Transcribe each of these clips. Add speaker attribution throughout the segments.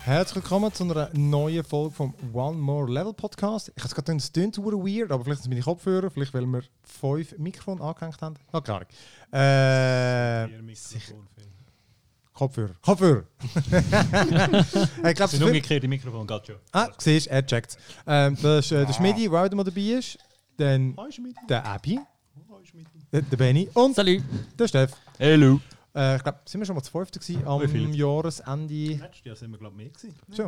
Speaker 1: Herzlich willkommen zu einer neuen Folge vom One More Level Podcast. Ich habe es gerade gedacht, es klingt verdammt weird, aber vielleicht sind es meine Kopfhörer, vielleicht weil wir fünf Mikrofone angehängt haben. Ah, keine Ahnung. Äh, Kopfhörer. Kopfhörer! ich glaube,
Speaker 2: Das sind umgekehrte Mikrofon, geht schon.
Speaker 1: Ah, siehst du, er checkt ähm, Das ist äh, der Schmidi, der auch mal dabei ist. Dann der Abi, der der Benny und
Speaker 3: Salut.
Speaker 1: der Steff.
Speaker 3: Hallo.
Speaker 1: Äh, ich glaube, sind wir schon mal zu fünften gewesen
Speaker 2: Wie viel?
Speaker 1: am Jahresende.
Speaker 2: Letztes Jahr sind wir, glaube ich, mehr gewesen.
Speaker 1: So,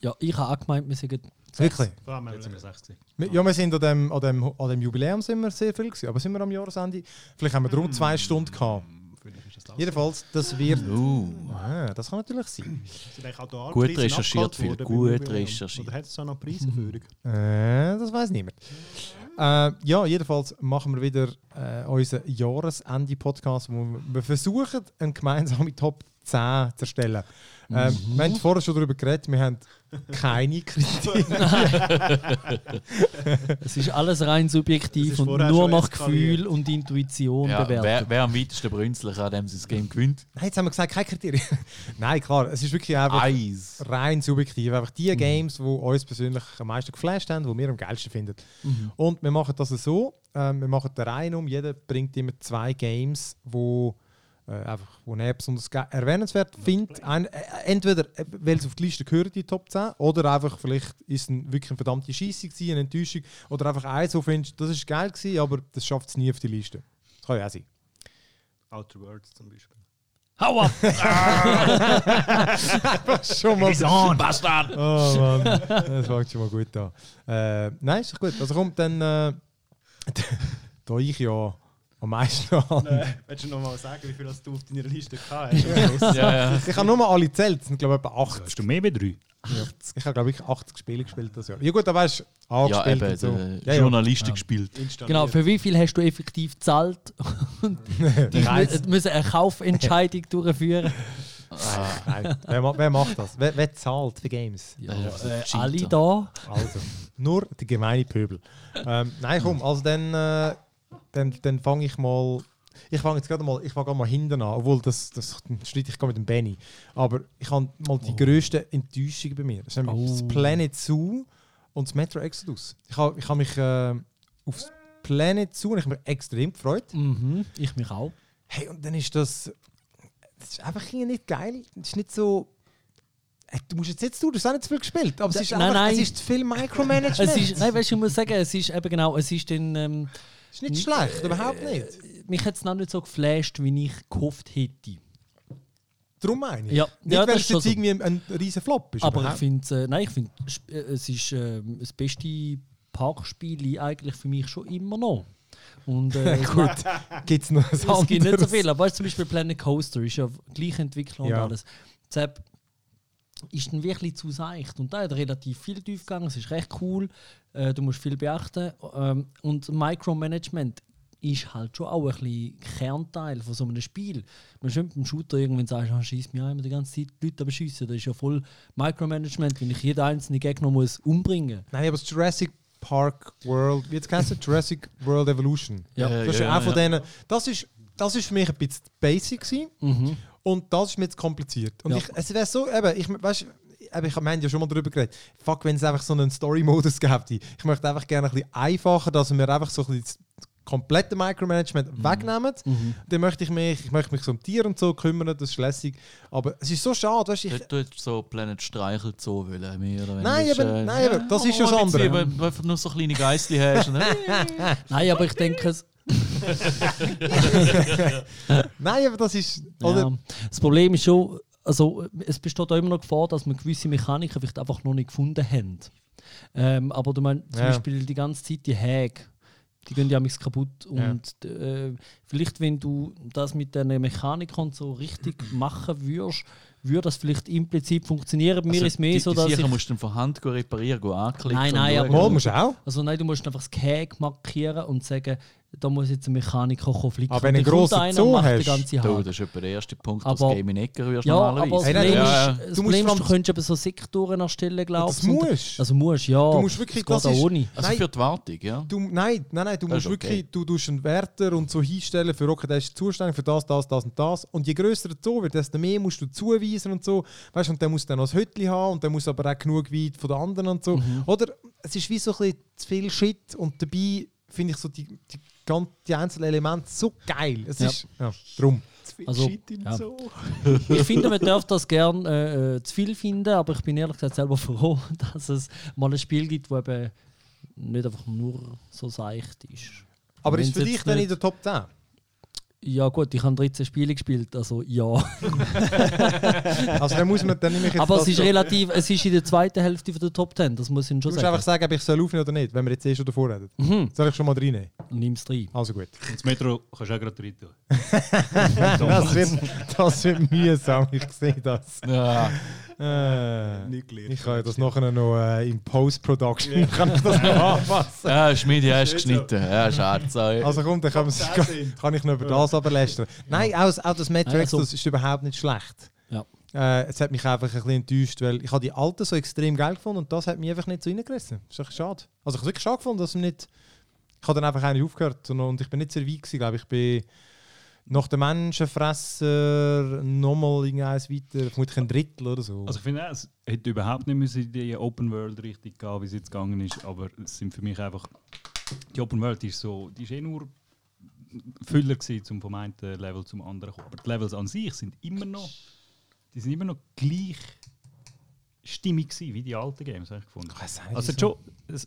Speaker 3: Ja, ich habe auch gemeint, wir sind
Speaker 1: wirklich.
Speaker 2: Vor allem, jetzt sind wir 60.
Speaker 1: Wir- Ja, wir sind an dem, an dem, an dem Jubiläum sind wir sehr viel gewesen, aber sind wir am Jahresende? Vielleicht haben wir rund zwei Stunden gehabt.
Speaker 2: Vielleicht ist das das.
Speaker 1: Jedenfalls, das wird...
Speaker 4: Uh,
Speaker 1: Ah, das kann natürlich sein.
Speaker 2: Sind eigentlich auch da
Speaker 4: Gut
Speaker 2: Preise
Speaker 4: recherchiert,
Speaker 2: abgeholt
Speaker 4: Phil,
Speaker 2: worden
Speaker 4: gut
Speaker 2: beim Jubiläum?
Speaker 4: recherchiert.
Speaker 2: Oder hat es auch noch Preisenführung?
Speaker 1: Äh, das weiß niemand. Äh, ja, jedenfalls machen wir wieder äh, unseren Jahresende-Podcast, wo wir versuchen, eine gemeinsame Top 10 zu erstellen. Ähm, Wir haben vorher schon darüber geredet, wir haben keine Kritik.
Speaker 3: Es ist alles rein
Speaker 2: Das
Speaker 3: subjektiv
Speaker 2: ist
Speaker 3: und
Speaker 2: vorher
Speaker 3: nur
Speaker 2: schon
Speaker 3: nach
Speaker 2: eskaliert.
Speaker 3: Gefühl und Intuition
Speaker 4: ja,
Speaker 3: bewertet.
Speaker 4: wer, wer am weitesten brünzeln kann, dem sein Game gewinnt.
Speaker 1: Nein, jetzt haben wir gesagt, keine Kriterien. Nein, klar, es ist wirklich einfach
Speaker 4: Eis.
Speaker 1: rein subjektiv. Einfach die Games, die uns persönlich am meisten geflasht haben, die wir am geilsten finden. Und wir machen das so: ähm, Wir machen den Reihen um. Jeder bringt immer zwei Games, wo äh, einfach wo er besonders ge- erwähnenswert findet. Ein, äh, entweder, äh, weil es auf die Liste gehört, die Top 10, oder einfach, vielleicht ist es ein, wirklich eine verdammte Scheisse gewesen, eine Enttäuschung, oder einfach eins, wo du findest, das ist geil gewesen, aber das schafft es nie auf die Liste. Das kann ja auch sein.
Speaker 2: Outer Worlds zum Beispiel.
Speaker 3: Hau ab!
Speaker 1: Schon mal
Speaker 4: Bastard!
Speaker 1: Oh Mann, das fängt schon mal gut an. Äh, nein, ist doch gut. Also kommt dann. Äh, da ich ja am meisten an.
Speaker 2: Willst du nochmal sagen, wie viel das du auf deiner Liste gehabt hast?
Speaker 4: Ja, ja.
Speaker 1: Ich habe nur mal alle gezählt, es sind glaube ich etwa 80.
Speaker 2: du mehr wie drei?
Speaker 1: Ich habe glaube ich 80 Spiele gespielt das Jahr. Ja gut, aber weißt du,
Speaker 4: ja
Speaker 1: angespielt
Speaker 4: eben,
Speaker 1: und so.
Speaker 4: der
Speaker 1: Ja, ja.
Speaker 4: Journalisten gespielt.
Speaker 3: Genau, für wie viel hast du effektiv gezahlt? Die
Speaker 1: Reiz.
Speaker 3: mü- müssen eine Kaufentscheidung durchführen.
Speaker 4: Ah,
Speaker 1: Nein, wer, ma- wer macht das? Wer, wer zahlt für Games?
Speaker 3: Ja,
Speaker 4: das
Speaker 3: äh,
Speaker 4: ist
Speaker 3: alle
Speaker 4: gescheiter.
Speaker 3: da.
Speaker 1: Also, nur die gemeine Pöbel. Ähm, nein, komm, also dann, äh, dann, dann fange ich mal. Ich fange jetzt gerade mal, ich fange mal hinten an, obwohl das, das streite ich gar mit dem Benny. Aber ich habe mal die grösste Enttäuschung bei mir. Das ist nämlich
Speaker 3: Oh.
Speaker 1: das Planet Zoo und das Metro Exodus. Ich habe ich hab mich äh, aufs Planet Zoo und ich habe mich extrem gefreut.
Speaker 3: Mhm, ich mich auch.
Speaker 1: Hey, und dann ist das. Das ist einfach irgendwie nicht geil. Das ist nicht so. Äh, Du musst jetzt jetzt tun, du hast auch nicht zu viel gespielt. Aber es
Speaker 3: Da-
Speaker 1: ist,
Speaker 3: nein,
Speaker 1: einfach,
Speaker 3: nein.
Speaker 1: Es ist zu viel Micromanagement.
Speaker 3: Es ist, nein, weißt du, ich muss sagen, es ist eben genau, es ist dann. Ähm, äh,
Speaker 1: Ist nicht schlecht, überhaupt nicht.
Speaker 3: mich hat es noch nicht so geflasht, wie ich gehofft hätte.
Speaker 1: Darum meine ich.
Speaker 3: Ja,
Speaker 1: nicht,
Speaker 3: ja,
Speaker 1: weil
Speaker 3: das
Speaker 1: es
Speaker 3: ist
Speaker 1: jetzt
Speaker 3: schon so.
Speaker 1: irgendwie ein, ein riesen Flop ist.
Speaker 3: Aber ich
Speaker 1: überhaupt-
Speaker 3: finde, äh, nein, ich finde, sp- äh, es ist äh, das beste Parkspiel eigentlich für mich schon immer noch. Und äh, es macht-
Speaker 1: Gut, gibt es noch ein
Speaker 3: es gibt nicht so
Speaker 1: anderes?
Speaker 3: viel. Aber weißt, du, zum Beispiel Planet Coaster ist ja gleiche Entwicklung
Speaker 1: Ja.
Speaker 3: und alles. Deshalb ist dann wirklich zu seicht. Und da hat relativ viel tief gegangen. Es ist recht cool. Äh, du musst viel beachten. Ähm, und Micromanagement ist halt schon auch ein bisschen Kernteil von so einem Spiel. Man schwimmt beim Shooter irgendwann sagst, ah, schießt mich einmal die ganze Zeit die Leute beschießen. Das ist ja voll Micromanagement, wenn ich jeden einzelnen Gegner muss umbringen.
Speaker 1: Nein, aber das Jurassic Park World, wie jetzt kennst du Jurassic World Evolution. Dus
Speaker 3: Ja.
Speaker 1: Das ist ja, auch von denen. Das ist, das ist für mich ein bisschen basic gewesen.
Speaker 3: Mhm.
Speaker 1: Und das ist mir jetzt kompliziert. Und
Speaker 3: Ja.
Speaker 1: ich, es wäre so, eben, ich, weißt, eben, ich, wir haben ja schon mal darüber geredet. Fuck, wenn es einfach so einen Story-Modus gäbe. Ich möchte einfach gerne ein bisschen einfacher, dass wir einfach so ein bisschen das komplette Micromanagement wegnehmen.
Speaker 3: Mhm.
Speaker 1: Dann möchte ich mich, ich möchte mich so um Tier und so kümmern, das ist lässig. Aber es ist so schade, weißt du, ich,
Speaker 3: Eh.
Speaker 4: Dort du hättest so Planet streichelt so wollen, mehr oder weniger.
Speaker 1: Nein,
Speaker 4: Das ist,
Speaker 1: eben,
Speaker 4: äh,
Speaker 1: nein, eben, das ist ja das
Speaker 4: ein bisschen,
Speaker 1: andere.
Speaker 4: Wenn du einfach nur so kleine Geissli hast. ne? Und dann,
Speaker 3: Nein, aber ich denke, es,
Speaker 1: nein, aber das ist, oder,
Speaker 3: Ja. Das Problem ist schon, also es besteht auch immer noch Gefahr, dass man gewisse Mechaniken vielleicht einfach noch nicht gefunden haben. Ähm, aber du meinst zum
Speaker 1: Ja.
Speaker 3: Beispiel die ganze Zeit die Häge, die gehen ja mix kaputt
Speaker 1: Ja.
Speaker 3: und äh, vielleicht wenn du das mit deinen Mechanikern so richtig machen würdest, würde das vielleicht implizit funktionieren.
Speaker 1: Also
Speaker 3: Bei mir ist mehr
Speaker 4: die,
Speaker 3: so,
Speaker 4: die
Speaker 3: dass
Speaker 4: Sicher
Speaker 3: ich,
Speaker 4: musst du dann von Hand go reparieren, go anklicken.
Speaker 3: Nein,
Speaker 4: und
Speaker 3: nein,
Speaker 4: schauen.
Speaker 3: aber-
Speaker 1: mal musst du auch.
Speaker 3: also nein, du musst einfach das Häge markieren und sagen, da muss jetzt ein Mechaniker kommen flicken.
Speaker 1: Aber wenn du
Speaker 3: Und
Speaker 1: einen grossen
Speaker 3: dann kommt einer und
Speaker 1: Zoo
Speaker 3: macht die
Speaker 1: hast,
Speaker 3: ganze
Speaker 4: Du,
Speaker 3: Hand.
Speaker 4: das ist etwa der erste Punkt, dass
Speaker 3: Aber-
Speaker 4: du Game in Ecke rührst
Speaker 3: Ja, aber
Speaker 4: normalerweise.
Speaker 3: das
Speaker 1: Hey, nein,
Speaker 3: Problem
Speaker 1: du
Speaker 4: musst-
Speaker 3: ist,
Speaker 1: du
Speaker 3: das
Speaker 1: musst
Speaker 3: Problem ist, du
Speaker 1: vor allem-
Speaker 3: könntest eben so Sektoren erstellen, glaubst
Speaker 1: Das
Speaker 3: du. und-
Speaker 1: musst.
Speaker 3: Also musst, ja.
Speaker 1: Du musst wirklich-
Speaker 3: das, geht
Speaker 1: das
Speaker 3: auch
Speaker 1: ist-
Speaker 3: ohne.
Speaker 4: Also
Speaker 1: Nein.
Speaker 4: für die Wartung, ja.
Speaker 1: Du, nein, nein, nein, du
Speaker 4: Das
Speaker 1: musst
Speaker 4: ist okay.
Speaker 1: wirklich, du tust einen Wärter und so hinstellen für okay, der ist zuständig für das, das, das und das. Und je grösser der Zoo wird, desto mehr musst du zuweisen Wegweiser und so. Weißt du, und der muss dann noch ein Hütchen haben und der muss aber auch genug weit von den anderen und so.
Speaker 3: Mhm.
Speaker 1: Oder es ist wie so ein bisschen zu viel Shit und dabei finde ich so die, die, gan- die einzelnen Elemente so geil. Es
Speaker 3: Ja.
Speaker 1: ist, ja, drum.
Speaker 3: Also,
Speaker 2: Shit im
Speaker 3: ja.
Speaker 2: Zoo.
Speaker 3: Ich finde, man darf das gern äh, äh, zu viel finden, aber ich bin ehrlich gesagt selber froh, dass es mal ein Spiel gibt, das eben nicht einfach nur so seicht ist.
Speaker 1: Aber
Speaker 3: Wenn's
Speaker 1: ist für dich
Speaker 3: jetzt
Speaker 1: dann in
Speaker 3: nicht-
Speaker 1: der Top 10?
Speaker 3: Ja gut, ich habe 13 Spiele gespielt, also ja.
Speaker 1: Also dann muss man, dann nehme ich jetzt
Speaker 3: Aber
Speaker 1: das
Speaker 3: es ist
Speaker 1: so.
Speaker 3: relativ, es ist in der zweiten Hälfte von der Top 10, das muss ich Ihnen
Speaker 1: Du
Speaker 3: schon
Speaker 1: musst
Speaker 3: sagen.
Speaker 1: einfach sagen, ob ich soll aufnehmen oder nicht, wenn wir jetzt eh schon davor reden.
Speaker 3: Mhm.
Speaker 1: Soll ich schon mal reinnehmen?
Speaker 3: Nimm es rein.
Speaker 1: Also gut.
Speaker 2: Und das Metro kannst du auch gerade rein tun.
Speaker 1: Das wird, das wird mühsam, ich sehe das.
Speaker 4: Ja.
Speaker 1: Äh,
Speaker 2: Nicht gelernt.
Speaker 1: ich kann ja das nachher noch äh, im Post-Production kann ich das noch anpassen.
Speaker 4: Ja, Schmidt, ja, ist
Speaker 2: Ist nicht so.
Speaker 4: geschnitten. Ja, Scherz. Also,
Speaker 1: Also komm, dann kann, man's-
Speaker 2: Top 10
Speaker 1: kann ich noch über das aber lästern. Nein, auch, auch das
Speaker 3: Ja,
Speaker 1: Matrix,
Speaker 3: also-
Speaker 1: das ist überhaupt nicht schlecht.
Speaker 3: Ja.
Speaker 1: Äh, es hat mich einfach ein bisschen enttäuscht, weil ich habe die alten so extrem geil gefunden und das hat mich einfach nicht so reingerissen. Das ist echt schade. Also ich habe es wirklich schade gefunden, dass man nicht... Ich habe dann einfach auch nicht aufgehört und, und ich bin nicht sehr weit gewesen, glaube ich. Ich bin nach dem Menschenfresser nochmal irgendeins weiter, vermutlich ein Drittel oder so.
Speaker 2: Also ich finde, auch, es hätte überhaupt nicht müssen in die Open World richtig gehen, wie es jetzt gegangen ist. Aber es sind für mich einfach die Open World ist so, die ist eh nur Füller gewesen, um vom einen Level zum anderen zu kommen. Aber die Levels an sich sind immer noch, die sind immer noch gleich stimmig gewesen, wie die alten Games, habe ich gefunden.
Speaker 1: Ich weiss auch nicht,
Speaker 2: Also
Speaker 1: wieso.
Speaker 2: schon, es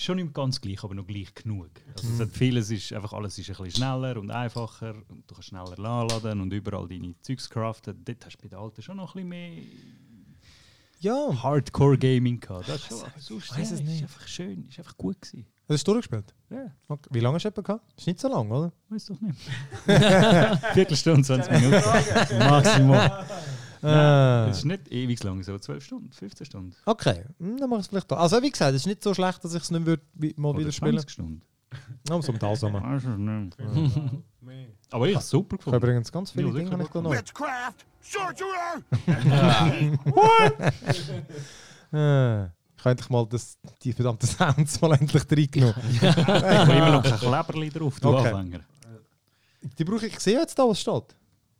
Speaker 2: ist schon nicht ganz gleich, aber noch gleich genug. Also
Speaker 1: Mhm.
Speaker 2: es hat vieles ist einfach alles ist ein bisschen schneller und einfacher und du kannst schneller laden und überall deine Zeugs craften. Dort hast du bei den Alten schon noch ein bisschen mehr
Speaker 1: Ja, hast
Speaker 2: Hardcore Gaming gehabt. Das ist schon, sonst,
Speaker 1: Oh. weiss es
Speaker 2: ja,
Speaker 1: nicht.
Speaker 2: ist einfach schön, ist einfach gut gewesen.
Speaker 1: du es durchgespielt?
Speaker 2: Ja,
Speaker 1: Okay. Wie lange hast du etwa gehabt? Ist nicht so lang, oder?
Speaker 2: weiß doch nicht. Viertelstunde, 20 Minuten Maximum.
Speaker 1: Äh.
Speaker 2: Es ist nicht ewig lang, so 12 Stunden, 15 Stunden.
Speaker 1: Okay, hm, dann mach ich es vielleicht da. Also wie gesagt, es ist nicht so schlecht, dass ich es nicht würd, wie- mal wieder spielen würde.
Speaker 2: Stunden.
Speaker 1: Oh, so um das herum. Ich
Speaker 2: Weiss ich nicht. Aber ich habe es super
Speaker 1: habe
Speaker 2: gefunden.
Speaker 1: übrigens ganz viele
Speaker 2: Ja,
Speaker 1: Dinge,
Speaker 2: sicher,
Speaker 1: habe ich da noch.
Speaker 5: Witchcraft! Sorcerer!
Speaker 1: Äh, ich habe endlich mal das, die verdammten Sounds mal endlich reingenommen.
Speaker 2: Ich habe immer noch kein Kleberli drauf, du
Speaker 1: Okay.
Speaker 2: Anfänger.
Speaker 1: Die brauche ich, ich sehe jetzt da, was steht.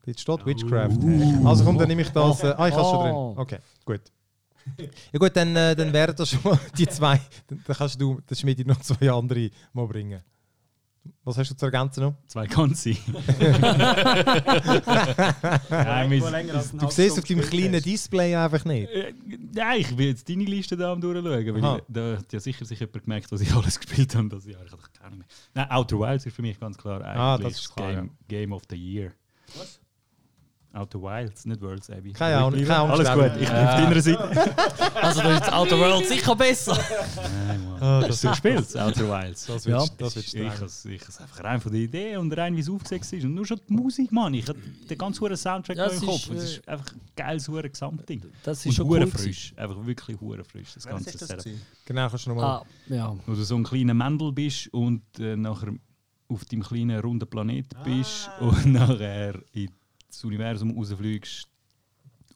Speaker 1: Jetzt steht Witchcraft. Also komm, dann nehme ich das. Äh, ah, ich habe es schon
Speaker 3: Oh.
Speaker 1: drin. Okay, gut. Ja gut, dann, äh, dann wären das schon mal die zwei. Dann, dann kannst du, das Schmidt noch zwei andere mal bringen. Was hast du zu ergänzen noch?
Speaker 2: Zwei ganze. Nein, mein-
Speaker 1: Du siehst auf deinem kleinen Display einfach nicht.
Speaker 2: Äh, Nein, ich will jetzt deine Liste da am durchschauen, weil
Speaker 1: Aha.
Speaker 2: ich, da hat ja sicher sich jemand gemerkt, dass ich alles gespielt habe das Jahr. Ich habe doch keine mehr. Nein, Outer Wilds ist für mich ganz klar eigentlich
Speaker 1: Ah, das ist klar,
Speaker 2: Game, Game of the Year. Was? Outer Wilds, nicht Worlds, Abby.
Speaker 1: Keine Ahnung, keine Ahnung,
Speaker 2: Alles
Speaker 1: Stefan.
Speaker 2: gut, ich bin auf deiner Seite.
Speaker 3: Also da ist das Outer World sicher besser.
Speaker 2: Nein,
Speaker 1: Oh,
Speaker 2: Mann. Hast du gespielt, Outer Wilds?
Speaker 1: Das
Speaker 3: Ja.
Speaker 1: wird, das wird
Speaker 2: Ich has- ich has einfach rein von der Idee und rein wie es aufgesetzt ist. Und nur schon die Musik, Mann. Ich hab den ganzen huren Soundtrack
Speaker 3: Ja,
Speaker 2: noch im
Speaker 3: es
Speaker 2: Kopf.
Speaker 3: ist,
Speaker 2: Und
Speaker 3: äh,
Speaker 2: es ist einfach ein geiles huren Gesamtding.
Speaker 3: Das ist
Speaker 2: und
Speaker 3: schon
Speaker 2: huren
Speaker 3: cool
Speaker 2: frisch. Einfach wirklich huren frisch, das ganze Setup.
Speaker 1: Genau, kannst du nochmal.
Speaker 3: Ah, ja.
Speaker 2: Wo du so ein kleiner Mendel bist und äh, nachher auf deinem kleinen runden Planet
Speaker 3: Ah.
Speaker 2: bist und nachher ins Universum rausfliegst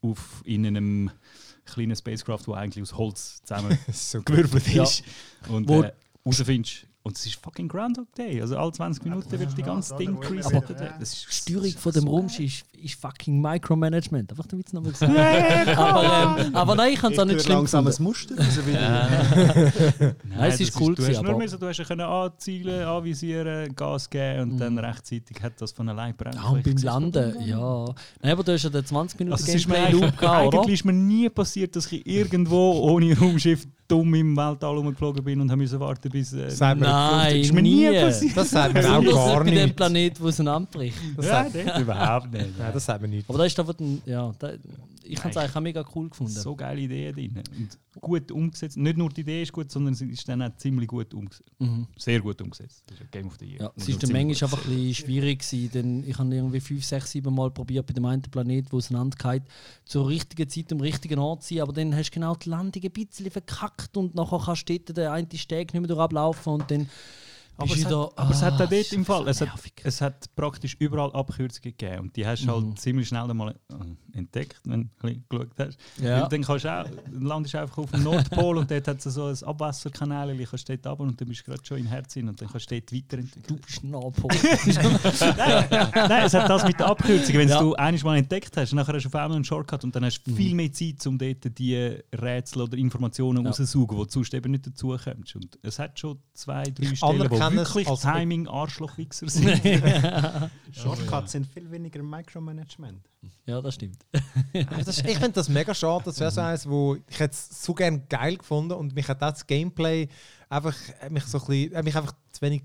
Speaker 2: auf, in einem kleinen Spacecraft, wo eigentlich aus Holz zusammen
Speaker 1: So gut.
Speaker 2: gewürfelt
Speaker 3: Ah. Ja.
Speaker 2: ist und
Speaker 3: Wo-
Speaker 2: äh, rausfindest. Und es ist fucking Groundhog Day. Also alle 20 Minuten wird die ganze Ding resettet. Das ist
Speaker 3: Die Steuerung von dem Rumsch ist, ist fucking Micromanagement. Einfach damit es nochmal gesagt aber, ähm, aber nein, ich kann es auch nicht schlimm
Speaker 5: langsam
Speaker 3: finden.
Speaker 5: ein Muster. Also wieder.
Speaker 3: Nein, es
Speaker 2: das
Speaker 3: ist cool
Speaker 2: Du hast
Speaker 3: gewesen,
Speaker 2: nur
Speaker 3: aber- Mhm.
Speaker 2: müssen, du hast ja können anzielen, anvisieren, Gas geben und dann rechtzeitig hat das von allein brennt.
Speaker 3: Ja, und Mhm. beim Landen, ja. Nein, aber du hast ja den 20 Minuten
Speaker 2: Also es ist mir
Speaker 3: Gameplay Loop
Speaker 2: eigentlich,
Speaker 3: gehabt,
Speaker 2: eigentlich
Speaker 3: oder?
Speaker 2: ist mir nie passiert, dass ich irgendwo ohne Raumschiff dumm im Weltall rumgeflogen bin und habe müssen warten bis... Äh,
Speaker 1: Sagt mir-
Speaker 3: Nein,
Speaker 2: ist mir nie,
Speaker 3: nie.
Speaker 2: passiert.
Speaker 1: Das sagt mir
Speaker 3: Besonders
Speaker 1: auch gar
Speaker 3: nicht bei dem
Speaker 1: nicht.
Speaker 3: Planet, wo es anbricht.
Speaker 1: Das
Speaker 2: ja,
Speaker 1: sagt,
Speaker 2: nein, überhaupt nicht.
Speaker 1: nein, das sagt mir nicht.
Speaker 3: Aber da ist da, wo den, ja, da, ich habe es eigentlich auch mega cool gefunden.
Speaker 2: So geile Ideen drin. Und gut umgesetzt. Nicht nur die Idee ist gut, sondern sie ist dann auch ziemlich gut umgesetzt. Sehr gut umgesetzt. Das ist ein Game of the Year.
Speaker 3: Mhm. Ja,
Speaker 2: Muss
Speaker 3: es
Speaker 2: man
Speaker 3: ist dann
Speaker 2: ziemlich
Speaker 3: manchmal
Speaker 2: gut
Speaker 3: einfach ein bisschen schwierig gewesen, denn ich habe irgendwie fünf, sechs, sieben Mal probiert bei dem einen Planet, wo es landet, zur richtigen Zeit am richtigen Ort zu sein, aber dann hast du genau die Landung ein bisschen verkackt und nachher kannst du dort den einen Steg nicht mehr durchlaufen und dann
Speaker 2: Aber,
Speaker 3: Ist
Speaker 2: es
Speaker 3: ja
Speaker 2: hat,
Speaker 3: da-
Speaker 2: aber es hat
Speaker 3: ah,
Speaker 2: auch
Speaker 3: es
Speaker 2: dort
Speaker 3: ist
Speaker 2: im Fall,
Speaker 3: so
Speaker 2: es hat,
Speaker 3: nervig.
Speaker 2: es hat praktisch überall Abkürzungen gegeben und die hast du
Speaker 3: Mhm.
Speaker 2: halt ziemlich schnell einmal äh, entdeckt, wenn du ein bisschen geschaut hast. Weil dann kannst du auch, dann landest du einfach auf dem Nordpol und dort hat es so ein Abwasserkanal, kannst dort runter und dann bist du gerade schon in Herz hin und dann kannst du dort
Speaker 3: Du
Speaker 2: weiterentwickeln.
Speaker 3: bist ein Nordpol.
Speaker 2: Nein, es hat das mit der Abkürzung, wenn
Speaker 3: Ja.
Speaker 2: du eines Mal entdeckt hast, nachher hast du auf einmal einen Shortcut und dann hast
Speaker 1: Mhm.
Speaker 2: du viel mehr Zeit, um dort die Rätsel oder Informationen
Speaker 3: Ja.
Speaker 2: rauszusaugen, die du sonst eben nicht dazukommst. Und es hat schon zwei, drei
Speaker 1: Ich
Speaker 2: Stellen, wo
Speaker 1: anerkenne es
Speaker 2: wirklich
Speaker 1: als-
Speaker 2: Timing-Arschlochwichser sind.
Speaker 6: Shortcuts sind viel weniger Micromanagement.
Speaker 3: ja, das stimmt.
Speaker 1: Aber Das ist, ich finde das mega schade, das wäre so eins, wo ich hätte es so gerne geil gefunden und mich hat auch das Gameplay einfach, hat mich, so ein bisschen, hat mich einfach zu wenig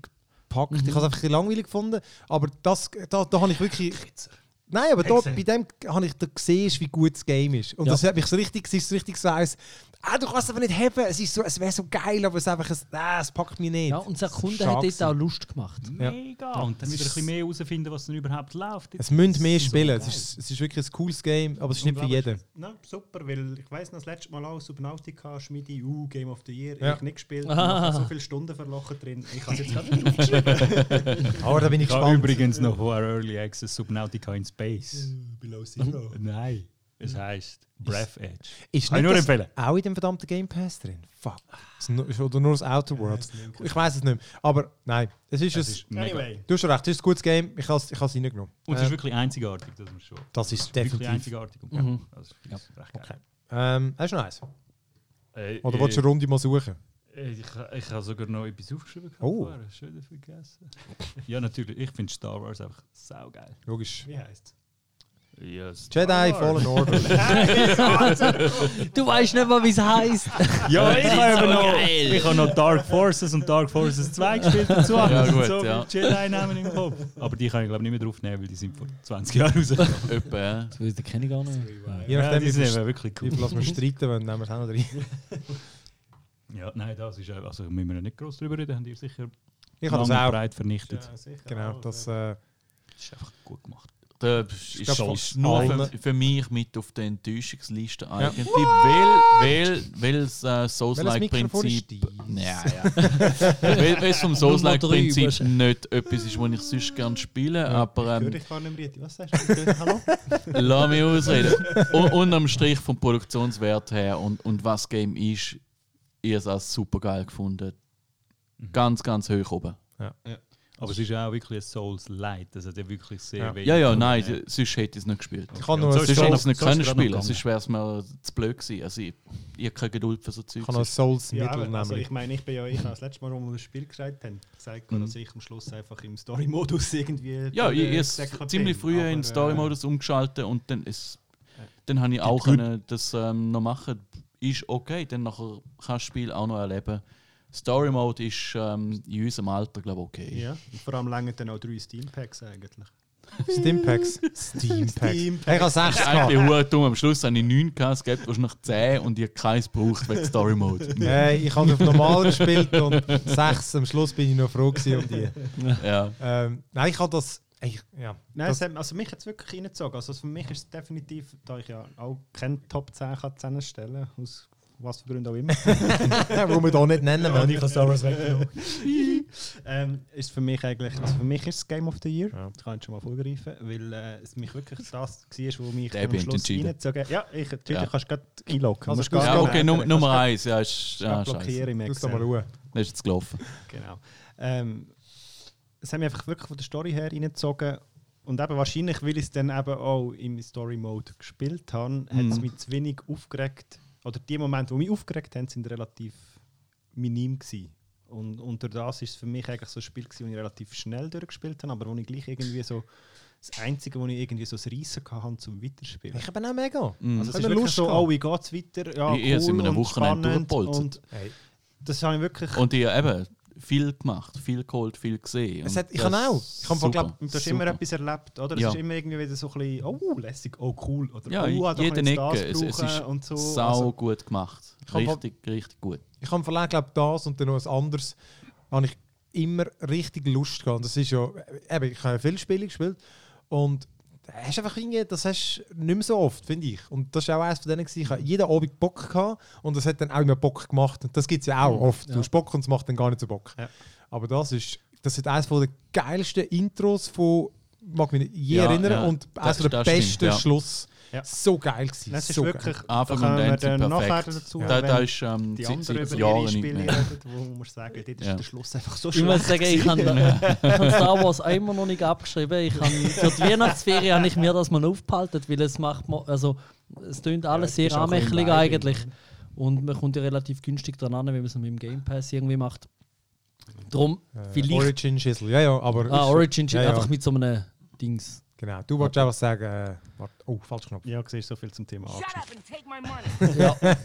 Speaker 1: gepackt.
Speaker 3: Mhm.
Speaker 1: Ich habe es einfach ein bisschen langweilig gefunden, aber das, da, da habe ich wirklich... Nein, aber da, bei dem habe ich da gesehen, wie gut das Game ist. Und
Speaker 3: Ja.
Speaker 1: das hat mich so richtig, es ist so richtig so eins, ah, du kannst es aber nicht haben, es, ist so, es wäre so geil, aber es, ist einfach, ein, ah, es packt mich nicht.
Speaker 3: Ja, und der Kunde
Speaker 1: Schade
Speaker 3: hat dort
Speaker 1: gewesen.
Speaker 3: auch Lust gemacht.
Speaker 1: Ja.
Speaker 2: Mega! Und dann wieder ein bisschen mehr herausfinden, was denn überhaupt läuft.
Speaker 1: Es müssen mehr
Speaker 2: So
Speaker 1: spielen, es
Speaker 2: geil.
Speaker 1: ist, es ist wirklich ein cooles Game, aber es ist nicht für jeden.
Speaker 6: Nein, super, weil ich weiß noch, das letzte Mal auch Subnautica, Schmiede, U, Game of the Year,
Speaker 1: Ja.
Speaker 6: ich nicht gespielt,
Speaker 3: Ah.
Speaker 6: nachher so viele Stunden verlochen drin. Ich habe jetzt gerade nicht
Speaker 1: Aber da bin ich
Speaker 2: Ich habe
Speaker 1: gespannt.
Speaker 2: übrigens noch vor Early Access Subnautica in Space.
Speaker 1: Mhm.
Speaker 6: aufgeschrieben. Below Zero.
Speaker 2: Nein, es heißt Breath Edge.
Speaker 1: Ist
Speaker 2: Kann ich
Speaker 1: nicht
Speaker 2: nur
Speaker 1: das
Speaker 2: empfehlen.
Speaker 1: Auch in dem verdammten Game Pass drin. Fuck. Ist nur- ist- Oder nur das Outer Worlds. Ich weiß es nicht mehr. Aber nein, es ist
Speaker 2: Das
Speaker 1: ein.
Speaker 2: ist mega.
Speaker 6: Anyway,
Speaker 1: Du hast recht, es ist ein gutes Game. Ich habe es ich habe es reingenommen.
Speaker 2: Und es ist
Speaker 1: Äh,
Speaker 2: wirklich einzigartig, das muss schon.
Speaker 1: das ist
Speaker 2: Wirklich
Speaker 1: definitiv.
Speaker 2: einzigartig. Und
Speaker 3: Mhm.
Speaker 2: Ja, das ist recht geil.
Speaker 1: Ähm, hast du noch eins?
Speaker 2: Äh,
Speaker 1: Oder willst du eine Runde mal suchen?
Speaker 2: äh, ich, ha- ich habe sogar noch etwas aufgeschrieben. gehabt
Speaker 1: Oh.
Speaker 2: vorher. Schön vergessen. eh. ja, natürlich. Ich finde Star Wars einfach saugeil.
Speaker 1: Logisch.
Speaker 6: wie heißt es?
Speaker 2: Yes.
Speaker 1: Jedi Fallen Order.
Speaker 3: Du weißt nicht mal, wie es heisst.
Speaker 2: Ja, nou- ich habe
Speaker 4: so
Speaker 2: eben noch,
Speaker 4: geil.
Speaker 2: ich habe noch Dark Forces und Dark Forces 2 gespielt dazu.
Speaker 4: Ja,
Speaker 2: Das sind
Speaker 4: gut,
Speaker 2: so viele
Speaker 4: ja.
Speaker 2: Jedi-Namen im Kopf. Aber die kann ich glaube nicht mehr draufnehmen, weil die sind vor 20 Jahren rausgekommen.
Speaker 4: Etwa, ja.
Speaker 3: Das kenne ich gar nicht.
Speaker 1: Je nachdem,
Speaker 2: dus- die
Speaker 1: wie
Speaker 2: sind
Speaker 1: viel-
Speaker 2: eben wirklich
Speaker 1: wie
Speaker 2: cool.
Speaker 1: viel lassen wir streiten, wenn nehmen wir es auch noch rein.
Speaker 2: Ja, nein, das ist einfach, also müssen wir nicht groß drüber reden, haben ihr sicher
Speaker 1: Ich habe das
Speaker 2: lang und
Speaker 1: auch.
Speaker 2: breit vernichtet.
Speaker 6: sicher.
Speaker 1: dus Genau,
Speaker 2: Oh,
Speaker 6: auch,
Speaker 1: das
Speaker 6: äh,
Speaker 1: äh,
Speaker 2: Das ist einfach gut gemacht.
Speaker 4: Da ist,
Speaker 1: glaub, von
Speaker 4: ist nur für,
Speaker 1: allen-
Speaker 4: für mich mit auf der Enttäuschungsliste eigentlich, weil, weil, weil das äh,
Speaker 1: Welches Mikrofon ist
Speaker 4: Souls-like-Prinzip.
Speaker 1: deins?
Speaker 4: Nein, ja. weil, weil es vom Souls-like-Prinzip
Speaker 3: Nummer
Speaker 4: nicht etwas ist, was ich sonst gerne spiele, aber
Speaker 6: Hör
Speaker 4: ähm,
Speaker 6: dich äh, gar nicht mehr, Rieti. Was sagst du? Hallo?
Speaker 4: lass mich ausreden. Und unterm Strich vom Produktionswert her und, und was Game ist, ich habe es super geil gefunden. Ganz, ganz hoch oben.
Speaker 2: Aber es ist auch wirklich ein Souls Light. Das hat ja wirklich sehr
Speaker 1: Ja.
Speaker 2: wenig.
Speaker 4: Ja, ja, nein, sonst hätte ich es nicht gespielt.
Speaker 1: ich habe
Speaker 2: Und
Speaker 1: noch
Speaker 2: so
Speaker 1: ein
Speaker 2: ist
Speaker 4: Sonst
Speaker 2: schon-
Speaker 4: hätte
Speaker 1: Souls-
Speaker 4: ich es nicht
Speaker 2: so ist
Speaker 4: können
Speaker 2: es gerade
Speaker 4: spielen,
Speaker 2: noch
Speaker 4: sonst wäre es mir zu blöd gewesen. Also ich, ich habe keine Geduld für so Zeug.
Speaker 1: ich habe noch ein Souls
Speaker 6: Ja,
Speaker 1: Mittel
Speaker 6: aber, also ich
Speaker 1: nämlich.
Speaker 6: meine, ich bin ja, ich habe das letzte Mal, wo wir das Spiel gesagt haben, gesagt, mhm. dass ich am Schluss einfach im Story-Modus irgendwie.
Speaker 4: Ja, ich,
Speaker 6: durch
Speaker 4: ich
Speaker 6: den
Speaker 4: es
Speaker 6: Säckel
Speaker 4: ziemlich
Speaker 6: bin.
Speaker 4: früh
Speaker 6: Aber, äh,
Speaker 4: in den Story-Modus umgeschaltet und dann ist dann habe ich auch können, das ähm, noch machen. Ist okay, dann nachher kannst du das Spiel auch noch erleben. Story-Mode ist ähm, in unserem Alter, glaube ich,
Speaker 6: Äh,
Speaker 4: okay.
Speaker 6: ja, und vor allem länger dann auch drei Steam Packs eigentlich.
Speaker 1: Steampacks. Steampacks. Ich habe 6
Speaker 4: Ich
Speaker 1: gehabt.
Speaker 4: bin verdammt dumm. Am Schluss habe ich 9 gehabt, es gibt wahrscheinlich 10 und ich habe keins gebraucht wegen Story-Mode.
Speaker 1: Nein, ich habe auf normal gespielt und sechs am Schluss bin ich noch froh gewesen um die.
Speaker 4: ja.
Speaker 1: Ähm, nein, ich habe das. Ich, ja,
Speaker 6: Nein,
Speaker 1: das,
Speaker 6: es hat, also mich hat es wirklich reingezogen. Also für mich ist es definitiv, da ich ja auch keinen Top 10 kann zusammenstellen kann, aus was für Gründen auch immer.
Speaker 1: wo wir da nicht nennen wollen.
Speaker 6: ich habe Star Wars weggenommen. ähm, ist für mich eigentlich, also für mich ist es Game of the Year. Ich kann jetzt schon mal vorgreifen, weil äh, es mich wirklich das war, was mich
Speaker 4: Der
Speaker 6: dann am
Speaker 4: bin
Speaker 6: Schluss
Speaker 4: entschieden.
Speaker 6: reingezogen Ja, ich, natürlich
Speaker 4: Ja.
Speaker 6: kannst du gerade einloggen.
Speaker 1: Also
Speaker 6: Musst
Speaker 1: du-
Speaker 6: gar
Speaker 4: ja,
Speaker 6: nicht
Speaker 4: okay,
Speaker 6: ändern.
Speaker 4: Num
Speaker 6: Kannst
Speaker 4: Nummer
Speaker 6: grad
Speaker 4: 1. Ja, ist, ja,
Speaker 6: grad
Speaker 4: scheiße.
Speaker 6: blockieren im
Speaker 1: Lass doch mal
Speaker 6: Excel.
Speaker 1: Ruhe.
Speaker 4: Das ist jetzt gelaufen.
Speaker 6: Genau. Ähm, es hat mich einfach wirklich von der Story her reingezogen. Und eben wahrscheinlich, weil ich es dann eben auch im Story-Mode gespielt habe, hat
Speaker 4: Mhm.
Speaker 6: es mich zu wenig aufgeregt. Oder die Momente, die mich aufgeregt haben, sind relativ minim gewesen. Und unter das ist es für mich eigentlich so ein Spiel, gewesen, das ich relativ schnell durchgespielt habe, aber wo ich gleich irgendwie so das Einzige, wo ich irgendwie so das Reissen hatte, zum Weiterspielen.
Speaker 1: Ich bin auch mega.
Speaker 6: Also es
Speaker 1: Hat
Speaker 6: ist
Speaker 1: mir
Speaker 6: wirklich
Speaker 1: Lust
Speaker 6: so,
Speaker 1: gehabt.
Speaker 6: oh, wie geht es weiter? Ja,
Speaker 4: Mhm. Ich- ich habe es in
Speaker 6: cool
Speaker 4: einem
Speaker 6: und
Speaker 4: Wochenende
Speaker 6: spannend
Speaker 4: durchgepolstert.
Speaker 6: Und
Speaker 1: Hey.
Speaker 6: das habe ich wirklich...
Speaker 4: Und ich habe eben viel gemacht, viel geholt, viel gesehen.
Speaker 1: Es
Speaker 4: Und
Speaker 1: hat, ich habe
Speaker 4: das
Speaker 1: auch.
Speaker 4: ist
Speaker 1: Ich habe
Speaker 4: super.
Speaker 1: glaub,
Speaker 6: Und du hast
Speaker 4: Super.
Speaker 6: immer etwas erlebt, oder? Es
Speaker 4: Ja.
Speaker 6: ist immer irgendwie wieder so ein bisschen, oh, lässig, oh, cool. Oder,
Speaker 4: Ja,
Speaker 6: oh, ah, da
Speaker 4: jede
Speaker 6: kann ich jetzt
Speaker 4: Ecke. Es,
Speaker 6: das
Speaker 4: es ist
Speaker 6: brauchen und so.
Speaker 4: sau
Speaker 6: Also,
Speaker 4: gut gemacht.
Speaker 1: Ich hab
Speaker 4: Richtig, richtig gut.
Speaker 1: ich habe im Verlag glaub, das und dann noch ein anderes, habe ich immer richtig Lust gehabt. Und Das ist ja, eben, ich habe ja viele Spiele gespielt und hast einfach irgendwie, das hast du nicht mehr so oft, finde ich. Und das war auch eines von denen, gewesen, ich habe jeden Abend Bock gehabt und das hat dann auch immer Bock gemacht. Und das gibt es ja auch oft. Du hast Bock und es macht dann gar nicht so Bock.
Speaker 6: Ja.
Speaker 1: Aber das ist das ist eines von der geilsten Intros von, mag mich nicht je
Speaker 4: Ja,
Speaker 1: erinnern,
Speaker 4: ja.
Speaker 1: und
Speaker 4: Das-
Speaker 1: eines der
Speaker 4: das stimmt,
Speaker 1: besten
Speaker 4: ja.
Speaker 1: Schluss.
Speaker 6: Ja.
Speaker 1: So geil gewesen.
Speaker 6: Das ist
Speaker 1: so
Speaker 6: wirklich.
Speaker 4: Anfang
Speaker 6: da
Speaker 4: und
Speaker 6: können wir
Speaker 4: Ende
Speaker 6: dann
Speaker 4: sind
Speaker 6: nachher
Speaker 4: perfekt.
Speaker 6: dazu.
Speaker 4: Da, da
Speaker 6: wenn
Speaker 4: ist ähm,
Speaker 6: die
Speaker 4: seit,
Speaker 6: anderen
Speaker 4: seit
Speaker 6: über
Speaker 4: Jahren
Speaker 6: ihre
Speaker 4: nicht
Speaker 6: Spiele
Speaker 4: mehr.
Speaker 6: reden, wo man sagen, dort ist
Speaker 4: Ja.
Speaker 6: der Schluss einfach so
Speaker 3: Ich muss
Speaker 6: schlecht.
Speaker 3: sagen, ich habe Star Wars immer noch nicht abgeschrieben. Ich hab, für die Weihnachtsferien habe ich mir das mal aufgehalten, weil es macht mo- also es tönt alles
Speaker 6: Ja, es
Speaker 3: sehr
Speaker 6: ist auch ein bisschen
Speaker 3: anmächtig
Speaker 6: Werbung.
Speaker 3: eigentlich und man kommt ja relativ günstig dran an, wenn man es mit dem Game Pass irgendwie macht. Drum
Speaker 1: Äh,
Speaker 3: vielleicht
Speaker 1: Origin Schissel, ja, ja, aber.
Speaker 3: ah, Origin
Speaker 1: ja, ja.
Speaker 3: einfach mit so einem Dings.
Speaker 1: Genau, du wolltest auch was sagen. Äh, warte, oh, falsch Knopf.
Speaker 6: Ja, siehst so viel zum Thema
Speaker 5: Shut
Speaker 6: Action.
Speaker 5: up and take my money.
Speaker 3: Ja.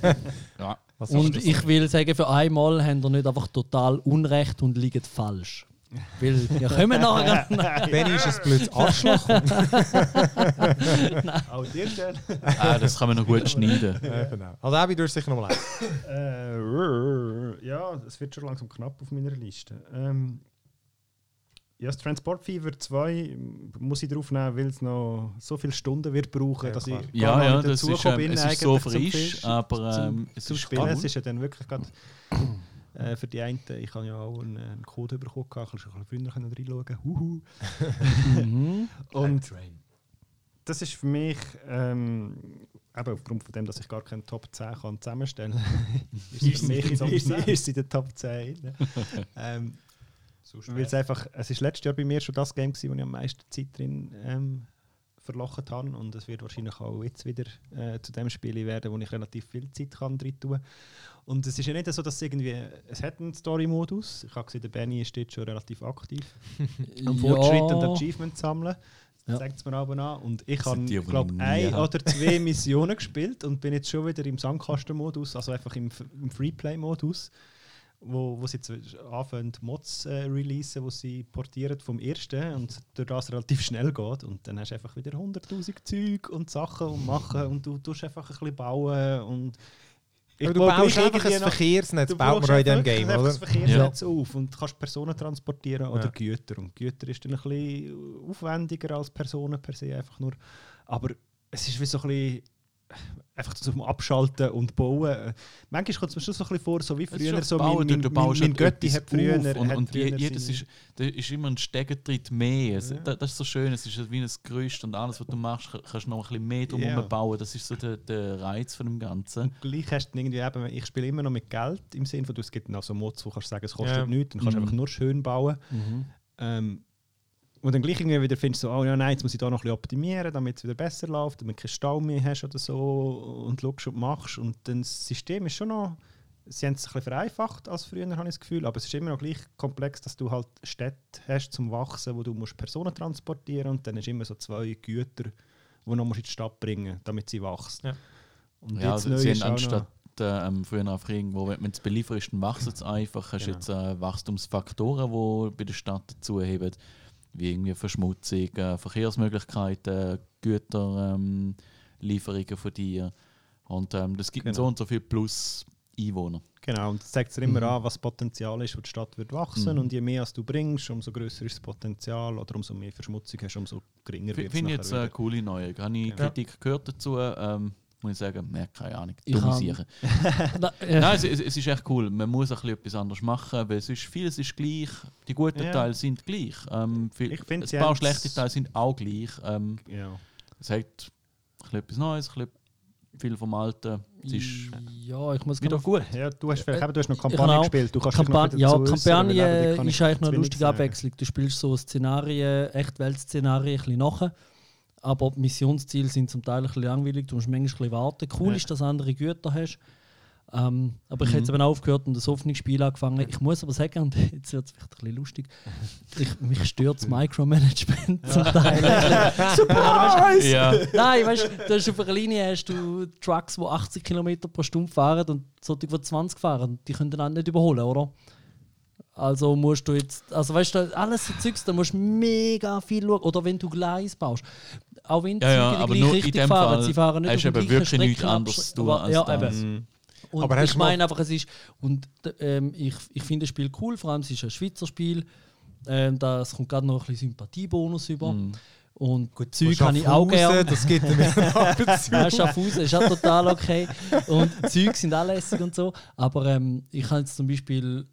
Speaker 1: Was
Speaker 3: Und ich will sagen, für einmal haben wir nicht einfach total Unrecht und liegen falsch. Weil wir kommen nachher ganz
Speaker 1: Benny ist ein blödes Arschloch.
Speaker 6: Auch dir, Jen?
Speaker 4: Ah, das kann man noch gut schneiden.
Speaker 1: Äh, genau. Also, Abby, du hast sicher nochmal eins.
Speaker 6: Äh, rrr. Äh, ja, es wird schon langsam knapp auf meiner Liste. Ähm, ja, das Transport Fever 2 muss ich draufnehmen, weil es noch so viele Stunden wird brauchen,
Speaker 1: Ja,
Speaker 6: dass ich
Speaker 1: klar.
Speaker 6: gar
Speaker 4: Ja,
Speaker 6: noch
Speaker 4: ja,
Speaker 6: nicht
Speaker 4: das ist,
Speaker 6: dazugekommen
Speaker 4: ähm,
Speaker 6: bin
Speaker 4: es ist so
Speaker 6: eigentlich zum
Speaker 4: frisch,
Speaker 6: Fisch-
Speaker 4: aber
Speaker 6: zum-
Speaker 4: ähm, es
Speaker 6: zum
Speaker 4: ist
Speaker 6: Spielen. Es
Speaker 4: gut.
Speaker 6: ist ja dann wirklich gerade äh, für die einen, ich habe ja auch einen, einen Code bekommen, ich konnte schon ein bisschen früher können reinschauen. Huhu. Mhm.
Speaker 4: Mhm.
Speaker 6: Und das ist für mich, ähm, eben aufgrund von dem, dass ich gar keinen Top 10 kann zusammenstellen kann, ist, für mich in- ist in der Top 10. drin. ähm, weil es einfach, es ist letztes Jahr bei mir schon das Game gewesen, wo ich am meisten Zeit drin ähm, verlochert habe und es wird wahrscheinlich auch jetzt wieder äh, zu dem Spiel werden, wo ich relativ viel Zeit kann drin tun. Und es ist ja nicht so, dass es irgendwie, es hat einen Story-Modus. Ich habe gesehen, der Benny ist dort schon relativ aktiv am Fortschritt und Achievement sammeln.
Speaker 3: Ja.
Speaker 6: Das zeigt es mir aber an. Und ich
Speaker 4: Das
Speaker 6: habe,
Speaker 4: sind die, die
Speaker 6: glaube
Speaker 4: ich nie
Speaker 6: ein
Speaker 4: habe.
Speaker 6: oder zwei Missionen gespielt und bin jetzt schon wieder im Sandkasten-Modus, also einfach im, F- im Freeplay-Modus, wo, wo sie jetzt anfangen, Mods äh, releasen, die sie portieren vom ersten und durch das relativ schnell geht. Und dann hast du einfach wieder 100.000 Zeug und Sachen und machen und du tust einfach ein bisschen bauen und
Speaker 1: Aber du
Speaker 6: baue
Speaker 1: baust
Speaker 6: gleich
Speaker 1: einfach ein
Speaker 6: irgendwie noch-
Speaker 1: Verkehrsnetz,
Speaker 6: Du
Speaker 1: baut
Speaker 6: brauchst
Speaker 1: man auch in diesem
Speaker 6: einfach
Speaker 1: Game,
Speaker 6: einfach
Speaker 1: oder?
Speaker 6: das Verkehrsnetz auf und kannst Personen transportieren oder
Speaker 1: Ja.
Speaker 6: Güter. Und Güter ist dann ein bisschen aufwendiger als Personen per se einfach nur. Aber es ist wie so ein bisschen einfach zum Abschalten und Bauen. Manchmal kommt es mir schon so ein bisschen vor, so wie
Speaker 4: Es ist
Speaker 6: früher,
Speaker 4: schon
Speaker 6: so
Speaker 4: das Bauen,
Speaker 6: mein,
Speaker 4: du-
Speaker 6: mein,
Speaker 4: du
Speaker 6: mein,
Speaker 4: baust
Speaker 6: mein
Speaker 4: halt
Speaker 6: Götti
Speaker 4: etwas
Speaker 6: hat früher...
Speaker 4: auf und,
Speaker 6: hat
Speaker 4: und je-
Speaker 6: früher
Speaker 4: jedes
Speaker 6: seine-
Speaker 4: ist, da ist immer ein Stegentritt mehr. Es, da, das ist so schön, es ist wie ein Gerüst und alles, was du machst, ka- kannst du noch ein bisschen mehr drum
Speaker 6: Ja.
Speaker 4: yeah. bauen. Das ist so der, der Reiz von dem Ganzen.
Speaker 6: Und gleich hast du dann irgendwie eben, ich spiele immer noch mit Geld im Sinne von, du, es gibt noch so Mods, wo kannst du sagen, es kostet
Speaker 1: Ja.
Speaker 6: nichts, dann kannst du
Speaker 4: Mhm.
Speaker 6: einfach nur schön bauen. Ähm, und dann gleich irgendwie wieder findest du so, oh ja, nein, jetzt muss ich da noch ein bisschen optimieren, damit es wieder besser läuft, damit du keinen Stau mehr hast oder so und schaust und machst. Und dann das System ist schon noch, sie haben es ein bisschen vereinfacht als früher, habe ich das Gefühl, aber es ist immer noch gleich komplex, dass du halt Städte hast zum Wachsen, wo du musst Personen transportieren und dann ist immer so zwei Güter, die noch musst in die Stadt bringen damit sie wächst.
Speaker 1: Ja.
Speaker 6: Und
Speaker 4: Ja,
Speaker 6: jetzt
Speaker 4: also,
Speaker 6: neu
Speaker 4: sie
Speaker 6: ist
Speaker 4: haben
Speaker 6: auch noch-
Speaker 4: anstatt äh, ähm, früher einfach irgendwo, wenn wenn du es belieferst, dann machst du es einfach. Hast
Speaker 6: Genau.
Speaker 4: jetzt äh, Wachstumsfaktoren, die bei der Stadt dazuheben, wie irgendwie Verschmutzung, äh, Verkehrsmöglichkeiten, Güter, ähm, Lieferungen von dir. Und ähm, das gibt
Speaker 6: Genau.
Speaker 4: so und so viel plus Einwohner.
Speaker 6: Genau, und das zeigt dir immer an, was Potenzial ist, wo die Stadt wird wachsen. Und je mehr als du bringst, umso größer ist das Potenzial oder umso mehr Verschmutzung hast, umso geringer
Speaker 4: F-
Speaker 6: wird es.
Speaker 4: Finde ich jetzt eine
Speaker 6: nachher
Speaker 4: coole Neue. Habe ich
Speaker 6: Ja.
Speaker 4: Kritik gehört dazu? Ähm, muss ich sagen, ne, keine Ahnung,
Speaker 3: Ich
Speaker 4: dumme
Speaker 3: hab-
Speaker 4: Sache.
Speaker 3: Na, äh,
Speaker 4: Nein, es, es, es ist echt cool. Man muss ein bisschen etwas anderes machen, weil sonst vieles ist gleich. Die guten
Speaker 6: Ja.
Speaker 4: Teile sind gleich. Ähm, viel,
Speaker 6: Ich find,
Speaker 4: ein
Speaker 6: sie
Speaker 4: paar
Speaker 6: haben's-
Speaker 4: schlechte Teile sind auch gleich. Ähm,
Speaker 6: wieder. Ja.
Speaker 4: es hat ein bisschen etwas Neues, ein bisschen viel vom Alten. Es ist
Speaker 3: ja, ich muss
Speaker 4: wieder
Speaker 3: genau-
Speaker 4: gut.
Speaker 6: ja, du hast vielleicht, eben, du hast noch
Speaker 3: Ich
Speaker 6: Kampagne
Speaker 3: habe auch
Speaker 6: gespielt. Du kannst dich noch
Speaker 3: Kampan
Speaker 6: ein
Speaker 3: Genau. ja,
Speaker 6: bisschen dazu äußern, weil eben,
Speaker 3: Kampagne
Speaker 6: da kann ich
Speaker 3: ist eigentlich
Speaker 6: zu
Speaker 3: noch eine
Speaker 6: wenig
Speaker 3: lustige
Speaker 6: sagen.
Speaker 3: Abwechslung. Du spielst so Szenarien, Echtwelt-Szenarien ein bisschen nachher, aber die Missionsziele sind zum Teil ein bisschen langweilig, du musst manchmal ein bisschen warten. Cool
Speaker 6: Ja. Mhm.
Speaker 3: ist, dass du andere Güter hast. Ähm, aber ich habe jetzt eben aufgehört und das Hoffnungsspiel angefangen. Ich muss aber sagen, und jetzt wird es vielleicht ein bisschen lustig, ich, mich stört das Micromanagement zum Teil. Surprise!
Speaker 4: Ja.
Speaker 3: Nein, weißt du, du, hast auf einer Linie hast du Trucks, die 80 km pro Stunde fahren und solche, die 20 fahren. Die können dann auch nicht überholen, oder? Also musst du jetzt, also weißt du, alles so Zeugs, da musst du mega viel schauen. Oder wenn du Gleis baust. Auch wenn die
Speaker 4: Ja, ja,
Speaker 3: Züge
Speaker 4: aber
Speaker 3: die
Speaker 4: nur
Speaker 3: gleiche
Speaker 4: in
Speaker 3: Richtung
Speaker 4: dem
Speaker 3: fahren,
Speaker 4: Fall
Speaker 3: sie fahren nicht
Speaker 4: hast
Speaker 3: auf
Speaker 4: du
Speaker 3: der
Speaker 4: eben
Speaker 3: gleichen
Speaker 4: wirklich nichts
Speaker 3: Streckenabschnitt-
Speaker 4: anderes zu tun
Speaker 3: aber-
Speaker 4: als Mhm.
Speaker 3: ja,
Speaker 4: das.
Speaker 3: eben. Und
Speaker 1: Aber hast
Speaker 3: ich
Speaker 1: du mal-
Speaker 3: meine einfach, es ist, und d- ähm, ich, ich finde das Spiel cool, vor allem es ist ein Schweizer Spiel. Ähm, das kommt gerade noch ein bisschen Sympathiebonus über.
Speaker 4: Mhm.
Speaker 3: Und Gut, Zeug kann ich auch gerne.
Speaker 1: Schaffhausen, Das gibt mir einen
Speaker 3: Ja,
Speaker 1: Appenzug.
Speaker 3: Schaffhausen ist auch total okay. Und die Zeug sind auch lässig und so. Aber ähm, ich habe jetzt zum Beispiel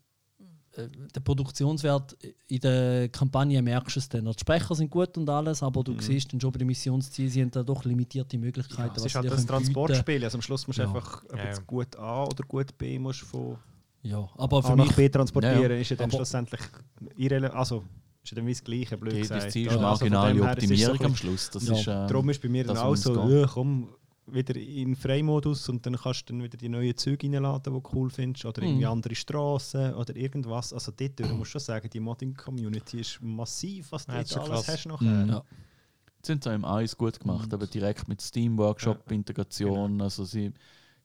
Speaker 3: äh, der Produktionswert in der Kampagne merkst du es dann. Die Sprecher sind gut und alles, aber du siehst dann schon bei den Missionszielen, sie haben da doch limitierte Möglichkeiten.
Speaker 6: Mhm. es
Speaker 3: was
Speaker 6: ist
Speaker 3: sie
Speaker 6: halt
Speaker 3: dir
Speaker 6: das
Speaker 3: können bieten.
Speaker 6: Transportspiel. Also am Schluss musst du
Speaker 3: Ja.
Speaker 6: einfach ob
Speaker 1: Ja, ja.
Speaker 6: jetzt gut A oder gut B musst du von
Speaker 3: Ja, aber für
Speaker 6: A
Speaker 3: mich
Speaker 6: Ah, nach B transportieren.
Speaker 4: Ja, ja.
Speaker 6: Ist ja dann
Speaker 4: Aber-
Speaker 6: schlussendlich irrelevant. Also ist ja dann wie das Gleiche, blöd
Speaker 4: Geht
Speaker 6: gesagt.
Speaker 4: das Ziel ist
Speaker 6: Also von
Speaker 4: marginale
Speaker 6: dem her, es ist
Speaker 4: Optimierung
Speaker 6: so ein
Speaker 4: am
Speaker 6: bisschen-
Speaker 4: Schluss. Das
Speaker 3: Ja.
Speaker 4: ist, ähm,
Speaker 6: Darum ist bei mir dann
Speaker 4: das
Speaker 6: auch
Speaker 4: muss
Speaker 6: so,
Speaker 4: gehen.
Speaker 6: ja, komm wieder in Freimodus und dann kannst du dann wieder die neuen Züge reinladen, die du cool findest, oder irgendwie
Speaker 3: Mhm.
Speaker 6: andere Straßen oder irgendwas. Also dort muss musst du schon sagen, die Modding-Community ist massiv, was du
Speaker 1: Ja,
Speaker 6: ja,
Speaker 1: das ist
Speaker 6: jetzt
Speaker 1: schon
Speaker 6: alles
Speaker 1: krass.
Speaker 6: hast
Speaker 4: mm.
Speaker 6: nachher.
Speaker 4: Mhm.
Speaker 3: Ja.
Speaker 4: Sie haben es auch im Eis gut gemacht, aber direkt mit Steam-Workshop, Integration. Also sie,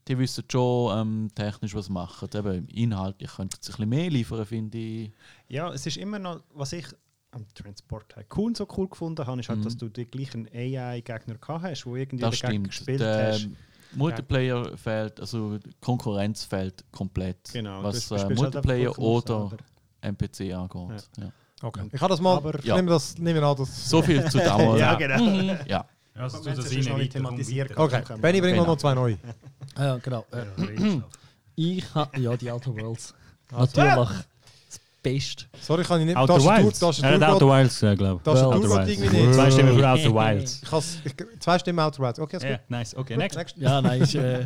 Speaker 4: die wissen schon ähm, technisch, was sie machen. Eben inhaltlich könnten sie ein bisschen mehr liefern, finde ich.
Speaker 6: Ja, es ist immer noch, was ich am Transport Tycoon so cool gefunden habe, ist halt,
Speaker 4: Mhm.
Speaker 6: dass du den gleichen AI-Gegner gehabt hast, wo irgendwie
Speaker 4: Das
Speaker 6: dagegen
Speaker 4: stimmt.
Speaker 6: gespielt
Speaker 4: Der
Speaker 6: hast.
Speaker 4: Multiplayer fehlt, also die Konkurrenz fehlt komplett,
Speaker 6: Genau,
Speaker 4: was
Speaker 6: du
Speaker 4: äh,
Speaker 6: spielst halt einfach
Speaker 4: Multiplayer
Speaker 6: Pokémon
Speaker 4: oder
Speaker 6: selber.
Speaker 4: NPC angeht. Ja.
Speaker 1: Okay. Ich kann das mal.
Speaker 6: Aber-
Speaker 1: ich nehme das, nehme an, das.
Speaker 4: So viel zu Dauer.
Speaker 6: Ja,
Speaker 4: ja.
Speaker 6: genau.
Speaker 4: ja.
Speaker 2: Ja, also,
Speaker 6: Moment, es ist noch nicht thematisiert.
Speaker 1: Okay.
Speaker 6: Okay.
Speaker 1: Benny, bring mal
Speaker 4: Genau.
Speaker 1: noch zwei neue.
Speaker 3: Ja, genau. Äh,
Speaker 2: Hmm.
Speaker 3: ich habe. Ja, die Outer Worlds. Natürlich. Das Beste.
Speaker 1: Sorry, kann ich nicht.
Speaker 2: Outer
Speaker 1: Tastatur-
Speaker 2: Wilds.
Speaker 1: Tastatur-
Speaker 2: Er hat Outer Wilds gesagt, glaube
Speaker 1: Tastatur-
Speaker 2: Outer
Speaker 1: Tastatur- Ding
Speaker 2: Wilds.
Speaker 1: nicht.
Speaker 2: Zwei Stimmen für Outer Wilds.
Speaker 1: Ich kann's- ich- Zwei Stimmen Outer Wilds. Okay, ist
Speaker 2: Ja,
Speaker 1: gut.
Speaker 2: nice. Okay,
Speaker 1: Gut,
Speaker 2: next.
Speaker 1: next.
Speaker 3: Ja, nein, ist, äh,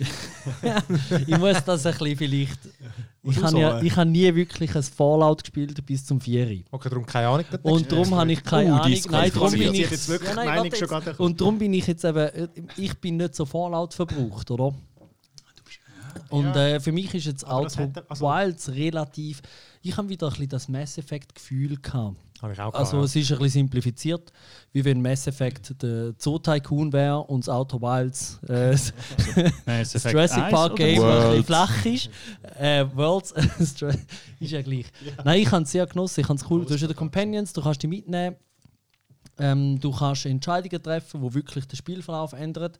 Speaker 3: ich muss das ein bisschen vielleicht. Ich habe ja,
Speaker 6: äh.
Speaker 3: ich habe nie wirklich ein Fallout gespielt bis zum 4.
Speaker 1: Okay, darum keine Ahnung. Next.
Speaker 3: Und darum habe ich keine
Speaker 4: Oh,
Speaker 3: Ahnung. Nein,
Speaker 4: disqualifiziert.
Speaker 3: darum bin
Speaker 6: Sie
Speaker 3: ich.
Speaker 6: hat jetzt wirklich die
Speaker 3: nein,
Speaker 6: Meinung
Speaker 3: warte
Speaker 6: schon
Speaker 3: jetzt.
Speaker 6: gerade-
Speaker 3: Und darum bin ich jetzt eben. äh, Ich bin nicht so Fallout verbraucht, oder? Und äh, für mich ist jetzt
Speaker 6: Aber das
Speaker 3: Outer
Speaker 6: hat er- also-
Speaker 3: Wilds relativ. Ich habe wieder ein bisschen das Mass Effect Gefühl gehabt.
Speaker 1: Habe ich auch
Speaker 3: Also
Speaker 1: keine
Speaker 3: es ist ein bisschen simplifiziert, wie wenn Mass Effect der Zoo Tycoon wäre und das Outer Wilds äh, das
Speaker 2: Mass
Speaker 3: das
Speaker 2: Effect
Speaker 3: Jurassic
Speaker 2: 1
Speaker 3: Park eh,
Speaker 2: oder
Speaker 3: Game, das ein bisschen
Speaker 4: Worlds?
Speaker 3: flach ist. Äh, Worlds das Jura- ist ja gleich. Nein, ich habe es sehr genossen, ich habe es cool. Du hast ja die Companions, du kannst die mitnehmen. Ähm, du kannst Entscheidungen treffen, die wirklich den Spielverlauf ändern.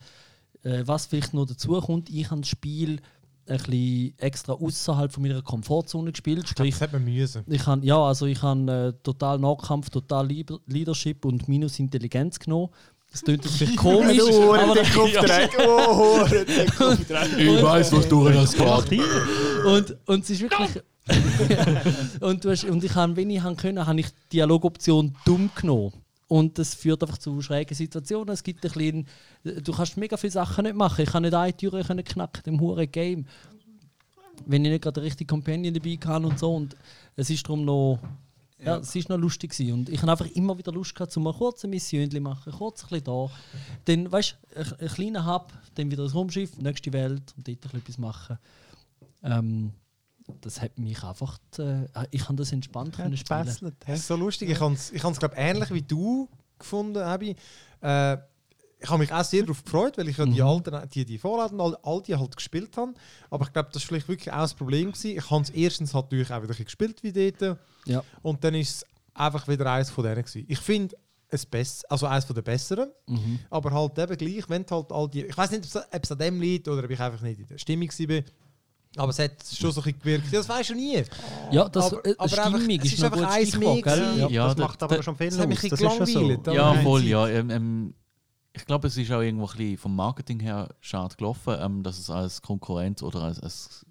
Speaker 3: Äh, was vielleicht noch dazu kommt, ich habe das Spiel ein bisschen extra außerhalb von meiner Komfortzone gespielt.
Speaker 1: Ahnung.
Speaker 3: Sprich,
Speaker 1: Das hat man müssen.
Speaker 3: ich han, ja, also ich habe äh, total Nahkampf, total Lieb- Leadership und minus Intelligenz genommen. Das klingt jetzt vielleicht komisch, aber das
Speaker 6: Oh,
Speaker 4: Ich weiß, was du das geht.
Speaker 3: und, und es ist wirklich. und, du hast, und ich habe, wenn ich han können, habe ich die Dialogoption dumm genommen. Und das führt einfach zu schrägen Situationen. Es gibt ein bisschen, du kannst mega viele Sachen nicht machen. Ich kann nicht eine Tür können knacken im huren Game, wenn ich nicht gerade den richtigen Companion dabei kann und so. Und es ist darum noch, ja, es ist noch lustig gewesen. Und ich habe einfach immer wieder Lust gehabt, um mal kurz ein Mission zu machen, kurz ein bisschen da. Dann, weißt du, ein, ein kleiner Hub, dann wieder das Raumschiff, nächste Welt und dort ein bisschen etwas machen. Ähm, das hat mich einfach. Äh, ich habe das entspannt können spielen.
Speaker 1: Das ist so lustig. Ich habe es, ich hab's, glaub, ähnlich wie du gefunden, Abi. Äh, ich habe mich auch sehr darauf gefreut, weil ich ja die alten, die, die Vorladen, all, all die halt gespielt habe. Aber ich glaube, das war vielleicht wirklich auch das Problem. Gewesen. Ich habe es erstens halt natürlich auch wieder ein bisschen gespielt wie dort.
Speaker 3: Ja.
Speaker 1: Und dann ist es einfach wieder eins von denen. Gewesen. Ich finde es besser, also eins von den besseren.
Speaker 3: Mhm.
Speaker 1: Aber halt eben gleich, wenn du halt all die. Ich weiß nicht, ob es- ob es an dem liegt oder ob ich einfach nicht in der Stimmung war. Aber es hat schon so ein bisschen gewirkt. Ja, Das weißt du nie.
Speaker 3: ja, das
Speaker 1: Aber-
Speaker 3: äh,
Speaker 1: aber einfach-
Speaker 3: Stimmung
Speaker 1: es
Speaker 3: ist,
Speaker 1: ist
Speaker 3: noch
Speaker 1: einfach
Speaker 3: ein
Speaker 1: eins
Speaker 3: gutes Stichwort,
Speaker 1: mehr
Speaker 3: gell?
Speaker 1: gewesen.
Speaker 3: Ja.
Speaker 4: Ja,
Speaker 6: das
Speaker 4: da-
Speaker 6: macht aber
Speaker 4: da-
Speaker 6: schon viel
Speaker 1: Das hat mich
Speaker 6: aus.
Speaker 1: ein
Speaker 6: Das
Speaker 1: bisschen
Speaker 6: ist schon so.
Speaker 1: gelangweilt.
Speaker 4: Ja,
Speaker 1: Nein,
Speaker 4: voll,
Speaker 1: sie-
Speaker 4: ja. Ähm, ähm, ich glaube, es ist auch irgendwo ein bisschen vom Marketing her schade gelaufen, ähm, dass es als Konkurrenz oder als, als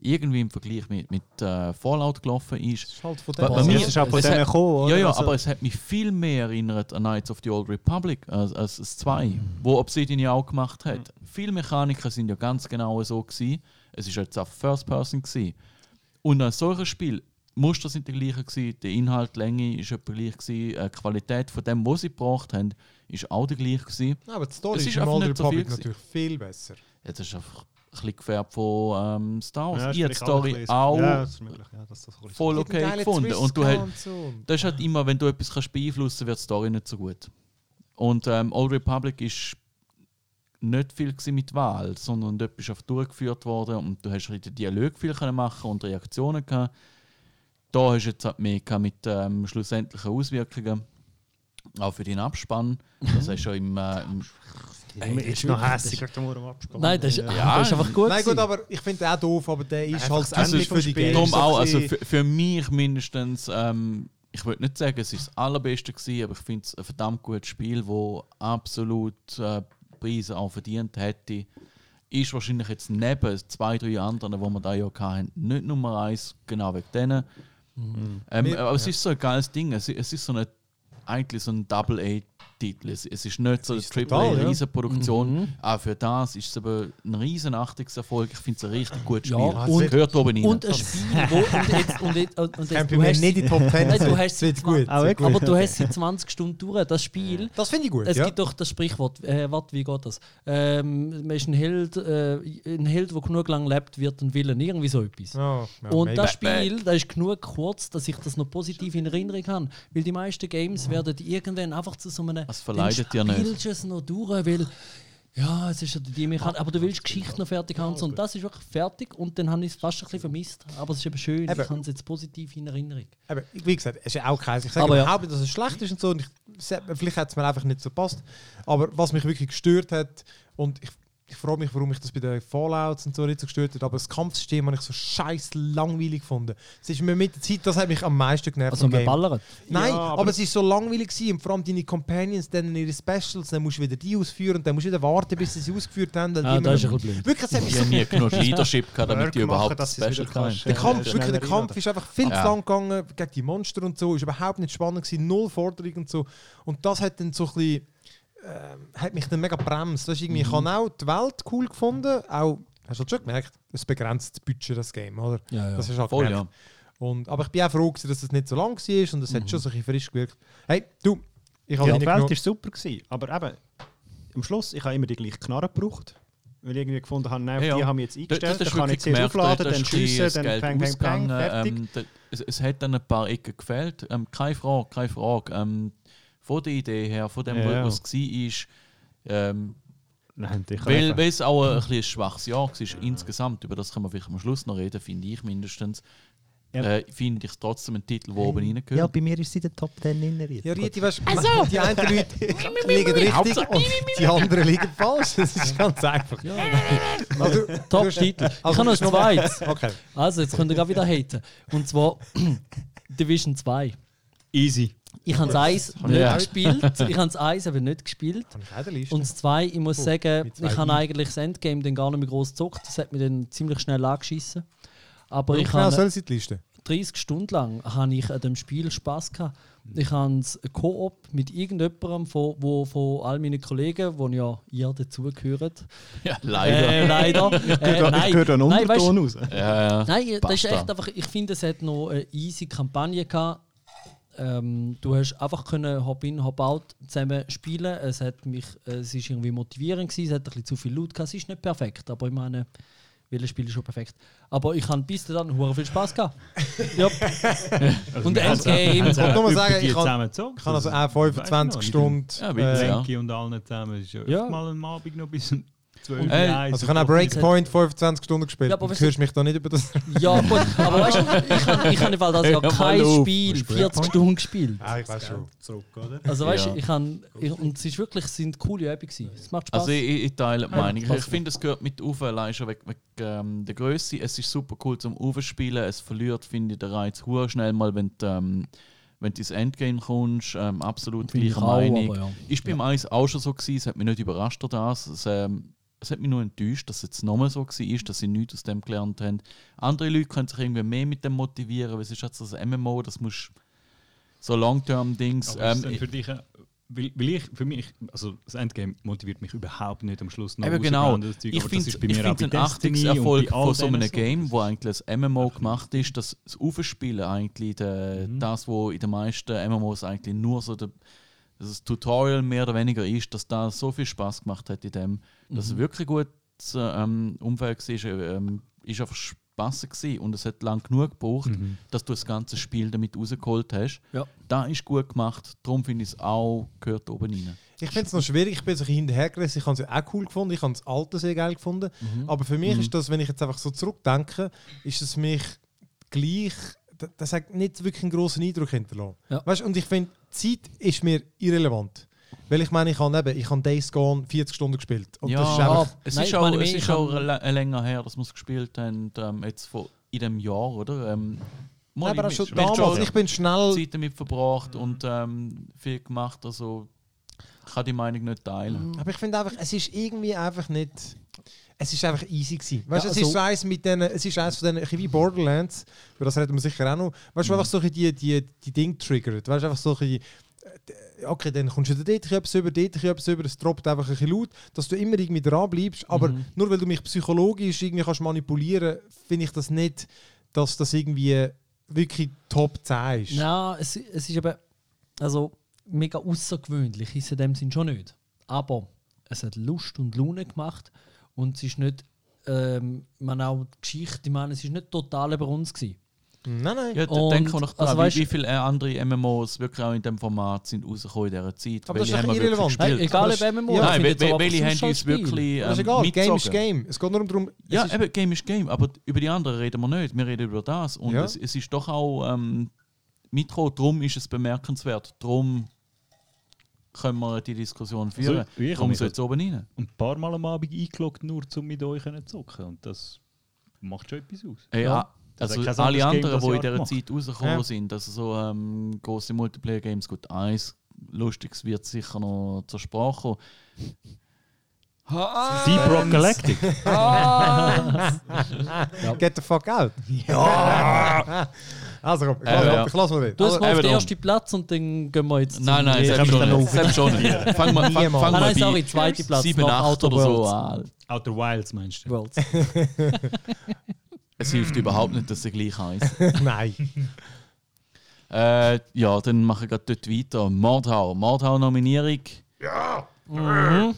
Speaker 4: irgendwie im Vergleich mit, mit äh, Fallout gelaufen ist.
Speaker 1: Das ist halt von
Speaker 4: Bei-
Speaker 1: dem.
Speaker 4: bei mir-
Speaker 6: Es ist auch von
Speaker 4: Es
Speaker 6: denen
Speaker 4: hat-
Speaker 6: gekommen, oder?
Speaker 4: Ja, ja,
Speaker 6: Also-
Speaker 4: aber es hat mich viel mehr erinnert an Knights of the Old Republic als, als das 2,
Speaker 6: Mhm.
Speaker 4: wo Obsidian ja auch gemacht hat. Viele Mechaniken sind ja ganz genau so gewesen. Es ist jetzt auch First Person gewesen. Und an solchen Spiel Muster sind die gleichen gewesen, der Inhalt, die Länge ist etwa gleich gewesen, äh, die Qualität von dem, was sie gebracht haben, ist auch die gleiche gewesen.
Speaker 1: Ja, aber die Story
Speaker 4: Es
Speaker 1: ist,
Speaker 4: ist
Speaker 1: im
Speaker 4: einfach
Speaker 1: Old
Speaker 4: nicht so viel
Speaker 1: Republic
Speaker 4: gewesen.
Speaker 1: natürlich viel besser.
Speaker 4: Jetzt ist einfach ein bisschen gefärbt von ähm, Star Wars.
Speaker 6: Ja, ist
Speaker 4: ich habe die
Speaker 6: vielleicht auch ein
Speaker 4: Story
Speaker 6: bisschen-
Speaker 4: auch
Speaker 6: Ja, das ist möglich, ja, dass das ein bisschen-
Speaker 4: voll
Speaker 1: Hat einen
Speaker 4: okay
Speaker 1: geilen
Speaker 4: gefunden.
Speaker 1: Twist
Speaker 4: Und du hast,
Speaker 1: gehabt und so.
Speaker 4: das ist halt immer, wenn du etwas kannst beeinflussen wird die Story nicht so gut. Und ähm, Old Republic ist nicht viel gewesen mit Wahl, sondern dort bist du einfach durchgeführt worden und du hast halt den Dialog viel können machen und Reaktionen gehabt. Da hast du jetzt halt mehr gehabt mit ähm, schlussendlichen Auswirkungen. Auch für deinen Abspann. Das hast du ja im, äh, im
Speaker 6: Ey, das ist noch hässlich, wegen dem Uhr abspannen.
Speaker 3: Nein, das ist,
Speaker 6: Ja.
Speaker 3: ah, das ist einfach gut.
Speaker 1: Nein, gut,
Speaker 3: gewesen.
Speaker 1: aber ich finde den auch doof, aber der ist halt das
Speaker 6: das
Speaker 1: Ende
Speaker 6: ist
Speaker 1: für die
Speaker 6: vom Spiel.
Speaker 1: Games.
Speaker 4: Darum
Speaker 6: so ein
Speaker 4: auch, also
Speaker 6: bisschen-
Speaker 4: für, für mich mindestens, ähm, ich würde nicht sagen, es ist das allerbeste gewesen, aber ich finde es ein verdammt gutes Spiel, wo absolut äh, Preise auch verdient hätte. ist wahrscheinlich jetzt neben zwei, drei anderen, die wir da ja hatten, nicht Nummer eins, genau wegen denen. Ähm,
Speaker 1: Wir-
Speaker 4: aber es ist so ein geiles Ding. Es, es ist so eine, eigentlich so ein Double-A-Titel. Es, es ist nicht so eine
Speaker 1: ist total, ja.
Speaker 4: Triple-A-Riesenproduktion. Auch für das ist es aber ein riesen Achtungserfolg. Ich finde es ein richtig gutes
Speaker 3: Ja,
Speaker 4: Spiel.
Speaker 1: und-
Speaker 4: gehört oben rein.
Speaker 3: Und ein Spiel, wo. Und jetzt, und jetzt, und jetzt,
Speaker 1: Camp
Speaker 3: du hast,
Speaker 1: nicht in die Top 10.
Speaker 3: Nein, du
Speaker 1: Das
Speaker 3: hast
Speaker 1: wird
Speaker 3: sie
Speaker 1: gut.
Speaker 3: gemacht.
Speaker 4: Ah,
Speaker 1: das wird gut.
Speaker 3: aber du hast seit 20 Stunden durch, das Spiel.
Speaker 1: das finde ich gut.
Speaker 3: Es
Speaker 1: ja.
Speaker 3: gibt doch das Sprichwort, äh, warte, wie geht das? Ähm, man ist ein Held, äh, ein Held, der genug lang lebt, wird ein Willen. Irgendwie so etwas.
Speaker 1: Ja, ja,
Speaker 3: Und
Speaker 1: mega.
Speaker 3: das Spiel, das ist genug kurz, dass ich das noch positiv in Erinnerung habe. Weil die meisten Games werden irgendwann einfach zu so einem.
Speaker 4: Das verleidet
Speaker 3: dann
Speaker 4: ja nicht.
Speaker 3: spielst du es noch durch, weil. Ja, es ist ja die Mechanik. Aber du willst Geschichte noch fertig haben. und so. Und das ist wirklich fertig. Und dann habe ich es fast ein bisschen vermisst. Aber es ist eben schön,
Speaker 1: Eben.
Speaker 3: ich habe es jetzt positiv in Erinnerung.
Speaker 1: Aber wie gesagt, es ist ja auch kein. Ich sage
Speaker 3: Aber ja.
Speaker 1: überhaupt nicht, dass es schlecht ist und so. Und ich, se- vielleicht hat es mir einfach nicht so gepasst. Aber was mich wirklich gestört hat, und ich, ich frage mich, warum mich das bei den Fallouts und so nicht so gestört hat, aber das Kampfsystem habe ich so scheiß langweilig gefunden. Es ist mir mit der Zeit, das hat mich am meisten genervt.
Speaker 3: Also,
Speaker 1: am
Speaker 3: wir
Speaker 1: Game.
Speaker 3: ballern.
Speaker 1: Nein,
Speaker 6: Ja,
Speaker 1: aber,
Speaker 6: aber-
Speaker 1: es ist so langweilig gewesen. Und vor allem deine Companions, dann ihre Specials, dann musst du wieder die ausführen und dann musst du wieder warten, bis sie sie ausgeführt haben. weil
Speaker 3: Ah,
Speaker 1: die
Speaker 3: das ist
Speaker 1: Äh, immer-
Speaker 3: ein bisschen blöd.
Speaker 1: Wirklich, es hat mich
Speaker 4: die
Speaker 1: so
Speaker 4: haben nie genug Leadership gehabt, damit
Speaker 6: Work
Speaker 4: die überhaupt
Speaker 6: machen, dass sie es
Speaker 4: Special
Speaker 6: wieder
Speaker 4: können.
Speaker 6: kannst.
Speaker 1: Der
Speaker 6: Ja,
Speaker 1: Kampf,
Speaker 6: ja,
Speaker 1: wirklich, der
Speaker 6: schneller
Speaker 1: Kampf ist einfach viel
Speaker 4: Ja.
Speaker 1: zu lang gegangen gegen die Monster und so, ist überhaupt nicht spannend gewesen, null Forderung und so. Und das hat dann so ein bisschen, ähm, hat mich dann mega bremst. Weißt, du, irgendwie,
Speaker 3: Mhm.
Speaker 1: Ich habe auch die Welt cool gefunden, auch, hast du halt schon gemerkt, es begrenztes Budget, das Game, oder?
Speaker 3: Ja, ja.
Speaker 1: Das hast du halt
Speaker 4: Voll,
Speaker 1: gemerkt. Und, aber ich bin auch froh, gewesen, dass es nicht so lang war und es
Speaker 3: Mhm.
Speaker 1: hat schon so ein bisschen frisch gewirkt. Hey, du, ich habe
Speaker 6: Ja,
Speaker 1: ja,
Speaker 6: die Welt
Speaker 1: reingenommen.
Speaker 6: war super, gewesen, aber eben, am Schluss, ich habe immer die gleiche Knarre gebraucht. Weil ich irgendwie gefunden habe, nein, auf
Speaker 4: Ja, ja.
Speaker 6: die haben wir jetzt
Speaker 4: Dort-
Speaker 6: eingestellt,
Speaker 4: dort
Speaker 6: dann
Speaker 4: hast
Speaker 6: kann ich
Speaker 4: wirklich
Speaker 6: zuerst
Speaker 4: gemerkt,
Speaker 6: aufladen,
Speaker 4: dort
Speaker 6: dann
Speaker 4: hast du ein
Speaker 6: schiessen, dann
Speaker 4: Geld
Speaker 6: peng, peng, peng,
Speaker 4: ausgegangen,
Speaker 6: fertig.
Speaker 4: Ähm, da- es, es hat dann ein paar Ecken gefehlt. Ähm, keine Frage, keine Frage. Ähm, von der Idee her, von dem,
Speaker 6: Ja, ja.
Speaker 4: was es war, ähm,
Speaker 6: Nein, ich kann
Speaker 4: weil,
Speaker 6: einfach-
Speaker 4: weil es auch ein, bisschen ein schwaches Jahr war insgesamt, über das können wir vielleicht am Schluss noch reden, finde ich mindestens.
Speaker 6: Ja.
Speaker 4: Äh, finde ich trotzdem einen Titel, der oben
Speaker 6: Ja,
Speaker 4: reingehört.
Speaker 6: bei mir ist sie in der Top 10 drin. Riet.
Speaker 1: Ja, Rieti, weißt, du, die einen Leute liegen richtig und die anderen liegen falsch. Das ist ganz einfach. Also,
Speaker 3: Top-Titel. Ich
Speaker 1: Also,
Speaker 3: habe noch ein
Speaker 1: du bist nochmal-
Speaker 3: zweites.
Speaker 1: Okay.
Speaker 3: Also, jetzt könnt ihr gerade wieder haten. Und zwar Division 2.
Speaker 6: Easy.
Speaker 3: Ich habe eins nicht
Speaker 4: Ja.
Speaker 3: gespielt. Ich habe eins aber nicht gespielt.
Speaker 1: Habe ich auch eine Liste?
Speaker 3: Und das zwei, ich muss sagen,
Speaker 1: mit zwei
Speaker 3: ich habe
Speaker 1: Beinen.
Speaker 3: eigentlich das Endgame dann gar nicht mehr groß gezockt. Das hat mich dann ziemlich schnell angeschissen. Aber ich
Speaker 1: genau,
Speaker 3: habe
Speaker 1: soll sie die Liste?
Speaker 3: 30 Stunden lang habe ich an dem Spiel Spaß gehabt. Ich habe es Koop mit irgendjemandem von, wo, von all meinen Kollegen, wo ja ihr dazugehört.
Speaker 4: Ja, leider.
Speaker 3: Äh, leider. Äh,
Speaker 6: Ich
Speaker 3: nein.
Speaker 6: gehöre da einen
Speaker 3: Nein, weißt-
Speaker 6: Unterton raus.
Speaker 4: ja, ja.
Speaker 3: Nein, das ist
Speaker 4: Basta.
Speaker 3: echt einfach, ich finde, es hat noch eine easy Kampagne gehabt. Ähm, du hast einfach können Hop in, Hop out zusammen spielen. Es hat mich, äh, es ist irgendwie motivierend gewesen. Es hat ein bisschen zu viel Loot gehabt. Es ist nicht perfekt, aber ich meine, welches Spiel ist schon perfekt. Aber ich habe bis dann hure viel Spaß gehabt. ja,
Speaker 2: Also
Speaker 3: Und
Speaker 2: wir haben's auch- haben's
Speaker 3: Endgame.
Speaker 1: Ich wollte
Speaker 2: auch
Speaker 1: nur
Speaker 2: über
Speaker 1: sagen,
Speaker 2: die
Speaker 1: ich kann-
Speaker 2: zusammen gezockt.
Speaker 1: Ich habe also
Speaker 2: Also,
Speaker 1: auch
Speaker 2: weiss
Speaker 1: 25
Speaker 2: ich noch,
Speaker 1: Stunden.
Speaker 4: Ja,
Speaker 2: mit
Speaker 4: weil-
Speaker 1: äh,
Speaker 4: Ja.
Speaker 2: Lenki und allen zusammen. Es ist eh, ja,
Speaker 3: Ja.
Speaker 2: öfter mal am Abend noch bis um 12 Uhr.
Speaker 4: Ey,
Speaker 1: also ich habe auch Breakpoint 25 Stunden gespielt.
Speaker 3: Ja, aber
Speaker 1: du
Speaker 3: was-
Speaker 1: hörst mich da nicht über das.
Speaker 3: ja gut, aber weißt du, ich habe ich hab im Fall das
Speaker 4: Hey,
Speaker 3: ja
Speaker 4: hör mal
Speaker 3: kein
Speaker 4: auf.
Speaker 3: Spiel 40 Stunden gespielt.
Speaker 1: Ah, ich weiß schon.
Speaker 6: Zurück, oder?
Speaker 3: Also weißt du,
Speaker 4: Ja.
Speaker 3: ich habe, ich, und es ist wirklich, es sind coole Übungen gewesen. Es macht Spaß.
Speaker 4: Also ich, ich ich teile die
Speaker 3: Ja,
Speaker 4: Meinung. Ich,
Speaker 3: passt
Speaker 4: ich finde, es gehört mit auf, allein schon wegen, wegen ähm, der Größe. Es ist super cool zum Aufspielen. Es verliert, finde ich, den Reiz hure schnell mal, wenn du ähm, wenn du ins Endgame kommst. Ähm, absolut
Speaker 3: Finde ich
Speaker 4: gleiche
Speaker 3: auch,
Speaker 4: Meinung.
Speaker 3: aber ja.
Speaker 4: Ist beim Eis auch schon so gewesen. Es hat mich nicht überrascht oder das. Es, ähm, es hat mich nur enttäuscht, dass es jetzt nochmal so war, dass sie nichts aus dem gelernt haben. Andere Leute können sich irgendwie mehr mit dem motivieren, weil es ist jetzt das MMO, das musst so Long-Term-Dings.
Speaker 2: Aber ist es
Speaker 4: Ähm,
Speaker 2: denn für dich, äh, weil, weil ich, für mich, also das Endgame motiviert mich überhaupt nicht am Schluss noch
Speaker 4: Eben
Speaker 2: rauszukommen,
Speaker 4: genau.
Speaker 2: das Zeug,
Speaker 4: Ich
Speaker 2: aber das
Speaker 4: finde
Speaker 2: ist bei
Speaker 4: ich
Speaker 2: mir auch
Speaker 4: find
Speaker 2: bei
Speaker 4: den
Speaker 2: Destiny und
Speaker 4: Achtungserfolg
Speaker 2: bei all
Speaker 4: von so einem
Speaker 2: denen so.
Speaker 4: Game, wo eigentlich das MMO gemacht ist, dass das Aufspielen eigentlich de,
Speaker 2: Mhm.
Speaker 4: das, wo in den meisten MMOs eigentlich nur so der, dass das Tutorial mehr oder weniger ist, dass da so viel Spaß gemacht hat in dem, dass
Speaker 3: Mhm.
Speaker 2: Mhm.
Speaker 4: es wirklich gut äh, ähm, Umfeld war, äh, ähm, ist einfach Spaß gewesen und es hat lang genug gebraucht,
Speaker 2: Mhm.
Speaker 4: dass du das ganze Spiel damit rausgeholt hast.
Speaker 3: Ja.
Speaker 4: Da ist gut gemacht, darum finde ich es auch gehört oben rein.
Speaker 1: Ich finde es noch schwierig, ich bin so ein bisschen hinterhergerissen. Ich habe es auch cool gefunden, ich habe das alte sehr geil gefunden. Aber für mich ist das, wenn ich jetzt einfach so zurückdenke, ist es mich gleich, d- das hat nicht wirklich einen grossen Eindruck hinterlassen.
Speaker 3: Ja.
Speaker 1: Weißt, du, und ich finde, Zeit ist mir irrelevant. Weil ich meine, ich habe eben, ich habe Days Gone 40 Stunden gespielt. Und das ist einfach,
Speaker 4: es
Speaker 3: Nein,
Speaker 4: ist
Speaker 3: ich
Speaker 4: auch,
Speaker 3: meine,
Speaker 4: es
Speaker 3: ich
Speaker 4: ist
Speaker 3: kann-
Speaker 4: auch lä- äh, länger her, dass wir es gespielt haben, ähm, jetzt vor, in dem Jahr, oder? Ähm, mal
Speaker 1: aber auch
Speaker 4: ich-
Speaker 1: schon
Speaker 4: wir haben
Speaker 1: damals, Also ich bin schnell,
Speaker 4: Zeit damit verbracht und ähm, viel gemacht, also ich kann die Meinung nicht teilen.
Speaker 1: Aber ich finde einfach, es ist irgendwie einfach nicht. es ist einfach easy gewesen. Weißt,
Speaker 3: Ja,
Speaker 1: es,
Speaker 3: also-
Speaker 1: ist so eins mit denen, es ist eins von denen, ein bisschen wie Borderlands, über das reden wir sicher auch noch, weißt
Speaker 3: Mhm.
Speaker 1: du, einfach solche, die, die, die Dinge triggert, weißt du, einfach solche, äh, d- okay, dann kommst du dort ein bisschen etwas über, dort ein bisschen etwas über, es droppt einfach ein bisschen laut, dass du immer irgendwie dran bleibst, aber
Speaker 3: Mhm.
Speaker 1: nur weil du mich psychologisch irgendwie kannst manipulieren, finde ich das nicht, dass das irgendwie wirklich Top 10 ist.
Speaker 3: Ja, es, es ist eben also mega außergewöhnlich, ist in dem Sinn schon nicht. Aber es hat Lust und Laune gemacht und es ist nicht, ähm, man auch die Geschichte, ich meine, es ist nicht total über uns gewesen.
Speaker 1: Nein, nein.
Speaker 4: Ja,
Speaker 3: Und-
Speaker 4: denke auch noch dran,
Speaker 3: also
Speaker 4: wie,
Speaker 3: weißt-
Speaker 4: wie viele äh, andere MMOs wirklich auch in dem Format sind rausgekommen in dieser Zeit.
Speaker 1: Aber das
Speaker 4: Welche
Speaker 1: ist doch
Speaker 4: haben wir wirklich
Speaker 1: irrelevant.
Speaker 4: gespielt?
Speaker 3: Nein, egal
Speaker 1: das-
Speaker 3: ob MMO,
Speaker 1: ja.
Speaker 3: ich
Speaker 4: Nein,
Speaker 3: finde
Speaker 4: we-
Speaker 3: jetzt
Speaker 4: we-
Speaker 3: aber
Speaker 4: welche
Speaker 3: zum
Speaker 4: haben uns
Speaker 3: Schauspiel.
Speaker 4: wirklich ähm,
Speaker 1: Aber ist egal, Game ist
Speaker 4: mitgezogen?
Speaker 1: Game. Es geht nur darum, es
Speaker 4: Ja,
Speaker 1: ist-
Speaker 4: eben, Game ist Game, aber über die anderen reden wir nicht. Wir reden über das. Und
Speaker 1: Ja.
Speaker 4: es, es ist doch auch ähm, mitgekommen, darum ist es bemerkenswert. Darum können wir die Diskussion führen.
Speaker 2: Also, ich- ich
Speaker 4: darum
Speaker 2: mich-
Speaker 4: soll es oben rein.
Speaker 2: Und ein paar Mal am Abend eingeloggt, nur um mit euch zu zocken. Und das macht schon etwas aus.
Speaker 4: Ja,
Speaker 2: Das
Speaker 4: also
Speaker 2: hat kein
Speaker 4: alle
Speaker 2: anderes Game
Speaker 4: anderen,
Speaker 2: das
Speaker 4: die in
Speaker 2: Jahr
Speaker 4: dieser
Speaker 2: gemacht.
Speaker 4: Zeit rausgekommen
Speaker 1: Ja.
Speaker 4: sind, also so ähm, große Multiplayer-Games, gut, eins Lustiges wird sicher noch zur Sprache kommen. Ah,
Speaker 2: Deep Rock Galactic.
Speaker 1: Get the fuck out. also komm, ich
Speaker 4: Äh, ja.
Speaker 1: lasse- ich lasse mal den.
Speaker 3: Du hast
Speaker 1: Also,
Speaker 3: mal auf
Speaker 4: eben
Speaker 3: den
Speaker 4: darum.
Speaker 3: ersten Platz und dann gehen wir jetzt.
Speaker 4: Nein, nein,
Speaker 2: Ja,
Speaker 4: selbst
Speaker 2: ich
Speaker 4: schon,
Speaker 2: hab
Speaker 4: nicht. selbst schon nicht. Fang mal, fang,
Speaker 1: Niemals.
Speaker 4: fang
Speaker 3: Ah,
Speaker 4: mal
Speaker 3: nein, sorry,
Speaker 4: bei
Speaker 3: zweiter Platz.
Speaker 4: 7,
Speaker 3: nach
Speaker 4: 8 oder
Speaker 3: Outer
Speaker 4: so
Speaker 3: Worlds.
Speaker 4: an.
Speaker 2: Outer Wilds meinst du?
Speaker 3: Worlds.
Speaker 4: Es hilft überhaupt nicht, dass sie gleich heißt.
Speaker 1: Nein.
Speaker 4: äh, ja, dann mache ich gerade dort weiter. Mordhau. Mordhau-Nominierung.
Speaker 3: Mhm.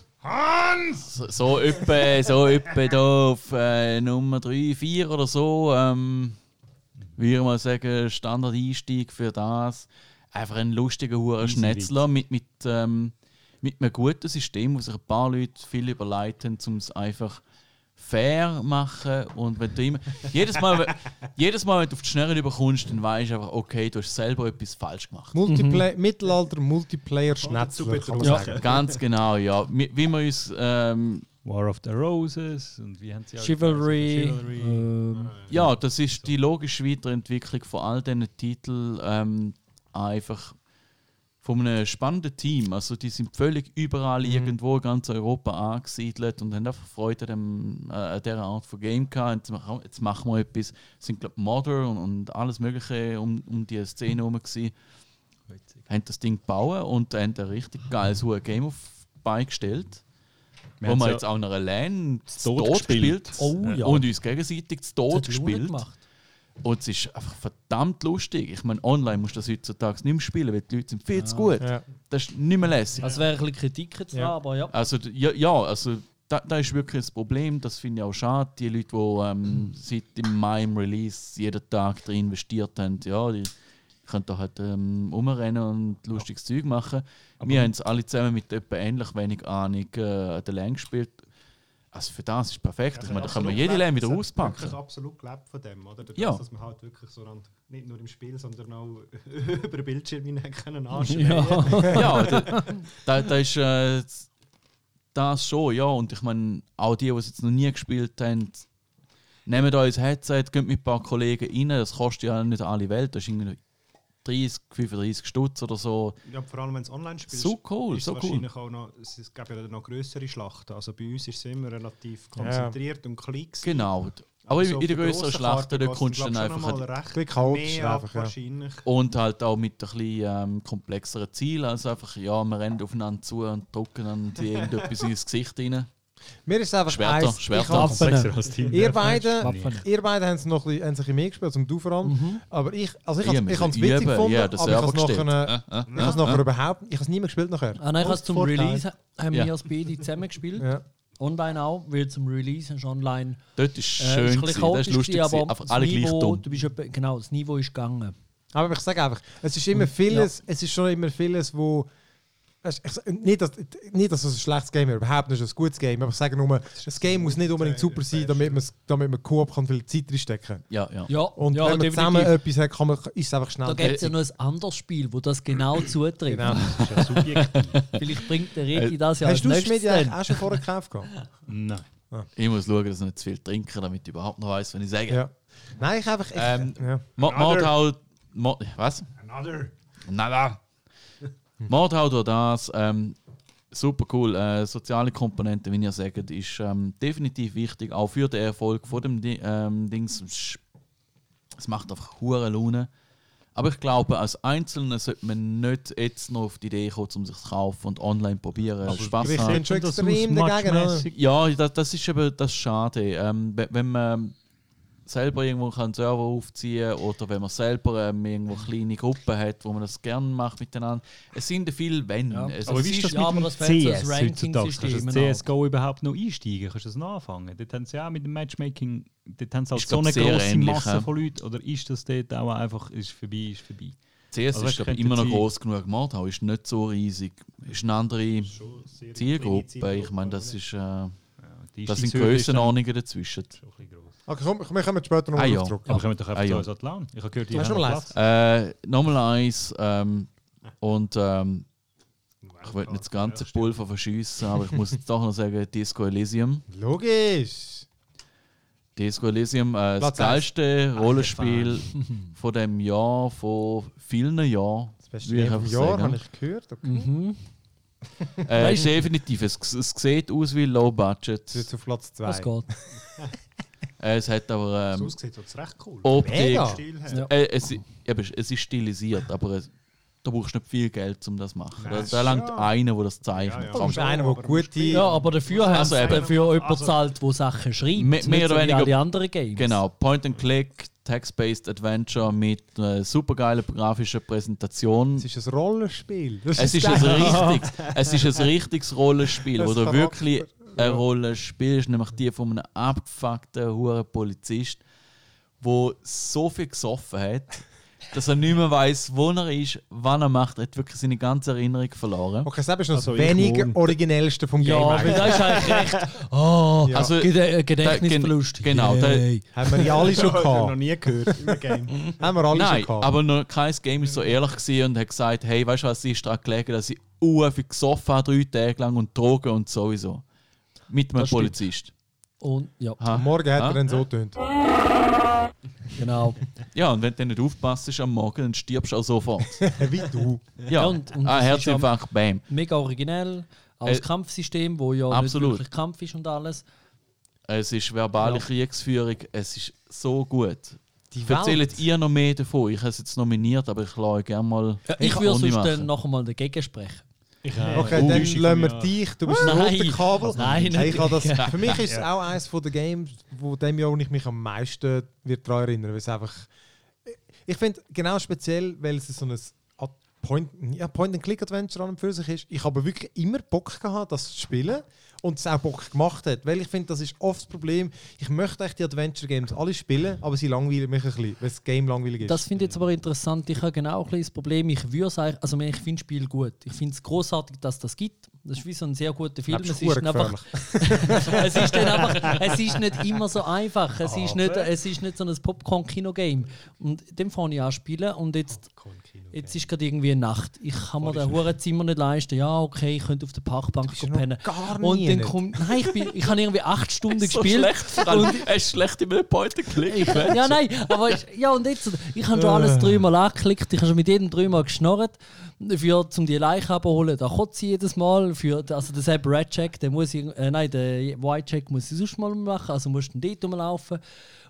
Speaker 4: So, so etwa, so etwa da auf äh, Nummer 3, 4 oder so. Ähm, würde ich mal sagen, Standard-Einstieg für das. Einfach ein lustiger Huren
Speaker 2: Easy
Speaker 4: Schnetzler mit, mit, ähm, mit einem guten System, wo sich ein paar Leute viel überleiten, um es einfach fair machen. Und wenn du immer, jedes, Mal, wenn- jedes Mal, wenn du auf die Schnelle überkommst, dann weißt du einfach, okay, du hast selber etwas falsch gemacht. Mhm.
Speaker 1: Multipla Mittelalter Multiplayer Schnetzler. kann man
Speaker 6: Ja.
Speaker 1: sagen.
Speaker 4: Ganz genau, ja. Wie wie wir uns ähm,
Speaker 2: War of the Roses und wie haben sie alle
Speaker 3: Chivalry.
Speaker 2: geheißen? Chivalry.
Speaker 3: Ähm,
Speaker 4: Ja, das ist die logische Weiterentwicklung von all diesen Titeln. Ähm, einfach von einem spannenden Team. Also die sind völlig überall irgendwo in ganz Europa angesiedelt und haben einfach Freude an, dem, äh, an dieser Art von Game gehabt. Jetzt, mach- jetzt machen wir etwas. Es sind glaube Modder und, und alles mögliche um, um die Szene herum gewesen. Haben das Ding gebaut und haben ein richtig geiles hohes Game auf die Beine gestellt.
Speaker 2: Wir
Speaker 4: wo
Speaker 2: haben's
Speaker 4: wir
Speaker 2: ja
Speaker 4: jetzt auch noch einer LAN
Speaker 2: tot
Speaker 4: tot
Speaker 2: gespielt.
Speaker 4: gespielt,
Speaker 3: Oh ja.
Speaker 4: und uns gegenseitig zu
Speaker 3: das
Speaker 4: tot
Speaker 3: hat Laune
Speaker 4: gespielt.
Speaker 3: gemacht.
Speaker 4: Und es ist einfach verdammt lustig. Ich meine, online musst du das heutzutage nicht mehr spielen, weil die Leute sind viel zu gut.
Speaker 1: Ja.
Speaker 4: Das ist nicht mehr lässig.
Speaker 3: Ah, Also wäre ein bisschen Kritik jetzt
Speaker 1: Ja.
Speaker 3: da, aber ja.
Speaker 4: Also, d- ja, ja also da, da ist wirklich ein Problem. Das finde ich auch schade. Die Leute, die ähm, seit dem Mai im Release jeden Tag drin investiert haben, ja, die können da halt ähm, rumrennen und lustiges Zeug machen. Wir haben es alle zusammen mit etwa ähnlich wenig Ahnung äh, an der Länge gespielt. Also für das ist perfekt. Ich meine, da können wir jede Länge wieder
Speaker 6: Das
Speaker 4: auspacken.
Speaker 6: ist absolut gelebt von dem, oder? Dadurch,
Speaker 4: Ja.
Speaker 6: Dass man halt wirklich so an- nicht nur im Spiel, sondern auch über den Bildschirm hinein können anschneiden.
Speaker 3: ja.
Speaker 4: ja, da, da, da ist äh, das schon, ja. Und ich meine, auch die, die es jetzt noch nie gespielt haben, nehmen da ein Headset, geht mit ein paar Kollegen rein. Das kostet ja nicht alle Welt. Das ist irgendwie 30, 35 Stutz oder so.
Speaker 6: Ja, vor allem wenn es online spielst.
Speaker 4: So cool,
Speaker 6: ist
Speaker 4: so cool.
Speaker 6: wahrscheinlich auch noch, es es gäbe ja noch größere Schlachten. Also bei uns ist es immer relativ konzentriert und klein. gewesen.
Speaker 4: Genau. Aber
Speaker 6: so
Speaker 4: in, in der
Speaker 6: Also auf der
Speaker 4: größeren
Speaker 6: grossen
Speaker 4: Schlacht,
Speaker 6: Karte
Speaker 4: da
Speaker 6: geht es,
Speaker 4: kommst du
Speaker 6: glaub,
Speaker 4: dann
Speaker 6: schon noch
Speaker 4: einfach
Speaker 6: mal recht
Speaker 1: Bisschen chaotisch
Speaker 6: mehr ab,
Speaker 1: halt einfach, ja.
Speaker 6: wahrscheinlich.
Speaker 4: Und halt auch mit ein bisschen ähm, komplexeren Zielen. Also einfach, ja, wir rennen aufeinander zu und drücken an die irgendetwas ins Gesicht rein.
Speaker 1: Mir ist einfach
Speaker 4: Schwerter,
Speaker 1: eins, ich
Speaker 4: Schwerter.
Speaker 1: hab-
Speaker 2: Komplexer als Team.
Speaker 1: Ihr beiden,
Speaker 3: Waffen.
Speaker 1: ihr beiden haben es noch ein bisschen- haben es ein bisschen mehr gespielt, zum du vor allem.
Speaker 4: Mhm.
Speaker 3: Mhm.
Speaker 1: Aber ich, also ich,
Speaker 4: Ja,
Speaker 1: hab's- ich habe es
Speaker 4: müssen
Speaker 1: witzig
Speaker 4: üben.
Speaker 1: gefunden,
Speaker 4: Ja, das
Speaker 1: aber ich
Speaker 4: selber
Speaker 1: habe es nachher,
Speaker 4: gestellt.
Speaker 1: äh, ich hab's nachher überhaupt, ich habe es nie mehr gespielt nachher.
Speaker 3: Ah, nein, ich habe es zum
Speaker 6: Vorteil.
Speaker 3: Release haben
Speaker 4: Ja.
Speaker 3: wir als beide zusammen gespielt.
Speaker 1: Ja.
Speaker 3: Online auch, weil zum Release hast du online.
Speaker 4: Dort ist
Speaker 3: äh,
Speaker 4: schön,
Speaker 3: ist ein bisschen
Speaker 4: gewesen, das
Speaker 3: chaotisch
Speaker 4: ist lustig,
Speaker 3: gewesen,
Speaker 4: gewesen,
Speaker 3: aber
Speaker 4: einfach
Speaker 3: das
Speaker 4: alle gleich
Speaker 3: Niveau,
Speaker 4: dumm.
Speaker 3: Du bist, etwa- genau, das Niveau ist gegangen.
Speaker 1: Aber ich sage einfach, es ist
Speaker 2: Mm,
Speaker 1: immer vieles, es ist schon immer vieles, wo. Weisst, Ich, sag- nicht, dass, nicht, dass es ein schlechtes Game ist, überhaupt nicht, es ist ein gutes Game, aber ich sage nur, das Game muss nicht unbedingt super sein, damit man, damit man Koop kann viel Zeit reinstecken
Speaker 4: Ja, ja.
Speaker 3: Ja,
Speaker 1: Und
Speaker 3: ja
Speaker 1: wenn man zusammen etwas hat, kann man, ist es einfach
Speaker 3: Da
Speaker 1: schnell.
Speaker 4: äh,
Speaker 3: gibt es ja noch ein anderes Spiel, wo das genau zutrifft.
Speaker 1: Genau.
Speaker 2: Das ist ja dus subjektiv.
Speaker 3: Vielleicht bringt der
Speaker 4: Äh,
Speaker 3: Redi das ja als
Speaker 1: Hast du das
Speaker 3: nächstes
Speaker 1: Schmiede eigentlich
Speaker 3: dann.
Speaker 1: auch schon vorher gekauft? gehabt?
Speaker 2: Nein.
Speaker 4: Ich muss schauen, dass ich nicht zu viel trinke, damit ich überhaupt noch weiß, was ich sage.
Speaker 1: Ja. Nein, ich einfach. Ich,
Speaker 4: Ähm,
Speaker 1: ja.
Speaker 4: Mo-
Speaker 6: Another.
Speaker 4: Mordhau. Mo was?
Speaker 6: Another.
Speaker 4: Nada. Mordhau durch das. Ähm, Super cool. Äh, soziale Komponente, wie ihr sagt, ist ähm, definitiv wichtig, auch für den Erfolg von dem Di ähm, Dings. Sch- Es macht einfach hure Laune. Aber ich glaube, als Einzelner sollte man nicht jetzt noch auf die Idee kommen, um sich zu kaufen und online probieren. Spaß
Speaker 1: ich
Speaker 4: haben.
Speaker 1: bin schon
Speaker 2: Das
Speaker 1: extrem dagegen. oder?
Speaker 2: ausmatchmässig.
Speaker 4: Ja, das, das ist eben das ist Schade. Ähm, we- wenn man selber irgendwo einen Server aufziehen kann oder wenn man selber ähm, irgendwo kleine Gruppen hat, wo man das gerne macht miteinander. Es sind viele Wenn.
Speaker 3: Ja.
Speaker 4: Es,
Speaker 2: Aber
Speaker 4: es
Speaker 2: wie ist
Speaker 4: ist-
Speaker 2: das
Speaker 3: ja, aber
Speaker 2: mit
Speaker 3: das
Speaker 2: das
Speaker 3: wäre
Speaker 2: dem
Speaker 3: jetzt das
Speaker 2: CS heutzutage? Also Kannst
Speaker 3: Ranking-System
Speaker 2: du
Speaker 3: genau.
Speaker 2: das CSGO überhaupt noch einsteigen? Kannst du das noch anfangen? Dort haben sie auch mit dem Matchmaking, dort haben sie halt
Speaker 4: Ist,
Speaker 2: so
Speaker 4: glaub,
Speaker 2: eine
Speaker 4: sehr
Speaker 2: grosse
Speaker 4: ähnlich,
Speaker 2: Masse
Speaker 4: ja.
Speaker 2: von Leuten. Oder ist das dort auch einfach, ist vorbei, ist vorbei?
Speaker 4: CS
Speaker 2: Also,
Speaker 4: ist
Speaker 2: weißt,
Speaker 4: glaub,
Speaker 2: könnte
Speaker 4: immer noch
Speaker 2: sein-
Speaker 4: groß genug. Mordhau ist nicht so riesig. Ist eine andere Zielgruppe. Ich meine, das, ist, äh,
Speaker 2: Die
Speaker 4: das
Speaker 2: Einstiegshürde
Speaker 4: sind
Speaker 2: ist dann
Speaker 4: Grössenordnungen dazwischen.
Speaker 2: schon ein bisschen gross.
Speaker 1: Okay, komm, wir kommen später noch
Speaker 4: Ah,
Speaker 1: mal
Speaker 4: ja.
Speaker 1: drauf zurück.
Speaker 2: Aber kommen wir doch einfach
Speaker 4: Ah,
Speaker 2: zu
Speaker 4: ja.
Speaker 2: uns Atlan. Ich habe gehört, die
Speaker 1: Hast du
Speaker 2: haben
Speaker 1: noch
Speaker 2: Platz.
Speaker 4: Äh, nochmal eins. Ähm, und ähm, ich wollte nicht das ganze Pulver verschießen, aber ich muss jetzt doch noch sagen: Disco Elysium.
Speaker 1: Logisch.
Speaker 4: Disco Elysium, äh, das
Speaker 1: Platz
Speaker 4: geilste Rollenspiel von dem Jahr, von vielen Jahren.
Speaker 1: Das beste
Speaker 4: würde ich
Speaker 1: Game vom
Speaker 4: einfach
Speaker 1: Jahr
Speaker 4: sagen.
Speaker 1: habe ich gehört. Okay.
Speaker 4: Mm.
Speaker 3: Mhm.
Speaker 4: Äh, ist definitiv, es, es sieht aus wie Low
Speaker 1: Das ist jetzt
Speaker 4: Budget.
Speaker 1: auf Platz 2.
Speaker 3: Das geht.
Speaker 4: Äh, es hat aber ähm,
Speaker 6: aussieht, ist recht cool.
Speaker 4: Optik.
Speaker 1: Mega.
Speaker 6: Stil her.
Speaker 3: oh, Ja.
Speaker 4: Äh, es, i- eben, es ist stilisiert, aber es, da brauchst du nicht viel Geld, um das zu machen.
Speaker 6: Nein,
Speaker 4: Das, da langt
Speaker 6: ja.
Speaker 4: einer, der das zeichnet.
Speaker 1: Du bist
Speaker 6: Ja,
Speaker 1: einer,
Speaker 6: aber
Speaker 1: der gute.
Speaker 3: Ja, aber dafür haben
Speaker 4: Also
Speaker 3: sie
Speaker 4: eben.
Speaker 3: dafür jemanden
Speaker 6: Also-
Speaker 3: zahlt, der Sachen schreibt.
Speaker 4: Mehr-
Speaker 3: Nicht
Speaker 4: mehr oder
Speaker 3: so wie
Speaker 4: weniger-
Speaker 3: alle anderen Games.
Speaker 4: Genau, Point and Click, Text-Based Adventure mit äh, supergeiler grafischer Präsentation.
Speaker 1: Es ist ein Rollenspiel. Das
Speaker 4: Es ist
Speaker 1: das
Speaker 4: ein
Speaker 1: Geile.
Speaker 4: richtiges, es ist ein richtiges Rollenspiel,
Speaker 1: Das
Speaker 4: wo du
Speaker 1: Charakter-
Speaker 4: wirklich eine
Speaker 1: ja.
Speaker 4: Rolle spielst, nämlich die von einem abgefuckten huren Polizist, wo so viel gesoffen hat, dass er nicht mehr weiß, wo er ist, wann er macht, er hat wirklich seine ganze Erinnerung verloren.
Speaker 1: Okay, das ist noch
Speaker 6: Also,
Speaker 1: das
Speaker 6: ich
Speaker 1: weniger
Speaker 6: wohne-
Speaker 1: originellste vom Game.
Speaker 3: Ja, weil
Speaker 1: eigentlich.
Speaker 3: das ist eigentlich recht. Oh,
Speaker 1: Ja.
Speaker 4: Also,
Speaker 3: Gede äh, Gedächtnisverlust.
Speaker 4: Da- gen- genau, da-
Speaker 3: Yay.
Speaker 1: Haben wir ja alle schon
Speaker 6: Ich habe noch
Speaker 1: gehabt.
Speaker 6: nie gehört im Game.
Speaker 1: Haben wir alle
Speaker 4: Nein,
Speaker 1: schon gehabt.
Speaker 4: aber noch kein Game ist so ehrlich gewesen und hat gesagt, hey, weißt du was, sie ist daran gelegen, dass ich uh, viel gesoffen habe, drei Tage lang und Drogen und sowieso. Mit einem
Speaker 3: Das stimmt.
Speaker 4: Polizist.
Speaker 3: Und ja,
Speaker 4: Ha.
Speaker 1: Am Morgen
Speaker 4: Ah.
Speaker 1: hat er ihn so tönt.
Speaker 3: genau.
Speaker 4: Ja, und wenn du nicht aufpasst ist am Morgen, dann stirbst du auch sofort.
Speaker 1: Wie du.
Speaker 4: Ja,
Speaker 3: und- und
Speaker 4: ah,
Speaker 3: es ist ja-
Speaker 4: Herzinfarkt, bam.
Speaker 3: Mega originell. Als
Speaker 4: Äh,
Speaker 3: Kampfsystem, wo ja
Speaker 4: absolut.
Speaker 3: nicht wirklich Kampf ist und alles.
Speaker 4: Es ist verbale
Speaker 3: Ja.
Speaker 4: Kriegsführung, es ist so gut.
Speaker 1: Die
Speaker 4: Erzählt ihr noch mehr davon? Ich habe es jetzt nominiert, aber ich lasse gerne mal.
Speaker 3: Ja, ich würde
Speaker 4: Runde
Speaker 3: sonst dann
Speaker 4: machen.
Speaker 3: noch einmal dagegen sprechen.
Speaker 1: Okay, dann lassen wir dich. Du bist ein
Speaker 3: Nein.
Speaker 1: roter Kabel.
Speaker 3: Nein,
Speaker 1: Hey, ich habe das,
Speaker 3: natürlich.
Speaker 1: für mich ist es auch eines der Games, wo dem Jahr wo ich mich am meisten wird daran erinnern weil es einfach... Ich finde genau speziell, weil es so ein Ad- Point- ja, Point-and-Click-Adventure an und für sich ist. Ich habe wirklich immer Bock gehabt, das zu spielen und es auch Bock gemacht hat. Weil ich finde, das ist oft das Problem. Ich möchte echt die Adventure-Games alle spielen, aber sie langweilen mich ein bisschen, weil das Game langweilig ist.
Speaker 3: Das finde ich jetzt aber interessant. Ich habe genau ein bisschen das Problem. Ich würde sagen, also ich finde das Spiel gut. Ich finde es großartig, dass das gibt. Das ist wie so ein sehr guter Film.
Speaker 1: Glaub,
Speaker 3: Es
Speaker 1: ist
Speaker 3: ist, dann
Speaker 1: verdammt
Speaker 3: einfach, es, ist dann einfach, es ist nicht immer so einfach. Es, ist, nicht, es ist nicht so ein Popcorn-Kino-Game. Und dem fange ich an zu spielen und jetzt, jetzt ist gerade irgendwie Nacht. Ich kann mir das Hurenzimmer nicht leisten. Ja, okay, ich könnte auf der Parkbank
Speaker 1: ja noch
Speaker 3: pennen.
Speaker 1: gar
Speaker 3: Und
Speaker 1: nie
Speaker 3: dann
Speaker 1: nicht.
Speaker 3: kommt. Nein, ich, bin, ich habe irgendwie acht Stunden
Speaker 4: So
Speaker 3: gespielt.
Speaker 4: schlecht, vor allem, er ist schlecht in einem Point-and-Click.
Speaker 1: Also.
Speaker 3: Ja, nein, aber ich, ja, und jetzt, ich habe schon
Speaker 1: Äh.
Speaker 3: alles dreimal angeklickt, ich habe schon mit jedem dreimal geschnorrt, für, um die Leiche abzuholen. Da kotze ich jedes Mal. Für, also der Sepp Redcheck, der muss ich, äh, nein, der Whitecheck muss ich sonst mal machen, also musst du dort rumlaufen.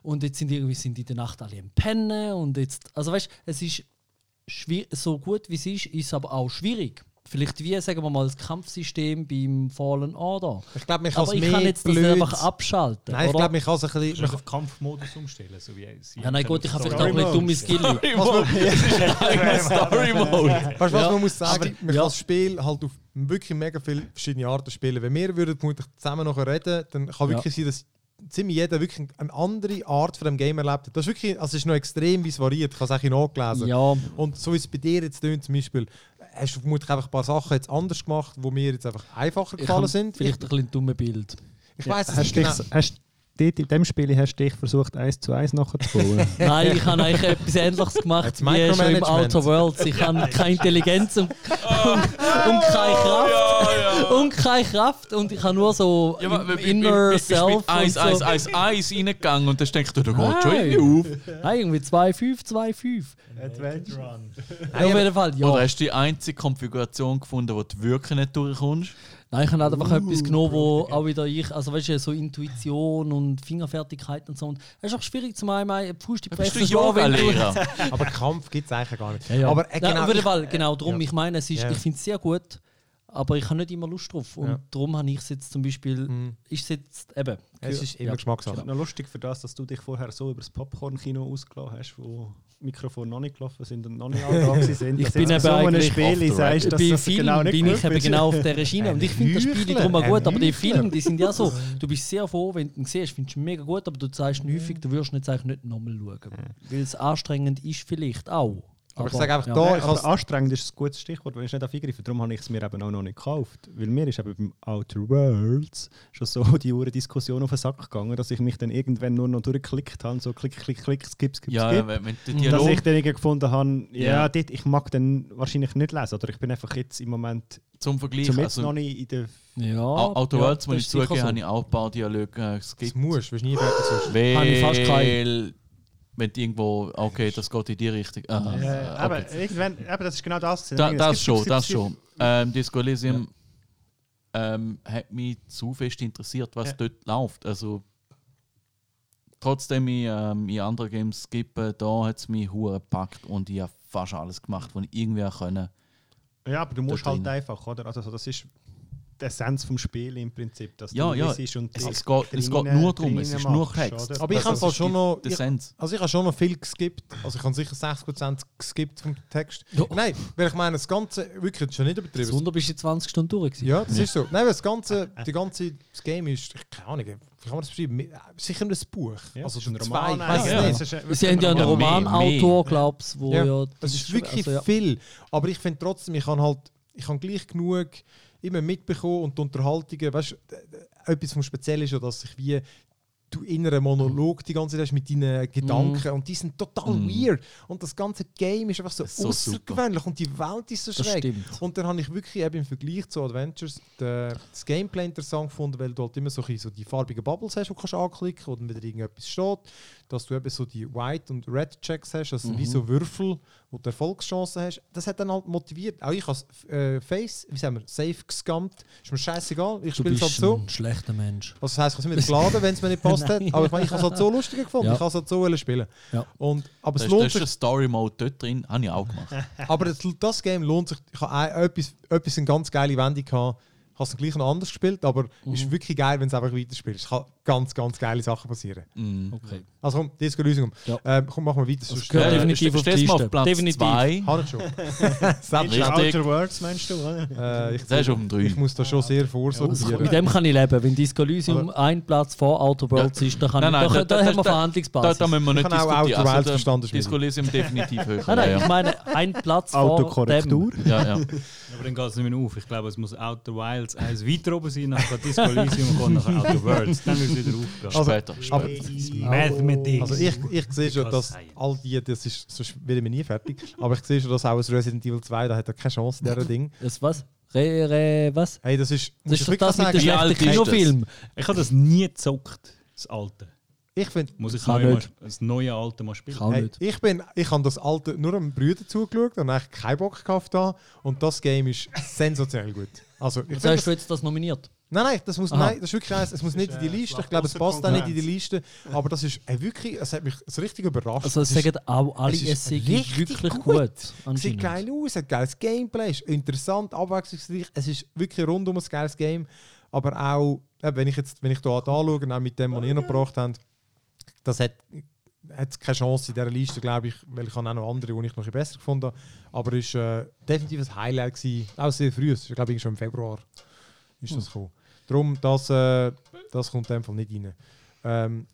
Speaker 3: Und jetzt sind die irgendwie sind die in der Nacht alle im Pennen und jetzt, also weißt du, es ist schwier- so gut wie es ist, ist es aber auch schwierig. Vielleicht wie, sagen wir mal, das Kampfsystem beim Fallen Order.
Speaker 1: Ich glaube, mich
Speaker 3: Aber ich kann jetzt das nicht einfach abschalten.
Speaker 1: Nein, ich
Speaker 3: oder?
Speaker 1: glaube, mich kann es ein bisschen...
Speaker 2: Kannst du auf Kampfmodus umstellen, so wie sie
Speaker 3: ja, nein, gut, ich habe vielleicht auch
Speaker 6: Sorry,
Speaker 3: ein bisschen dumme Skill.
Speaker 4: Story-Mode.
Speaker 1: Weißt du, was
Speaker 3: Ja,
Speaker 1: man muss sagen? Man
Speaker 3: ja.
Speaker 1: kann das Spiel halt auf wirklich mega viele verschiedene Arten spielen. Wenn wir würden vermutlich zusammen noch reden, dann kann
Speaker 3: Ja.
Speaker 1: wirklich sein, dass ziemlich jeder wirklich eine andere Art von dem Game erlebt hat. Das ist wirklich, also es ist noch extrem, wie es variiert. Ich habe es eigentlich nachgelesen.
Speaker 3: Ja,
Speaker 1: Und so wie es bei dir jetzt tönt, zum Beispiel, hast du vermutlich einfach ein paar Sachen jetzt anders gemacht, die mir jetzt einfach einfacher
Speaker 3: ich
Speaker 1: gefallen
Speaker 3: habe
Speaker 1: sind.
Speaker 3: vielleicht ein bisschen dummes Bild.
Speaker 1: ich, ich weiß es
Speaker 6: Hast
Speaker 1: nicht
Speaker 6: du dich
Speaker 1: genau.
Speaker 6: hast dort in dem Spiel hast du dich versucht, eins zu eins nachzubauen.
Speaker 3: Nein, ich habe eigentlich etwas Ähnliches
Speaker 1: Jetzt
Speaker 3: gemacht wie schon im
Speaker 1: Micromanagement.
Speaker 3: Outer Worlds. Ich habe keine Intelligenz und, und, und keine Kraft. Und keine Kraft und ich habe nur so
Speaker 4: Ja, aber ich bin
Speaker 3: Inner
Speaker 4: mit
Speaker 3: Self und
Speaker 4: Eis,
Speaker 3: so.
Speaker 4: Eis, Eis, Eis reingegangen und dann denkst du, da geht schon
Speaker 3: Nein.
Speaker 4: irgendwie auf.
Speaker 3: Nein, irgendwie 2,5, 2,5.
Speaker 6: Adventure Run.
Speaker 3: Ja, auf jeden Fall, ja.
Speaker 4: Oder hast du die einzige Konfiguration gefunden, wo du wirklich nicht durchkommst?
Speaker 3: Nein, ich habe einfach
Speaker 1: Uh,
Speaker 3: etwas genommen, wo auch wieder ich, also weißt du, so Intuition und Fingerfertigkeit und so. Und es ist auch schwierig zu meinen, meine Pfust in
Speaker 4: Bist du Yoga-Lehrer?
Speaker 1: Aber Kampf gibt es eigentlich gar nicht.
Speaker 3: Ja, ja. Nou,
Speaker 1: Aber äh,
Speaker 3: Nein,
Speaker 1: genau,
Speaker 3: auf jeden
Speaker 1: ich,
Speaker 3: Fall, genau darum.
Speaker 1: ja.
Speaker 3: Ich meine, es ist,
Speaker 1: Ja.
Speaker 3: ich finde es sehr gut, aber ich habe nicht immer Lust drauf. Und
Speaker 1: Ja.
Speaker 3: darum habe ich es jetzt zum Beispiel,
Speaker 1: Mhm.
Speaker 3: ich jetzt eben. Genau.
Speaker 1: es ist immer Geschmackssache.
Speaker 6: Noch lustig für das, dass du dich vorher so über das Popcorn-Kino ausgelassen hast, wo Mikrofone noch nicht gelaufen sind und noch nicht alle dran sind.
Speaker 3: Ich
Speaker 6: dass
Speaker 3: bin eben
Speaker 6: jetzt bei so einem
Speaker 3: eigentlich
Speaker 6: Spiel
Speaker 4: off the
Speaker 6: sagst,
Speaker 3: Ich
Speaker 6: dass
Speaker 3: bei
Speaker 6: das
Speaker 3: Filmen
Speaker 6: genau nicht
Speaker 3: bin ich
Speaker 6: gut
Speaker 3: eben
Speaker 6: ist.
Speaker 3: genau auf dieser Schiene und ich finde das Spiel
Speaker 1: Heuchler,
Speaker 3: darum auch
Speaker 1: ein
Speaker 3: gut, aber die
Speaker 1: Heuchler.
Speaker 3: Filme, die sind ja so, du bist sehr froh, wenn du ihn siehst, findest du mega gut, aber du zeigst ihn häufig, du wirst ihn jetzt eigentlich nicht nochmal schauen, weil es anstrengend ist vielleicht auch.
Speaker 1: Aber ich sage einfach,
Speaker 3: ja.
Speaker 1: da-
Speaker 6: Ja,
Speaker 1: ich
Speaker 6: aber
Speaker 1: has-
Speaker 6: also anstrengend ist ein gutes Stichwort, weil ich nicht auf eingreife. Darum habe ich es mir eben auch noch nicht gekauft. Weil mir ist eben beim Outer Worlds schon so die Uhren Diskussion auf den Sack gegangen, dass ich mich dann irgendwann nur noch durchgeklickt habe, so klick, klick, klick, skip, skip,
Speaker 4: Ja,
Speaker 6: skip.
Speaker 4: wenn wenn der
Speaker 6: dass ich
Speaker 4: Dialog
Speaker 6: dann irgendwie gefunden habe, ja,
Speaker 4: Ja.
Speaker 6: Dort, ich mag den wahrscheinlich nicht lesen. Oder ich bin einfach jetzt im Moment
Speaker 4: zum Vergleich.
Speaker 6: zum jetzt
Speaker 4: also,
Speaker 6: noch nicht in der
Speaker 3: Ah, Ja,
Speaker 4: Au- Auto Worlds, muss
Speaker 3: das
Speaker 4: ich
Speaker 3: ist sicher
Speaker 4: zugeben,
Speaker 3: so.
Speaker 4: habe ich auch ein paar Dialoge äh,
Speaker 1: das
Speaker 4: geskippt.
Speaker 1: musst du, wirst nie fertig sonst.
Speaker 3: Habe ich fast
Speaker 4: Weil, wenn du irgendwo, okay, das geht in die Richtung. Ah,
Speaker 6: Äh,
Speaker 4: äh, okay.
Speaker 6: eben, irgendwann, eben, das ist genau das.
Speaker 4: da,
Speaker 6: Skip,
Speaker 4: das
Speaker 6: skip,
Speaker 4: schon,
Speaker 6: skip,
Speaker 4: das
Speaker 6: skip.
Speaker 4: schon. Ähm, Disco Elysium ähm, hat mich zu fest interessiert, was
Speaker 6: Ja.
Speaker 4: dort läuft. Also, trotzdem ich ähm, in anderen Games skippe, da hat es mich hure gepackt und ich habe fast alles gemacht, was ich irgendwie können.
Speaker 6: Ja, aber du musst
Speaker 4: Da
Speaker 6: halt
Speaker 4: drin.
Speaker 6: einfach, oder? Also, das ist die Essenz vom Spiel im Prinzip, dass
Speaker 4: Ja,
Speaker 6: du
Speaker 4: ja,
Speaker 6: es ist und
Speaker 4: es,
Speaker 6: die
Speaker 4: es, geht, es geht
Speaker 6: kleinen
Speaker 4: nur darum, es
Speaker 6: Dinge
Speaker 4: ist nur
Speaker 6: machst,
Speaker 4: Text.
Speaker 6: oder?
Speaker 1: Aber ich
Speaker 4: Das-
Speaker 1: habe
Speaker 4: das
Speaker 1: zwar
Speaker 4: ist
Speaker 1: schon
Speaker 4: die-
Speaker 1: noch-
Speaker 4: die
Speaker 1: ich-
Speaker 4: Essenz.
Speaker 1: Also ich habe schon noch viel geskippt. Also ich habe sicher 60% geskippt vom Text.
Speaker 3: Ja.
Speaker 1: Nein, weil ich meine, das Ganze, wirklich, das ist schon nicht übertrieben.
Speaker 3: Besonders bist du in 20 Stunden durch. gewesen.
Speaker 1: ja, das ist so. Nein, weil das ganze, die ganze, das Game ist, ich keine Ahnung, wie kann man das beschreiben? Mi- äh, Sicher ein Buch.
Speaker 6: Ja,
Speaker 1: also
Speaker 6: es ist ein
Speaker 1: zwei,
Speaker 6: Roman
Speaker 1: ich weiss
Speaker 6: eigentlich.
Speaker 1: nicht.
Speaker 6: Es ist, äh, wirklich
Speaker 3: Sie haben ja einen
Speaker 4: Ja, mehr,
Speaker 3: Romanautor, glaube ich, wo
Speaker 1: Ja.
Speaker 3: ja.
Speaker 1: Es ist wirklich
Speaker 3: also, ja.
Speaker 1: viel. Aber ich finde trotzdem, ich kann halt, ich kann gleich genug immer mitbekommen und die Unterhaltungen, weißt du, äh, etwas vom Speziellen ist ja, dass ich wie du inneren Monolog die ganze Zeit hast mit deinen Gedanken und die sind total
Speaker 4: Mm.
Speaker 1: weird und das ganze Game ist einfach so,
Speaker 4: Ist so
Speaker 1: außergewöhnlich und die Welt ist so
Speaker 3: Das
Speaker 1: schräg.
Speaker 3: stimmt.
Speaker 1: Und dann habe ich wirklich eben im Vergleich zu Adventures de, das Gameplay interessant gefunden, weil du halt immer so, ein bisschen so die farbigen Bubbles hast, die du kannst anklicken oder wieder irgendetwas steht. Dass du eben so die White- und Red-Checks hast, also
Speaker 3: Mhm.
Speaker 1: wie so Würfel, wo du Erfolgschancen hast. Das hat dann halt motiviert. Auch ich als äh, Face, wie sagen wir, safe gescampt. Ist mir scheißegal, ich
Speaker 3: Du
Speaker 1: spiele es
Speaker 3: bist
Speaker 1: halt so.
Speaker 3: ein schlechter Mensch.
Speaker 1: Also das heisst, ich habe es wieder geladen, wenn es mir nicht passt hat. Aber ich meine, ich habe es halt so lustiger gefunden.
Speaker 3: Ja.
Speaker 1: Ich habe es halt so wollen spielen.
Speaker 3: Ja.
Speaker 1: Und, aber
Speaker 4: Das
Speaker 1: es
Speaker 4: ist, das
Speaker 1: lohnt
Speaker 4: ist
Speaker 1: sich
Speaker 4: ein Story-Mode dort drin, habe ich auch gemacht.
Speaker 1: aber das, das Game lohnt sich. Ich habe auch etwas, etwas eine ganz geile Wendung gehabt. Ich habe es dann gleich noch anders gespielt, aber es
Speaker 3: Mhm.
Speaker 1: ist wirklich geil, wenn du es einfach weiterspielst. Es kann ganz, ganz geile Sachen passieren.
Speaker 4: Mm.
Speaker 3: Okay.
Speaker 1: Also komm, Disco Lösung.
Speaker 3: Mhm. Ja.
Speaker 1: Ähm, komm, machen wir weiter. sonst-
Speaker 4: eh,
Speaker 3: gehört
Speaker 1: äh,
Speaker 3: definitiv
Speaker 4: st-
Speaker 3: auf die
Speaker 4: stehst du mal
Speaker 3: Liste.
Speaker 4: auf Platz
Speaker 3: Definitiv.
Speaker 4: 2.
Speaker 1: habe ich schon.
Speaker 6: Ist
Speaker 1: Selbst,
Speaker 4: Richtig.
Speaker 6: Outer Worlds, meinst du? oder?
Speaker 1: äh, ich,
Speaker 4: Das ist auf dem 3.
Speaker 1: ich muss da schon sehr
Speaker 3: Das,
Speaker 1: vorsortieren.
Speaker 3: Also, mit dem kann ich leben. Wenn Disco Elysium ein Platz vor Outer Worlds ist, dann kann
Speaker 4: Nein,
Speaker 3: ich,
Speaker 4: nein,
Speaker 3: da,
Speaker 4: da-
Speaker 3: da,
Speaker 4: da-
Speaker 3: haben wir
Speaker 4: da- Da,
Speaker 3: Verhandlungsbasis.
Speaker 4: da müssen wir nicht
Speaker 1: kann auch
Speaker 4: diskutieren.
Speaker 1: Outer Wilds
Speaker 4: der-
Speaker 1: verstanden spielen.
Speaker 4: eh, Disco Elysium definitiv höher.
Speaker 3: nein, nein,
Speaker 4: ja,
Speaker 3: ich meine, ein Platz vor dem.
Speaker 6: Autokorrektur.
Speaker 4: ja. ja, ja.
Speaker 2: Aber dann geht es nicht mehr auf. Ich glaube, es muss Outer Wilds eins weiter oben sein, dann kann Disco Elysium kommen, nachher Outer Worlds. Dann muss es wieder aufgehen.
Speaker 1: Also-
Speaker 4: Später.
Speaker 1: aber-
Speaker 4: später.
Speaker 2: Mathematics.
Speaker 1: Also ich, ich sehe schon, dass
Speaker 2: Because science.
Speaker 1: all die, das ist, sonst werde ich mir nie fertig, aber ich sehe schon, dass auch ein Resident Evil 2, da hat er keine Chance, der Ding.
Speaker 3: Das was? Re, re, was?
Speaker 1: Hey, das ist,
Speaker 3: Das
Speaker 1: muss
Speaker 3: ist
Speaker 1: ich
Speaker 3: doch
Speaker 1: wirklich
Speaker 3: das mit
Speaker 1: sagen,
Speaker 3: dem
Speaker 4: Wie alt
Speaker 3: schlechten
Speaker 4: ist das?
Speaker 3: Kinofilm.
Speaker 2: Ich habe das nie gezockt, das Alte.
Speaker 1: ich finde,
Speaker 2: Muss ich
Speaker 3: Kann
Speaker 2: neu mal,
Speaker 3: nicht.
Speaker 2: das neue Alte mal spielen?
Speaker 3: Kann
Speaker 1: Hey,
Speaker 3: nicht.
Speaker 1: ich bin, ich habe das alte nur einem Brüder zugeschaut und eigentlich keinen Bock gehabt da. Und das Game ist sensationell gut. Also, ich
Speaker 3: Jetzt hast
Speaker 1: das,
Speaker 3: du jetzt das nominiert.
Speaker 1: nein, nein, das muss,
Speaker 3: Aha.
Speaker 1: nein, das ist wirklich eins, es muss nicht in die Liste. Ich glaube, es passt auch nicht in die
Speaker 6: Konkurrenz.
Speaker 1: Liste. Aber das ist ey, wirklich, es hat mich so richtig überrascht.
Speaker 3: Also es
Speaker 1: Es ist-
Speaker 3: sagen auch alle,
Speaker 1: es ist
Speaker 3: es sei
Speaker 1: richtig
Speaker 3: wirklich
Speaker 1: gut.
Speaker 3: gut.
Speaker 1: Sieht geil
Speaker 3: anscheinend.
Speaker 1: aus, hat geiles Gameplay, ist interessant, abwechslungsreich. Es ist wirklich rundum ein geiles Game. Aber auch, eben, wenn ich jetzt wenn ich hier anschaue, und auch mit dem, was ihr noch gebracht habt, das hat, hat keine Chance in dieser Liste, glaube ich, weil ich habe auch noch andere, die ich noch ein bisschen besser gefunden habe. Aber es war äh, definitiv ein Highlight, Nou, gewesen, auch sehr früh, es war, glaube ich, schon im Februar ist das gekommen. Darum, das, äh, das kommt in dem Fall nicht rein. Ähm,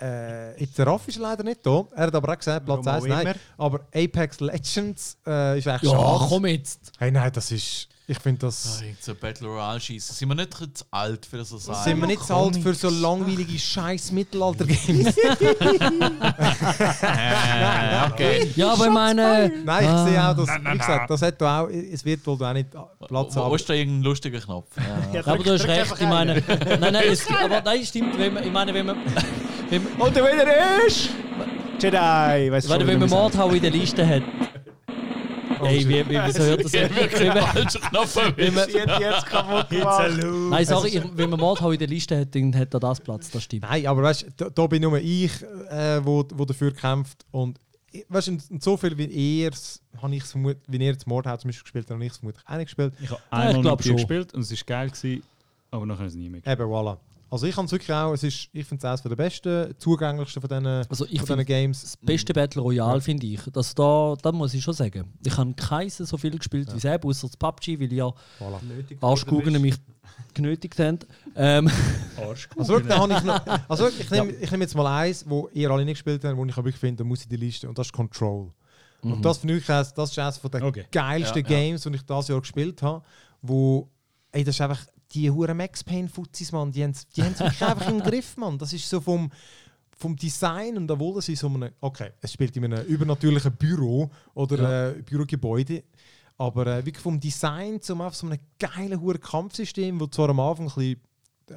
Speaker 1: äh, jetzt der Raff ist leider nicht da, er hat aber auch gesagt, Platz
Speaker 6: Warum auch
Speaker 1: 1, nein.
Speaker 6: immer.
Speaker 1: Aber Apex Legends äh, ist eigentlich
Speaker 3: Ja,
Speaker 1: schade.
Speaker 3: komm jetzt.
Speaker 1: Hey, nein, das ist. Ich finde das.
Speaker 4: So Battle Royale schießen. Sind wir nicht ein bisschen zu alt für so Sachen?
Speaker 1: Sind wir nicht zu alt für so langweilige scheiß Mittelalter-Games?
Speaker 4: Äh, okay.
Speaker 3: Ja, aber ich meine.
Speaker 1: Nein, ich sehe auch, dass,
Speaker 2: Nein, nein,
Speaker 1: wie gesagt, das hat da auch, es wird wohl da auch nicht Platz
Speaker 4: wo, wo
Speaker 1: haben.
Speaker 4: ist da irgendein lustiger Knopf? Ja.
Speaker 3: Aber du hast recht, ich meine. Nein, nein, es, aber nein, stimmt. Wenn man, ich meine, wenn man. Wenn, man-
Speaker 6: Und der Winner ist. Jedi! Weiss
Speaker 3: warte, wenn
Speaker 6: schon, wie
Speaker 3: man
Speaker 6: man sagt.
Speaker 3: Mordhau in der Liste hat. Ey, wie, wie, wieso hört das nicht? Wenn man-
Speaker 4: Falscher Knopf.
Speaker 3: wenn man-
Speaker 6: Jetzt, jetzt kaputt gemacht.
Speaker 3: Nein, sorry, ich, wenn man Mordhau in der Liste hat, dann hat er das Platz, das stimmt.
Speaker 1: Nein, aber weißt du, da, da bin nur ich, äh, wo, wo dafür kämpft. Und ich- weißt du, und- und so viel wie er es, habe ich es vermut- wie er das Mordhaus zum Beispiel gespielt hat, habe ich es vermutlich auch nicht gespielt.
Speaker 2: Ich habe
Speaker 3: Ja,
Speaker 2: einmal
Speaker 3: ich glaub
Speaker 2: mit dir
Speaker 3: schon.
Speaker 2: gespielt und es war geil, gewesen, aber nachher ist es nie mehr.
Speaker 1: Eben, voilà. Also ich kann es wirklich auch, es ist, ich finde es eines der besten, zugänglichsten von diesen
Speaker 3: Also ich
Speaker 1: von diesen
Speaker 3: finde
Speaker 1: Games.
Speaker 3: das beste Battle Royale finde ich. Das da, da muss ich schon sagen. Ich habe keins so viel gespielt wie selber, außer das PUBG, weil ja
Speaker 1: Voilà.
Speaker 3: Arschkugeln mich genötigt haben. Ähm,
Speaker 1: Also, wirklich, da habe ich noch, also wirklich, ich nehme ich nehm jetzt mal eins, wo ihr alle nicht gespielt habt, wo ich auch wirklich finde, da muss ich die Liste, und das ist Control. Und das finde ich, eins- das ist eines von den
Speaker 2: Okay.
Speaker 1: geilsten
Speaker 4: Ja, ja.
Speaker 1: Games, die ich dieses Jahr gespielt habe, wo, ey, das ist einfach, die huren Max Payne Fuzis, Mann, die haben es die haben's wirklich einfach im Griff, Mann. Das ist so vom, vom Design und obwohl es in so einem, okay, es spielt in einem übernatürlichen Büro oder äh, Bürogebäude, aber äh, wirklich vom Design zum auf so einem geilen huren Kampfsystem, wo zwar am Anfang ein bisschen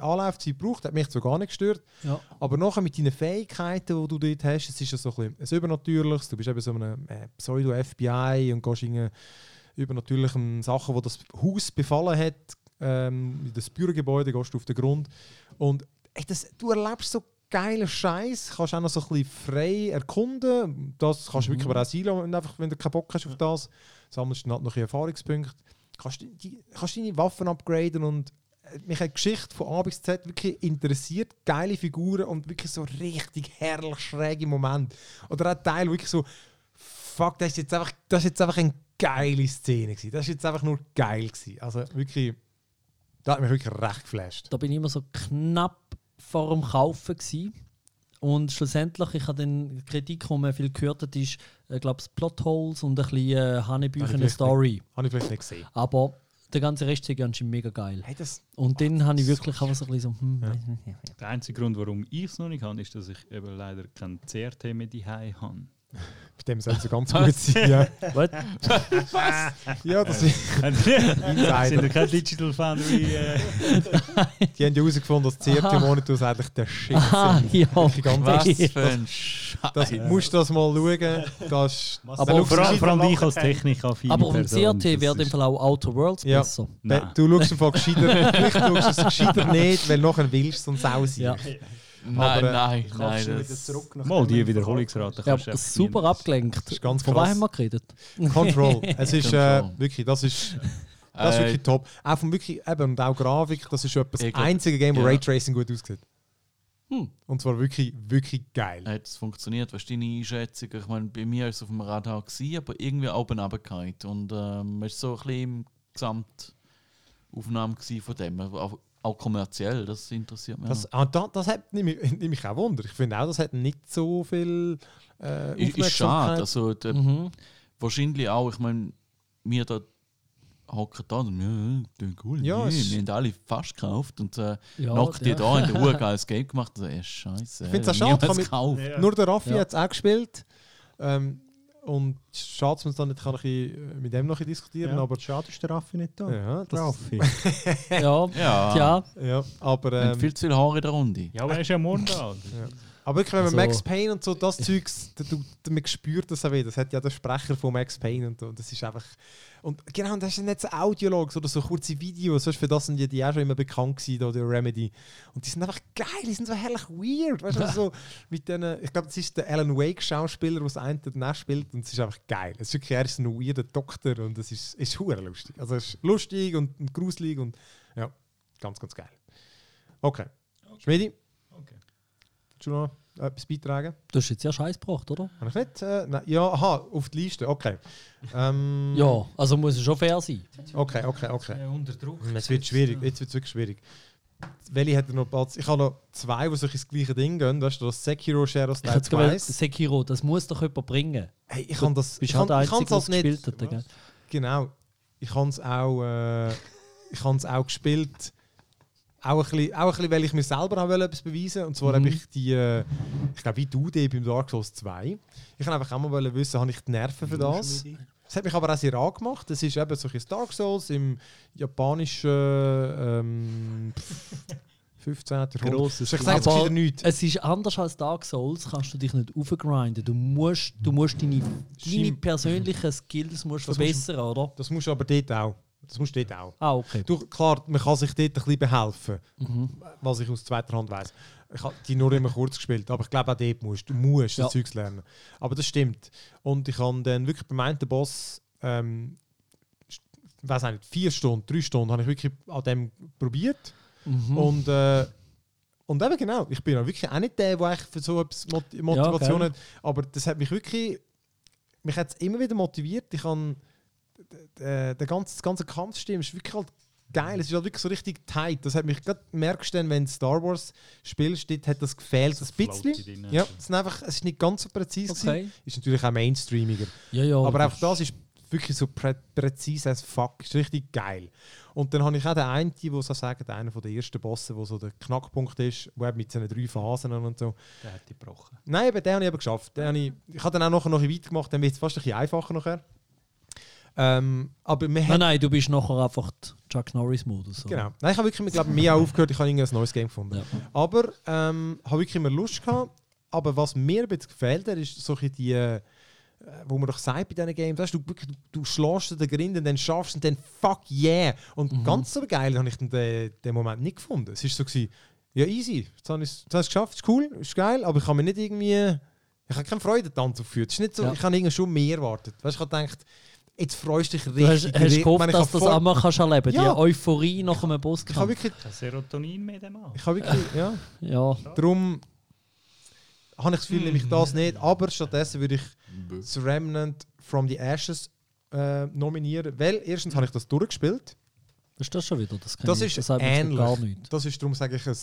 Speaker 1: Anlaufzeit braucht, hat mich so gar nicht gestört.
Speaker 3: ja.
Speaker 1: Aber nachher mit deinen Fähigkeiten, die du dort hast, es ist ja so ein, bisschen ein Übernatürliches. Du bist eben so einem äh, Pseudo-FBI und gehst in übernatürlichen Sachen, wo das Haus befallen hat, ähm, in das Bürogebäude, gehst du auf den Grund. Und ey, das, du erlebst so geilen Scheiß, kannst auch noch so ein bisschen frei erkunden. Das kannst du wirklich aber auch sein, lassen, wenn du einfach, wenn du keinen Bock hast auf das. Sammelst dann halt noch ein bisschen Erfahrungspunkte. Kannst, die- die, kannst deine Waffen upgraden und äh, mich hat die Geschichte von A bis Z wirklich interessiert. Geile Figuren und wirklich so richtig herrlich schräge Momente. Oder auch Teil wirklich so, fuck, das ist jetzt einfach, das ist jetzt einfach eine geile Szene gewesen. Das ist jetzt einfach nur geil gewesen. Also wirklich, da hat mich wirklich recht geflasht.
Speaker 3: da bin ich immer so knapp vor dem Kaufen gsi und schlussendlich ich habe den Kritik, die man viel gehört hat, ist, ich glaube, Plotholes und ein bisschen äh, Hanebüchene
Speaker 1: vielleicht
Speaker 3: Story.
Speaker 1: Habe ich vielleicht nicht gesehen.
Speaker 3: Aber der ganze Rest ist anscheinend mega geil.
Speaker 1: Hey, das,
Speaker 3: Und dann habe ich wirklich auch so ein bisschen so, hm, weiss nicht.
Speaker 2: Der einzige Grund, warum ich es noch nicht habe, ist, dass ich eben leider kein CRT mehr daheim habe.
Speaker 1: bei dem soll es ja ganz gut sein. Ja,
Speaker 3: What?
Speaker 1: ja das ist,
Speaker 2: Sind ja kein Digital Foundry? Äh,
Speaker 1: die haben ja herausgefunden, dass CRT-Monitors eigentlich der Shit
Speaker 3: Ah,
Speaker 1: sind.
Speaker 3: ja.
Speaker 1: Wirklich ganz
Speaker 4: Was
Speaker 1: ehrlich.
Speaker 4: für ein Scheiß.
Speaker 1: Das, musst du das mal schauen. Das ist
Speaker 3: Aber
Speaker 1: du
Speaker 3: auf-
Speaker 2: vor,
Speaker 1: schaust-
Speaker 2: allem, vor allem ich als Technikaffine
Speaker 3: Aber auf dem
Speaker 2: Person,
Speaker 3: CRT
Speaker 2: das
Speaker 3: wäre im
Speaker 2: ist-
Speaker 3: Fall auch Outer Worlds
Speaker 1: Ja.
Speaker 3: besser.
Speaker 2: Nein.
Speaker 1: Du schaust im Fall gescheiter, vielleicht schaust du es gescheiter nicht, weil nachher willst du es und sau sein.
Speaker 3: Ja.
Speaker 4: Nein,
Speaker 1: aber, äh,
Speaker 4: nein, nein.
Speaker 6: Kannst du wieder
Speaker 4: Das,
Speaker 6: zurück nach
Speaker 2: Mal die
Speaker 6: dem-
Speaker 2: Wiederholungsrate.
Speaker 3: Ja,
Speaker 2: kannst du echt
Speaker 3: super
Speaker 2: nie-
Speaker 3: abgelenkt.
Speaker 1: ist ganz
Speaker 3: Von
Speaker 1: krass.
Speaker 3: was haben wir geredet?
Speaker 1: Control. Es ist äh,
Speaker 4: Control.
Speaker 1: wirklich, das ist, das ist
Speaker 4: Äh,
Speaker 1: wirklich top. Auch vom wirklich, eben, und auch Grafik, das ist etwas
Speaker 4: Ich
Speaker 1: das
Speaker 4: glaub-
Speaker 1: einzige Game, wo
Speaker 4: ja.
Speaker 1: Raytracing gut aussieht.
Speaker 3: Hm.
Speaker 1: Und zwar wirklich, wirklich geil.
Speaker 4: hat es funktioniert? Was ist deine Einschätzung? Ich meine, bei mir war es auf dem Radar, gewesen, aber irgendwie oben runtergefallen. Und ähm, man ist so ein bisschen im Gesamtaufnahme gewesen von dem. Auch, auch kommerziell, das interessiert mich.
Speaker 1: Das, ah, da, das hat nämlich, nämlich auch Wunder. Ich finde auch, das hat nicht so viel äh,
Speaker 4: Ist, ist schade.
Speaker 1: Aufmerksamkeit. Mhm.
Speaker 4: Also, der,
Speaker 3: Mhm.
Speaker 4: Wahrscheinlich auch, ich meine, wir da hocken da und ja, ja, cool,
Speaker 1: Ja,
Speaker 4: yeah,
Speaker 1: es-
Speaker 4: wir haben alle fast gekauft und äh,
Speaker 3: Ja,
Speaker 4: nackt die
Speaker 3: ja.
Speaker 4: da in der Uhr geiles Game gemacht. Also, ey, scheiße.
Speaker 1: Ich find's auch
Speaker 4: äh,
Speaker 1: schade, kann
Speaker 4: niemals
Speaker 1: man-
Speaker 4: gekauft.
Speaker 1: Nur der Raffi
Speaker 3: Ja.
Speaker 1: hat es auch gespielt. Ähm, und schade, dass man es dann nicht kann ein bisschen mit dem noch ein bisschen diskutieren
Speaker 6: Ja,
Speaker 1: aber
Speaker 6: aber schade ist der Raffi nicht da.
Speaker 1: ja,
Speaker 6: Der
Speaker 1: das,
Speaker 6: Raffi.
Speaker 3: Ja,
Speaker 4: Ja,
Speaker 3: tja.
Speaker 1: ja, aber,
Speaker 4: Wir haben
Speaker 1: ähm,
Speaker 4: viel zu viel Haare in der Runde.
Speaker 2: Ja, aber er ist ja morgen da.
Speaker 1: aber wirklich, wenn man
Speaker 3: Also-
Speaker 1: Max Payne und so das Zeugs, da- du, da- man spürt das auch wieder. Das hat ja der Sprecher von Max Payne und, so, und das ist einfach. Und genau, und das sind nicht so Audiologs oder so kurze Videos, sonst für das sind ja die auch schon immer bekannt gewesen, da, die Remedy. Und die sind einfach geil, die sind so herrlich weird. Weißt du, so mit denen, ich glaube, das ist der Alan Wake-Schauspieler, der das eine danach spielt und es ist einfach geil. Es ist wirklich, er ist ein weirder Doktor und es ist, ist hure lustig. Also es ist lustig und, und gruselig und ja, ganz, ganz geil. Okay. Schmidi?
Speaker 2: Okay.
Speaker 1: Willst du noch etwas beitragen?
Speaker 3: Du hast jetzt ja Scheiß gebracht, oder?
Speaker 1: Habe ich nicht? Äh, nein. Ja, aha, auf die Liste, okay. Ähm,
Speaker 3: Ja, also muss es schon fair sein.
Speaker 1: Okay, okay, okay.
Speaker 2: unter Druck.
Speaker 1: Es wird
Speaker 2: eh,
Speaker 1: schwierig, jetzt wird es wirklich schwierig. Welche hat er noch Platz? Ich habe noch zwei, die sich ins gleiche Ding gehen. Weißt du, das dus Sekiro Shadows
Speaker 3: Ich
Speaker 1: Die
Speaker 3: hätte gewählt,
Speaker 1: Twice.
Speaker 3: Sekiro, das muss doch jemand bringen.
Speaker 1: Hey, ich kann das.
Speaker 3: Du bist
Speaker 1: Ich
Speaker 3: halt
Speaker 1: kann
Speaker 3: der
Speaker 1: ich kann
Speaker 3: Einzige,
Speaker 1: das
Speaker 3: der
Speaker 1: nicht.
Speaker 3: gespielt hat. gell?
Speaker 1: Genau. ich habe es auch, äh, ich habe es auch gespielt, auch ein, bisschen, auch ein bisschen, weil ich mir selber auch etwas beweisen wollte. Und zwar habe ich die, äh, ich glaube, wie du die beim Dark Souls 2. Ich wollte einfach auch mal wollen wissen, habe ich die Nerven für das? Das hat mich aber auch sehr angemacht. Das ist eben so ein Dark Souls im japanischen ähm, pff, 15. Jahrhundert.
Speaker 6: Grosses
Speaker 1: Ich sage jetzt
Speaker 3: Aber-
Speaker 1: wieder nichts.
Speaker 3: Es ist anders als Dark Souls, kannst du dich nicht aufgrinden. Du musst, du musst deine, deine
Speaker 1: Stimmt.
Speaker 3: persönlichen Skills musst
Speaker 1: Das
Speaker 3: verbessern, oder?
Speaker 1: Das musst du aber dort auch. Das musst du dort auch.
Speaker 3: Ah, okay.
Speaker 1: Du, klar, man kann sich dort ein bisschen behelfen, was ich aus zweiter Hand weiß. Ich habe die nur immer kurz gespielt, aber ich glaube auch dort musst du musst das
Speaker 3: Ja.
Speaker 1: Zeugs lernen. Aber das stimmt. Und ich habe dann wirklich beim einen Boss, ähm, st- weiß nicht, vier Stunden, drei Stunden, habe ich wirklich an dem probiert.
Speaker 3: Mhm.
Speaker 1: Und, äh, und eben genau, ich bin auch wirklich auch nicht der, der eigentlich für so etwas Mot Motivation
Speaker 3: gell.
Speaker 1: hat. Aber das hat mich wirklich, mich hat es immer wieder motiviert. Ich habe, äh, der, der ganze, das ganze Kampfsystem ist wirklich halt geil. Es ist halt wirklich so richtig tight. Das hat mich gerade merkst du dann, wenn du Star Wars spielst, dort hat das gefehlt, das bisschen. Ja, es ist einfach, es ist nicht ganz so präzise gewesen.
Speaker 3: okay.
Speaker 1: Ist natürlich auch mainstreamiger.
Speaker 3: Ja, ja.
Speaker 1: Aber einfach das ist wirklich so prä präzise als fuck. Ist richtig geil. Und dann habe ich auch den einen, der so sagt, einer von den ersten Bossen, der so der Knackpunkt ist, wo eben mit seinen drei Phasen und so.
Speaker 2: Der hat die gebrochen.
Speaker 1: Nein, aber den habe ich eben geschafft. Den habe ich, ich habe dann auch nachher noch ein bisschen weitergemacht, dann wird es fast ein bisschen einfacher nachher. Ähm, aber wir
Speaker 3: Nein,
Speaker 1: haben...
Speaker 3: nein, du bist nachher einfach die Chuck Norris-Modus. oder?
Speaker 1: Genau. Nein, ich habe wirklich, ich glaube, mir auch aufgehört, ich habe irgendein neues Game gefunden.
Speaker 3: Ja.
Speaker 1: Aber ähm, habe wirklich immer Lust gehabt. Aber was mir ein bisschen gefällt, hat, ist so ein bisschen die, äh, wo man doch sagt bei diesen Games, weißt, du, wirklich, du, du schlägst den Grind und dann schaffst du und dann fuck yeah. Und
Speaker 3: Mhm.
Speaker 1: ganz so geil habe ich den, den, den Moment nicht gefunden. Es war so, gewesen, ja easy, jetzt habe ich es jetzt habe ich es geschafft, ist cool, ist geil, aber ich habe mir nicht irgendwie, ich habe keinen Freudentanz aufgeführt. Es ist nicht so,
Speaker 3: Ja.
Speaker 1: ich habe irgendwie schon mehr erwartet. Weißt, du, ich habe gedacht, jetzt freust du dich richtig.
Speaker 3: Du hast,
Speaker 1: Ich meine,
Speaker 3: hast gehofft,
Speaker 1: ich
Speaker 3: dass
Speaker 1: habe
Speaker 3: du das
Speaker 1: vor-
Speaker 3: einmal kannst erleben
Speaker 1: Ja.
Speaker 3: die Euphorie nach einem
Speaker 1: Ich habe
Speaker 3: Bosskampf.
Speaker 1: wirklich,
Speaker 2: Kein Serotonin mehr, der Mann.
Speaker 1: ich habe wirklich, ja.
Speaker 3: Ja,
Speaker 1: Darum habe ich das Gefühl, nämlich das nicht. Aber stattdessen würde ich das Remnant from the Ashes äh, nominieren. Weil erstens habe ich das durchgespielt.
Speaker 3: was ist das schon wieder? Das, kenn
Speaker 1: Das
Speaker 3: ich.
Speaker 1: ist
Speaker 3: sagt mir jetzt
Speaker 1: ähnlich.
Speaker 3: gar nicht.
Speaker 1: Das ist darum, sage ich, ein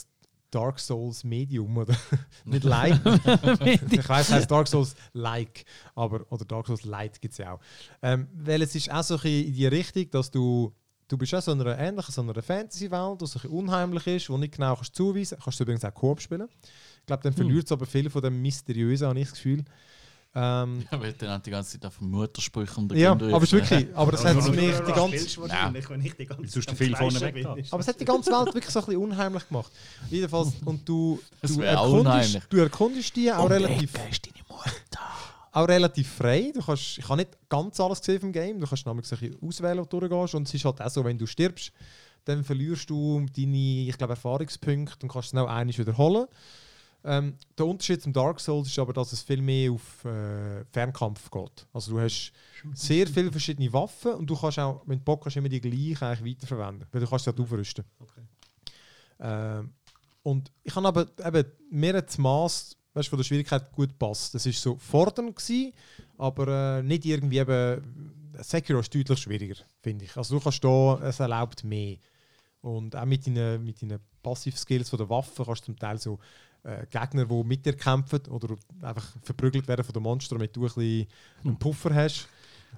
Speaker 1: Dark Souls Medium. Oder? nicht Like. ich weiß, es heißt Dark Souls Like. Aber, oder Dark Souls Light gibt es ja auch. Ähm, weil es ist auch so ein bisschen in die Richtung, dass du. Du bist auch so in einer ähnlichen so einer Fantasy-Welt, die so ein bisschen unheimlich ist, wo nicht genau kannst zuweisen kannst. Kannst du übrigens auch Koop spielen. Ich glaube, dann verliert es aber viel von dem Mysteriösen, habe ich das Gefühl. Ähm,
Speaker 4: Ja, weil dann hat die ganze Zeit von Muttersprüchen
Speaker 1: ja, aber es ist wirklich, aber
Speaker 6: Also,
Speaker 1: das hat mich die ganze
Speaker 6: Wahrscheinlich, wenn ich die ganze
Speaker 2: Sonst
Speaker 6: Zeit
Speaker 2: viel
Speaker 6: am
Speaker 2: vorne
Speaker 6: Fleischen
Speaker 2: weg
Speaker 6: bin.
Speaker 2: hast.
Speaker 1: Aber es hat die ganze Welt wirklich so ein bisschen unheimlich gemacht. Jedenfalls, und du,
Speaker 4: Das
Speaker 1: du,
Speaker 4: wär auch
Speaker 1: erkundest,
Speaker 4: unheimlich.
Speaker 1: du erkundest die eh, auch relativ,
Speaker 4: ist deine Mutter.
Speaker 1: auch relativ frei. Du kannst, ich habe nicht ganz alles gesehen vom Game. Du kannst nämlich so ein bisschen auswählen, wo du durchgehst. Und es ist halt auch so, wenn du stirbst, dann verlierst du deine, ich glaube, Erfahrungspunkte und kannst es noch einmal wiederholen. Ähm, der Unterschied zum Dark Souls ist aber, dass es viel mehr auf äh, Fernkampf geht. Also du hast sehr viele verschiedene Waffen und du kannst auch, wenn du Bock hast, immer die gleichen eigentlich weiterverwenden, weil du kannst sie halt aufrüsten. Ähm, und ich habe aber eben mir hat das Maß weißt, du, von der Schwierigkeit gut gepasst. Das war so fordernd, gewesen, aber äh, nicht irgendwie eben. Sekiro ist deutlich schwieriger, finde ich. Also du kannst da, es erlaubt mehr. Und auch mit deinen, mit deinen Passivskills von der Waffe kannst du zum Teil so äh, Gegner, die mit dir kämpfen oder einfach verprügelt werden von den Monstern, damit du ein bisschen einen Puffer hast.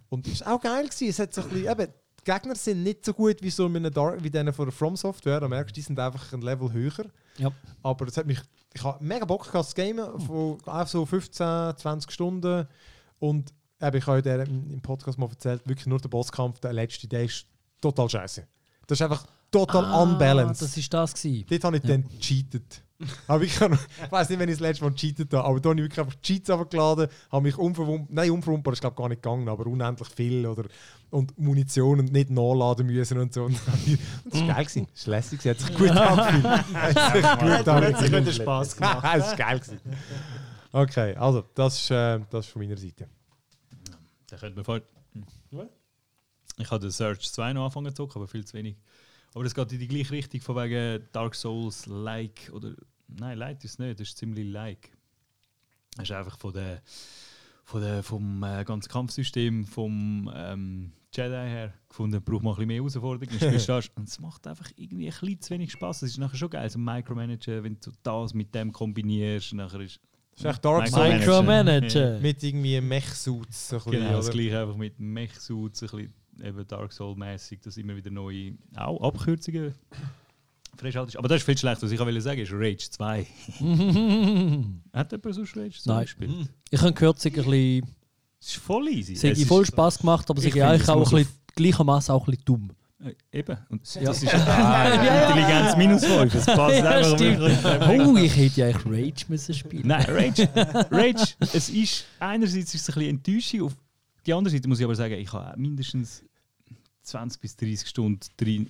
Speaker 1: Und es war auch geil. Gewesen. Es hat so ein bisschen, eben, die Gegner sind nicht so gut wie, so in einem Dark, wie denen von der From Software. Da merkst du, die sind einfach ein Level höher.
Speaker 3: Ja.
Speaker 1: Aber das hat mich, ich habe mega Bock gehabt zu gamen, ah, von auch so 15, 20 Stunden. Und eben, ich habe ja der im im Podcast mal erzählt, wirklich nur der Bosskampf, der letzte, der ist total scheiße. Das ist einfach total
Speaker 3: Ah,
Speaker 1: unbalanced.
Speaker 3: Das ist das gewesen.
Speaker 1: Dort habe ich
Speaker 3: Ja.
Speaker 1: dann gecheatet. Aber ich, kann, ich weiß nicht, wenn ich das letzte Mal gecheatet habe, aber da habe ich wirklich einfach Cheats runtergeladen, habe mich umverwundbar, nein, umverwundbar ist glaube ich gar nicht gegangen, aber unendlich viel oder, und Munition und nicht nachladen müssen und so. Und das war geil, gewesen. das war lässig, gewesen, hat sich gut angefühlt. Hat sich gut
Speaker 6: Da hat sich
Speaker 1: angefühlt.
Speaker 6: wieder Spass gemacht.
Speaker 1: das war geil. Gewesen. Okay, also das ist, äh, das ist von meiner Seite.
Speaker 2: Der könnte mir vor. Ich habe den Search 2 noch angefangen zu zocken, aber viel zu wenig. Aber es geht in die gleiche Richtung von wegen Dark Souls like oder nein, light ist es nicht, das ist ziemlich like. Das ist einfach von der, von der vom äh, ganzen Kampfsystem vom ähm, Jedi her gefunden, braucht man ein bisschen mehr Herausforderung. Dann spielst du das Und es macht einfach irgendwie ein bisschen zu wenig Spaß. Es ist nachher schon geil, so Micromanager, wenn du das mit dem kombinierst, nachher ist
Speaker 1: Das ist echt Dark Souls
Speaker 2: Micromanager.
Speaker 3: Micromanager.
Speaker 1: mit irgendwie Mech-Suits. so ein bisschen,
Speaker 2: Genau, das
Speaker 1: oder?
Speaker 2: gleiche einfach mit Mech-Suits, ein bisschen eben Dark Soul-mäßig, dass immer wieder neue auch Abkürzungen freischaltest. Aber das ist viel schlechter. Was ich auch wollte sagen ist Rage 2. Hat jemand sonst Rage 2
Speaker 3: Nein.
Speaker 2: gespielt?
Speaker 3: Ich habe gehört, es sei ein bisschen,
Speaker 2: Es ist voll easy.
Speaker 3: es hätte
Speaker 2: Es ist-
Speaker 3: voll Spass gemacht, aber es
Speaker 2: Ich
Speaker 3: sei
Speaker 2: finde,
Speaker 3: eigentlich
Speaker 2: es
Speaker 3: auch
Speaker 2: muss
Speaker 3: ein bisschen, gleichermaßen auch ein bisschen dumm.
Speaker 2: Äh, Eben. Und
Speaker 3: Ja.
Speaker 2: das ist ah, Intelligenz minus 5. Es passt
Speaker 3: Ja,
Speaker 2: einfach
Speaker 3: stimmt.
Speaker 2: wirklich perfekt.
Speaker 3: Oh, ich hätte ja eigentlich Rage müssen spielen.
Speaker 2: Nein, Rage. Rage, es ist, einerseits ist es ein bisschen Enttäuschung, auf die andere Seite muss ich aber sagen, ich habe auch mindestens 20 bis 30 Stunden drin,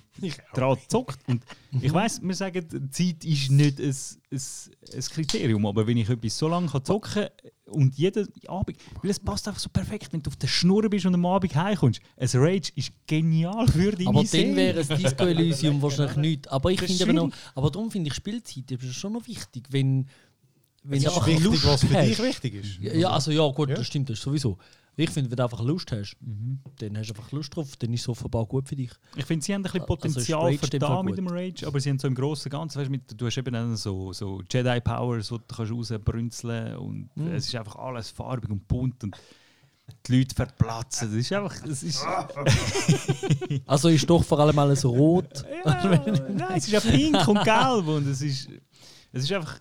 Speaker 2: dran gezockt. Und ich weiss, wir sagen, die Zeit ist nicht ein, ein, ein Kriterium, aber wenn ich etwas so lange kann zocken kann und jeden Abend, weil es passt einfach so perfekt, wenn du auf der Schnur bist und am Abend heimkommst. Ein Rage ist genial für deine
Speaker 3: Aber
Speaker 2: Seele.
Speaker 3: dann wäre es Disco Elysium wahrscheinlich nicht. Aber ich
Speaker 2: Das
Speaker 3: finde eben noch,
Speaker 2: stimmt.
Speaker 3: aber darum finde ich Spielzeit ist schon noch wichtig, wenn wenn
Speaker 1: Es
Speaker 3: du
Speaker 1: ist
Speaker 3: einfach
Speaker 1: wichtig,
Speaker 3: Lust
Speaker 1: was für
Speaker 3: hast.
Speaker 1: dich wichtig ist.
Speaker 3: Ja, ja, also ja, gut,
Speaker 1: Ja.
Speaker 3: das stimmt, das ist sowieso. Ich finde, wenn du einfach Lust hast,
Speaker 2: Mhm.
Speaker 3: dann hast du einfach Lust drauf, dann ist es offenbar gut für dich.
Speaker 2: Ich finde, sie haben ein bisschen
Speaker 3: Also ist
Speaker 2: Potenzial
Speaker 3: Rage in dem Fall
Speaker 2: vertan
Speaker 3: gut.
Speaker 2: mit dem Rage, aber sie haben so im Großen und Ganzen, weißt, du, mit, du hast eben dann so, so Jedi-Powers, wo du kannst rausbrünzeln und es ist einfach alles farbig und bunt und die Leute verplatzen. Das ist einfach, es ist,
Speaker 3: Also ist doch vor allem alles rot.
Speaker 2: ja, nein, es ist ja pink und gelb und es ist, es ist einfach,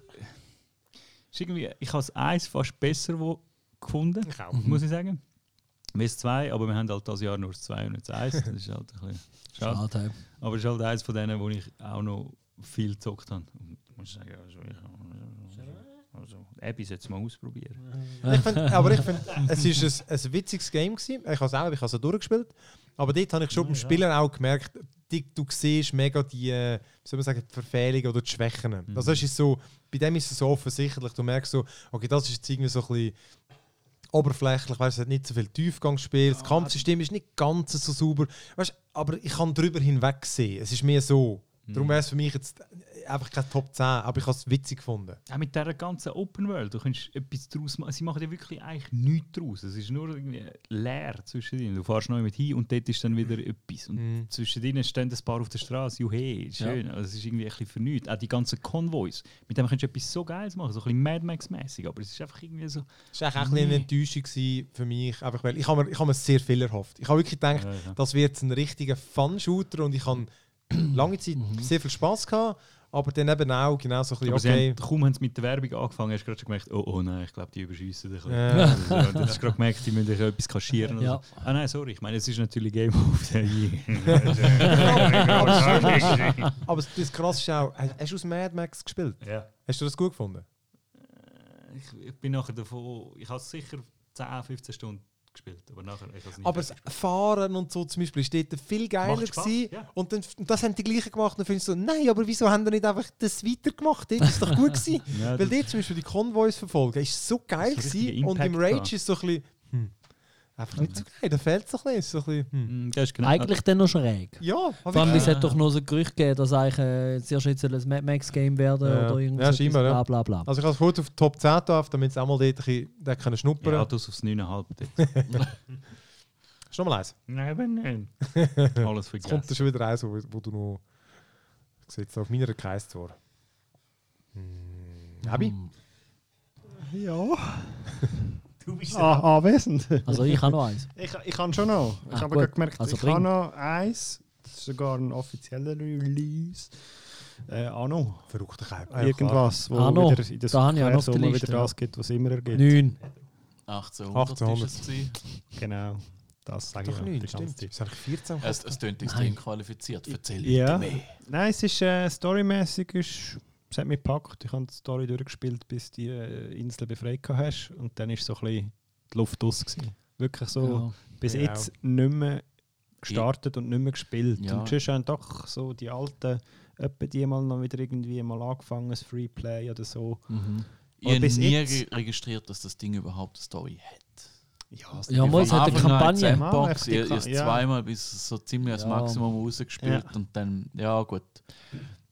Speaker 2: es ist irgendwie, ich habe es eins fast besser wo, gefunden,
Speaker 1: Ich auch.
Speaker 2: muss ich sagen. Wir haben zwei, aber wir haben halt das Jahr nur das zwei und nicht das eins. Das ist halt ein bisschen schade.
Speaker 3: Schade.
Speaker 2: Aber es ist halt eines von denen, wo ich auch noch viel gezockt habe. Und ich muss sagen, also ich also, Abis jetzt mal ausprobieren.
Speaker 1: Ich find, aber ich finde, es ist ein, ein witziges Game. Gewesen. Ich habe es auch, ich habe es auch durchgespielt. Aber dort habe ich schon beim Spielen auch gemerkt, die, du siehst mega die, äh, wie soll man sagen, die Verfehlungen oder die Schwächen. Also es ist so, bei dem ist es so offensichtlich. Du merkst so, okay, das ist jetzt irgendwie so ein bisschen oberflächlich, weißt, es hat nicht so viel Tiefgangsspiel, das Kampfsystem ist nicht ganz so sauber. Weißt, aber ich kann darüber hinweg sehen. Es ist mehr so.
Speaker 2: Mhm.
Speaker 1: Darum wäre es für mich jetzt einfach kein Top 10, aber ich habe es witzig gefunden.
Speaker 2: Auch mit dieser ganzen Open World, du kannst etwas draus machen. Sie machen ja wirklich eigentlich nichts draus. Es ist nur irgendwie leer zwischendrin. Du fährst neu mit hin und dort ist dann wieder etwas. Und
Speaker 1: Mhm.
Speaker 2: zwischendrin stehen ein paar auf der Straße. Juhe, schön. Also es ist irgendwie ein bisschen für nichts. Auch die ganzen Konvois. Mit dem kannst du etwas so Geiles machen, so ein bisschen Mad Max-mäßig. Aber es ist einfach irgendwie so.
Speaker 1: Es war eigentlich auch ein bisschen eine Enttäuschung gewesen für mich, einfach weil ich habe mir, ich habe mir sehr viel erhofft. Ich habe wirklich gedacht,
Speaker 2: Ja, ja.
Speaker 1: das wird jetzt ein richtiger Fun-Shooter und ich habe lange Zeit sehr viel Spaß gehabt, aber dann eben auch genau so ein bisschen,
Speaker 2: Mhm. Aber sie
Speaker 1: okay,
Speaker 2: haben, kaum haben sie mit der Werbung angefangen, hast du gerade schon gemerkt, oh, oh nein, ich glaube, die überschiessen dich.
Speaker 1: Ja.
Speaker 2: Also, du hast gerade gemerkt, die müssen dich etwas kaschieren.
Speaker 3: Ja.
Speaker 2: Oder so. Ah nein, sorry, ich meine, es ist natürlich Game of the Year.
Speaker 1: aber das Krasse ist auch, hast hast du aus Mad Max gespielt?
Speaker 2: ja.
Speaker 1: Hast du das gut gefunden?
Speaker 2: ich, ich bin nachher davon, ich habe sicher 10, 15 Stunden gespielt, aber nachher, ich habe es nicht
Speaker 1: Aber das Fahren und so zum Beispiel ist dort viel geiler
Speaker 2: Macht Spaß,
Speaker 1: gewesen.
Speaker 2: ja.
Speaker 1: Und dann, und das haben die gleichen gemacht. Und dann findest du so, nein, aber wieso haben die nicht einfach das weitergemacht? Dort ist doch gut gewesen.
Speaker 2: Ja, dus-
Speaker 1: Weil
Speaker 2: das-
Speaker 1: dort zum Beispiel die Konvois verfolgen, ist so geil
Speaker 2: Das ist
Speaker 1: gewesen.
Speaker 2: richtiger
Speaker 1: Und im
Speaker 2: Impact
Speaker 1: Rage
Speaker 2: da.
Speaker 1: ist so ein bisschen, hm, einfach nicht so geil. Da fehlt es ein bisschen. Ist So ein bisschen hm.
Speaker 2: Mm, das ist genau,
Speaker 3: Eigentlich dann noch schräg.
Speaker 1: Ja,
Speaker 3: Vor allem,
Speaker 1: aber
Speaker 3: es hat doch noch so ein Gerücht gegeben, dass eigentlich äh, zuerst jetzt soll ein Mad Max Game werden
Speaker 1: Ja.
Speaker 3: oder
Speaker 1: Ja,
Speaker 3: irgendwas.
Speaker 1: scheinbar, ja.
Speaker 3: bla bla bla.
Speaker 1: Also ich habe es kurz auf die Top 10 getan, damit es auch mal dort ein bisschen dort können schnuppern
Speaker 2: ja,
Speaker 1: können.
Speaker 2: das aufs 9,5.
Speaker 1: Ist noch mal eins.
Speaker 2: nein, aber nein. Alles
Speaker 1: Jetzt kommt da
Speaker 2: vergessen.
Speaker 1: schon wieder eins, wo, wo du noch... Ich sehe jetzt auf meiner Kreistor. Hm, Abi?
Speaker 6: Ja,
Speaker 2: Du bist
Speaker 6: ah, anwesend.
Speaker 3: Also ich habe noch eins.
Speaker 6: Ich, ich kann schon noch. Ich
Speaker 3: Ah,
Speaker 6: habe
Speaker 3: gut.
Speaker 6: gerade gemerkt,
Speaker 3: Also
Speaker 6: ich
Speaker 3: bring.
Speaker 6: habe noch eins. Das ist sogar ein offizieller Release. Äh, auch noch.
Speaker 1: Verrückter Kerl. Ah, ja, klar.
Speaker 6: Äh, Irgendwas, wo
Speaker 3: Ah, noch.
Speaker 6: wieder in der
Speaker 3: Da habe ich auch noch auf der
Speaker 6: Sommer
Speaker 3: Liste,
Speaker 6: wieder das gibt, was immer er gibt.
Speaker 3: Neun.
Speaker 4: 1800,
Speaker 1: 1800.
Speaker 4: ist es. gewesen.
Speaker 6: Genau. Das sage ich
Speaker 1: Doch
Speaker 6: auch die
Speaker 1: nicht,
Speaker 6: ganze
Speaker 1: stimmt.
Speaker 6: Zeit.
Speaker 1: Ist eigentlich 14
Speaker 4: Es, es klingt extrem qualifiziert. Erzähl ich
Speaker 6: Ja.
Speaker 4: dir mehr.
Speaker 6: Nein, es ist äh, storymäßig, ist- es hat mich gepackt. Ich habe die Story durchgespielt, bis die äh, Insel befreit gehabt hast. Und dann war so ein bisschen die Luft aus. Gewesen. Wirklich so.
Speaker 3: Ja.
Speaker 6: bis
Speaker 1: Ja.
Speaker 6: jetzt nicht mehr gestartet und nicht mehr gespielt.
Speaker 4: Ja.
Speaker 6: Und sonst haben doch so die alten, etwa die mal noch wieder irgendwie mal angefangen, das Freeplay oder so.
Speaker 3: Mhm.
Speaker 4: Ich habe
Speaker 6: bis
Speaker 4: nie
Speaker 6: jetzt-
Speaker 4: re- registriert, dass das Ding überhaupt eine Story hat.
Speaker 6: Ja,
Speaker 3: Ja, mal, es
Speaker 4: Am
Speaker 3: hat halt eine
Speaker 4: Anfang noch
Speaker 3: Kampagne.
Speaker 4: Sandbox,
Speaker 6: Ja,
Speaker 4: ich
Speaker 6: echt, die
Speaker 4: habe es
Speaker 6: Ka- ja.
Speaker 4: zweimal bis so ziemlich das
Speaker 3: Ja.
Speaker 4: Maximum rausgespielt
Speaker 6: Ja.
Speaker 4: und dann, ja gut.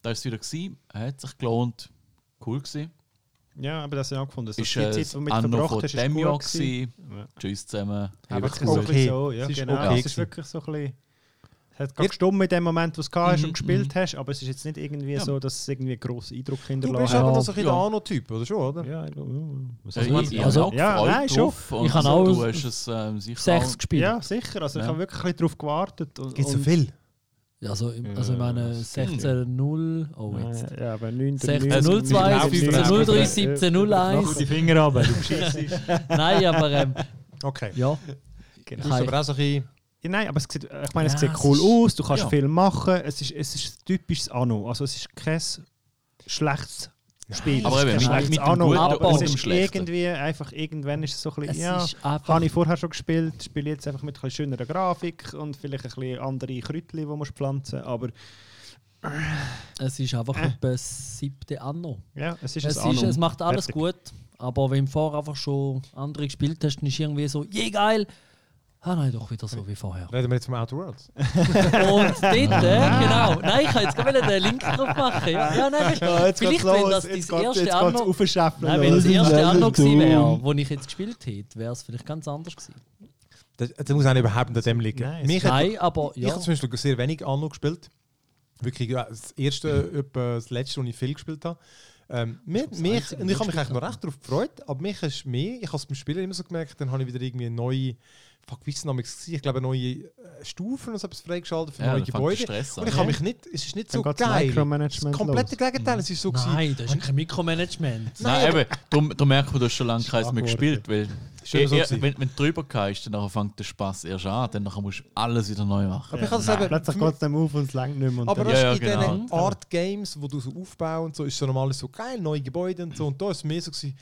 Speaker 4: Da ist es wieder gewesen, hat sich gelohnt, cool gewesen.
Speaker 6: ja, aber das habe ich auch gefunden. So
Speaker 4: ist
Speaker 6: die
Speaker 4: äh,
Speaker 6: Zeit, die du mit
Speaker 4: Anno von
Speaker 6: verbracht hast, ist
Speaker 4: dem Jahr
Speaker 6: gut gewesen.
Speaker 4: gewesen.
Speaker 6: Ja.
Speaker 4: Tschüss zusammen.
Speaker 1: Aber
Speaker 4: Habt
Speaker 1: es ist
Speaker 4: euch wohl.
Speaker 1: okay.
Speaker 6: So, ja,
Speaker 1: Es ist
Speaker 6: genau.
Speaker 1: okay
Speaker 6: Es ist
Speaker 1: gewesen.
Speaker 6: wirklich so ein bisschen hat gerade
Speaker 1: Ihr-
Speaker 6: gestummt in dem Moment, wo du es gehabt hast
Speaker 4: Mhm,
Speaker 6: und gespielt hast, aber es ist jetzt nicht irgendwie
Speaker 4: Ja.
Speaker 6: so, dass es irgendwie einen grossen
Speaker 1: Du
Speaker 6: Eindruck
Speaker 1: bist
Speaker 6: hinterlassen
Speaker 1: aber
Speaker 3: Ja.
Speaker 1: noch so ein bisschen
Speaker 4: Ja.
Speaker 1: der Anno-Typ, oder schon, oder?
Speaker 6: Ja, ich glaube, ja.
Speaker 4: Also,
Speaker 3: also-
Speaker 4: ich also,
Speaker 6: Ja, nein, schon.
Speaker 4: Und
Speaker 3: Ich habe auch
Speaker 4: du hast es ähm, sicher
Speaker 3: Sechs gespielt.
Speaker 6: ja, sicher. Also ich
Speaker 4: Ja.
Speaker 6: habe wirklich ein bisschen darauf gewartet. und-
Speaker 1: Gibt es so
Speaker 6: und-
Speaker 1: viel?
Speaker 3: Also, im- also ich meine 16-0. Oh, jetzt.
Speaker 6: Äh, Ja, Genau, aber 9,
Speaker 3: 16 02, 15 03, 17 01.
Speaker 6: die Finger runter, du beschissest.
Speaker 3: Nein, aber ähm,
Speaker 1: Okay.
Speaker 3: ja.
Speaker 6: Genau.
Speaker 1: Du bist aber auch so ein bisschen...
Speaker 6: Ja, Nein, aber es sieht, äh, ich meine,
Speaker 3: Ja,
Speaker 6: es sieht
Speaker 3: es
Speaker 6: cool
Speaker 3: ist-
Speaker 6: aus, du kannst
Speaker 4: ja.
Speaker 6: viel machen, es ist, es ist ein typisches Anno. Also es ist kein schlechtes Spiel.
Speaker 4: Aber
Speaker 6: es ist
Speaker 4: eben,
Speaker 6: kein
Speaker 4: mit-
Speaker 6: schlechtes
Speaker 4: mit dem
Speaker 6: Anno,
Speaker 4: Guten
Speaker 6: aber
Speaker 3: und
Speaker 6: es
Speaker 4: dem
Speaker 6: ist
Speaker 4: Schlechten.
Speaker 6: irgendwie, einfach irgendwann ist es so ein bisschen,
Speaker 3: Es
Speaker 6: ja,
Speaker 3: ist einfach.
Speaker 6: habe ich vorher schon gespielt, spiele jetzt einfach mit ein bisschen schönerer Grafik und vielleicht ein bisschen andere Kräutchen, die man pflanzen muss, aber
Speaker 3: Es ist einfach etwa das siebte Anno.
Speaker 6: ja, es ist
Speaker 3: Es,
Speaker 6: ein
Speaker 3: ist,
Speaker 6: Anno.
Speaker 3: es macht alles
Speaker 6: Fertig.
Speaker 3: gut, aber wenn du vorher einfach schon andere gespielt hast, dann ist irgendwie so, je geil! Ah nein, doch wieder so wie vorher.
Speaker 1: Reden wir jetzt vom Outer Worlds.
Speaker 3: Und dort, äh, genau. Nein, ich kann jetzt gar nicht den Link drauf machen. Ja, ja, nein,
Speaker 6: Ah. Ja, jetzt
Speaker 3: vielleicht,
Speaker 6: geht's los,
Speaker 3: wenn das
Speaker 6: jetzt
Speaker 3: dein
Speaker 6: geht's-
Speaker 3: erste
Speaker 6: jetzt geht's
Speaker 3: Anno...
Speaker 6: aufscheffeln
Speaker 3: Nein, wenn das
Speaker 6: los.
Speaker 3: erste Anno gewesen wäre,
Speaker 6: Dumm.
Speaker 3: wo ich jetzt gespielt hätte, wäre es vielleicht ganz anders gewesen.
Speaker 1: Das, das muss auch nicht überhaupt nicht an dem liegen.
Speaker 6: Nein, es
Speaker 1: Mich hat,
Speaker 3: Nein, aber
Speaker 1: Ich
Speaker 3: ja.
Speaker 1: habe zum Beispiel sehr wenig Anno gespielt. Wirklich ja, das erste, etwa das letzte, was ich viel gespielt habe. Ähm, mir,
Speaker 3: Mhm. das
Speaker 1: mich,
Speaker 3: Einzige,
Speaker 1: und
Speaker 3: was
Speaker 1: ich habe mich
Speaker 3: ich
Speaker 1: eigentlich noch recht darauf gefreut, aber mich ist mehr, ich habe es beim Spielen immer so gemerkt, dann habe ich wieder irgendwie neue, fuck, wie ist es damals gewesen? ich glaube neue äh, Stufen und so etwas freigeschaltet für
Speaker 4: Ja,
Speaker 1: neue
Speaker 4: dann fängt der
Speaker 1: Gebäude.
Speaker 4: Stress
Speaker 1: Und
Speaker 4: an.
Speaker 1: ich habe mich nicht, es ist nicht so
Speaker 6: Dann geht's
Speaker 1: geil. Das
Speaker 6: Micromanagement
Speaker 1: komplette Gegenteil, es ist so gewesen,
Speaker 3: Nein, das ist kein Mikromanagement.
Speaker 4: Nein, eben, darum, darum merkt man, du hast schon lange keins mehr gespielt, weil
Speaker 1: Schön,
Speaker 4: eh-
Speaker 1: so
Speaker 4: eh-
Speaker 1: gewesen.
Speaker 4: wenn, wenn du drüber gehst, dann nachher fängt der Spaß erst an, dann nachher musst du alles wieder neu machen.
Speaker 1: aber ich habe das eben,
Speaker 6: Plötzlich
Speaker 1: für
Speaker 6: geht es dem auf und es längt nicht mehr. und
Speaker 1: Aber
Speaker 6: dann-
Speaker 1: das
Speaker 4: Ja,
Speaker 1: in
Speaker 4: ja, genau.
Speaker 1: diesen Art Games, wo du so aufbaust und so, ist so normal so geil, neue Gebäude und so. Und da ist es mehr so, gewesen,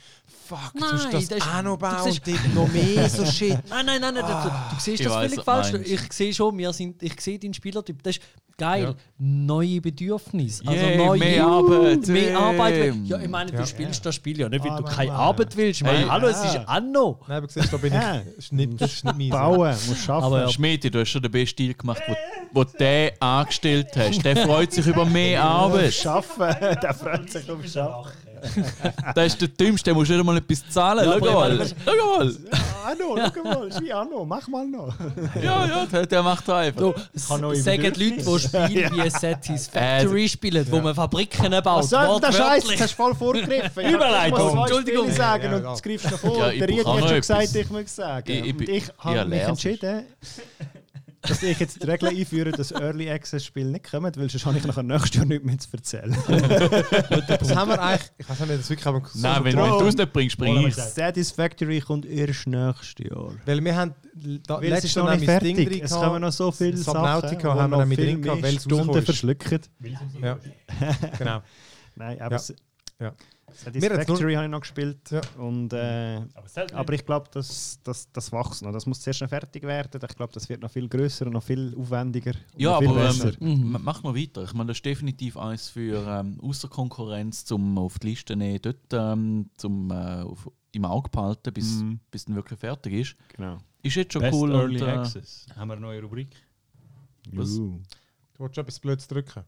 Speaker 1: fuck, jetzt musst du
Speaker 3: Nein,
Speaker 1: das,
Speaker 3: das ist-
Speaker 1: auch noch bauen
Speaker 3: du siehst-
Speaker 1: und dort noch mehr so Shit.
Speaker 3: Nein, nein, nein, nein du, du siehst
Speaker 4: Ich
Speaker 3: das
Speaker 4: weiss,
Speaker 3: völlig
Speaker 4: was
Speaker 3: falsch.
Speaker 4: du meinst.
Speaker 3: Ich sehe schon, wir sind, ich sehe deinen Spielertyp. Das ist geil.
Speaker 1: Ja.
Speaker 3: Neue Bedürfnisse. Also
Speaker 4: Yay,
Speaker 3: neue,
Speaker 4: mehr Arbeit.
Speaker 3: Mehr Arbeit.
Speaker 4: Yay.
Speaker 3: Ja, ich meine, du
Speaker 1: Ja.
Speaker 3: spielst das Spiel ja nicht, weil
Speaker 6: Ah,
Speaker 3: du
Speaker 6: nein,
Speaker 3: keine
Speaker 6: nein.
Speaker 3: Arbeit willst. Ich meine,
Speaker 4: Hey,
Speaker 3: hallo, es
Speaker 6: ja.
Speaker 3: ist Anno.
Speaker 1: Nein, aber siehst, du, da bin
Speaker 6: Ja.
Speaker 1: ich. Das ist nicht, das ist nicht mein
Speaker 6: bauen, musst schaffen.
Speaker 3: Aber ja.
Speaker 4: Schmiede, du hast schon den besten Deal gemacht, wo, wo du den angestellt hast. Der freut sich über mehr Arbeit.
Speaker 6: Schaffen, der freut sich um Schaffen.
Speaker 4: Der ist der Dümmste, der muss nicht einmal etwas zahlen.
Speaker 3: Ja,
Speaker 4: Schau
Speaker 3: aber ich
Speaker 4: mal,
Speaker 3: meine-
Speaker 4: schau mal.
Speaker 6: Anno, schau mal, ist wie Anno, mach mal noch.
Speaker 4: Halt, Ja, ja, der, der macht einfach.
Speaker 3: Du,
Speaker 6: habe neue
Speaker 3: sagen die Leute, die spielen wie
Speaker 4: Äh,
Speaker 3: Satisfactory spielen, wo man Fabriken baut.
Speaker 6: Was soll denn der Scheiß?
Speaker 3: wortwörtlich.
Speaker 6: Das hast du voll vorgegriffen.
Speaker 3: Überleitung.
Speaker 6: Ich muss zwei
Speaker 3: Entschuldigung.
Speaker 6: Spiele sagen
Speaker 1: Ja,
Speaker 6: und
Speaker 1: ja.
Speaker 6: du greifst noch vor.
Speaker 4: Ja, ich
Speaker 6: der Ried
Speaker 4: brauche
Speaker 6: hat
Speaker 4: auch
Speaker 6: schon
Speaker 4: noch
Speaker 6: gesagt,
Speaker 4: etwas.
Speaker 6: ich muss sagen.
Speaker 4: Ich- ich
Speaker 6: Und
Speaker 4: bin-
Speaker 6: ich
Speaker 4: ja,
Speaker 6: habe mich
Speaker 4: Lehrer.
Speaker 6: entschieden, dass ich jetzt die Regeln einführe, dass Early Access Spiele nicht kommen, weil sonst habe ich nachher nächstes Jahr nichts mehr zu erzählen.
Speaker 1: Das haben wir eigentlich. Ich weiß nicht, ob das wirklich haben wir so
Speaker 4: Nein, wenn, wenn
Speaker 1: vertraut.
Speaker 4: du es nicht bringst, bring ich
Speaker 6: Satisfactory kommt erst nächstes Jahr.
Speaker 1: Weil wir haben da,
Speaker 6: Weil es
Speaker 1: letztes
Speaker 6: ist
Speaker 1: Jahr
Speaker 6: noch nicht
Speaker 1: nämlich das Ding
Speaker 6: fertig.
Speaker 1: drin
Speaker 6: Es kommen
Speaker 1: gehabt.
Speaker 6: noch so viele
Speaker 1: Subnautica haben
Speaker 6: Sachen,
Speaker 1: wir
Speaker 6: wo
Speaker 1: noch
Speaker 6: noch
Speaker 1: mit
Speaker 6: viel
Speaker 1: drin gehabt,
Speaker 6: mehr
Speaker 1: weil es rausgekommen
Speaker 6: Stunden
Speaker 1: ist.
Speaker 6: verschluckt.
Speaker 1: Ja. Genau.
Speaker 6: Nein, aber
Speaker 1: Ja.
Speaker 6: S-
Speaker 1: Ja.
Speaker 6: Satisfactory habe ich noch gespielt.
Speaker 1: Ja.
Speaker 6: Und, äh, aber ich glaube, das, das, das wächst noch. Das muss zuerst noch fertig werden. Ich glaube, das wird noch viel grösser und noch viel aufwendiger. und
Speaker 4: Ja,
Speaker 6: noch viel
Speaker 4: aber
Speaker 6: besser.
Speaker 4: ähm, ma- mach mal weiter. Ich meine, das ist definitiv eins für ähm, außer Konkurrenz, zum auf die Liste nehmen, dort ähm, zum, äh, auf, im Auge behalten, bis
Speaker 6: Mhm.
Speaker 4: bis dann wirklich fertig ist.
Speaker 6: genau.
Speaker 4: Ist jetzt schon
Speaker 2: Best
Speaker 4: cool.
Speaker 2: Early
Speaker 4: und, äh,
Speaker 2: Access. Haben wir eine neue Rubrik?
Speaker 4: Was?
Speaker 6: Juhu.
Speaker 1: Du wolltest etwas Blödes drücken.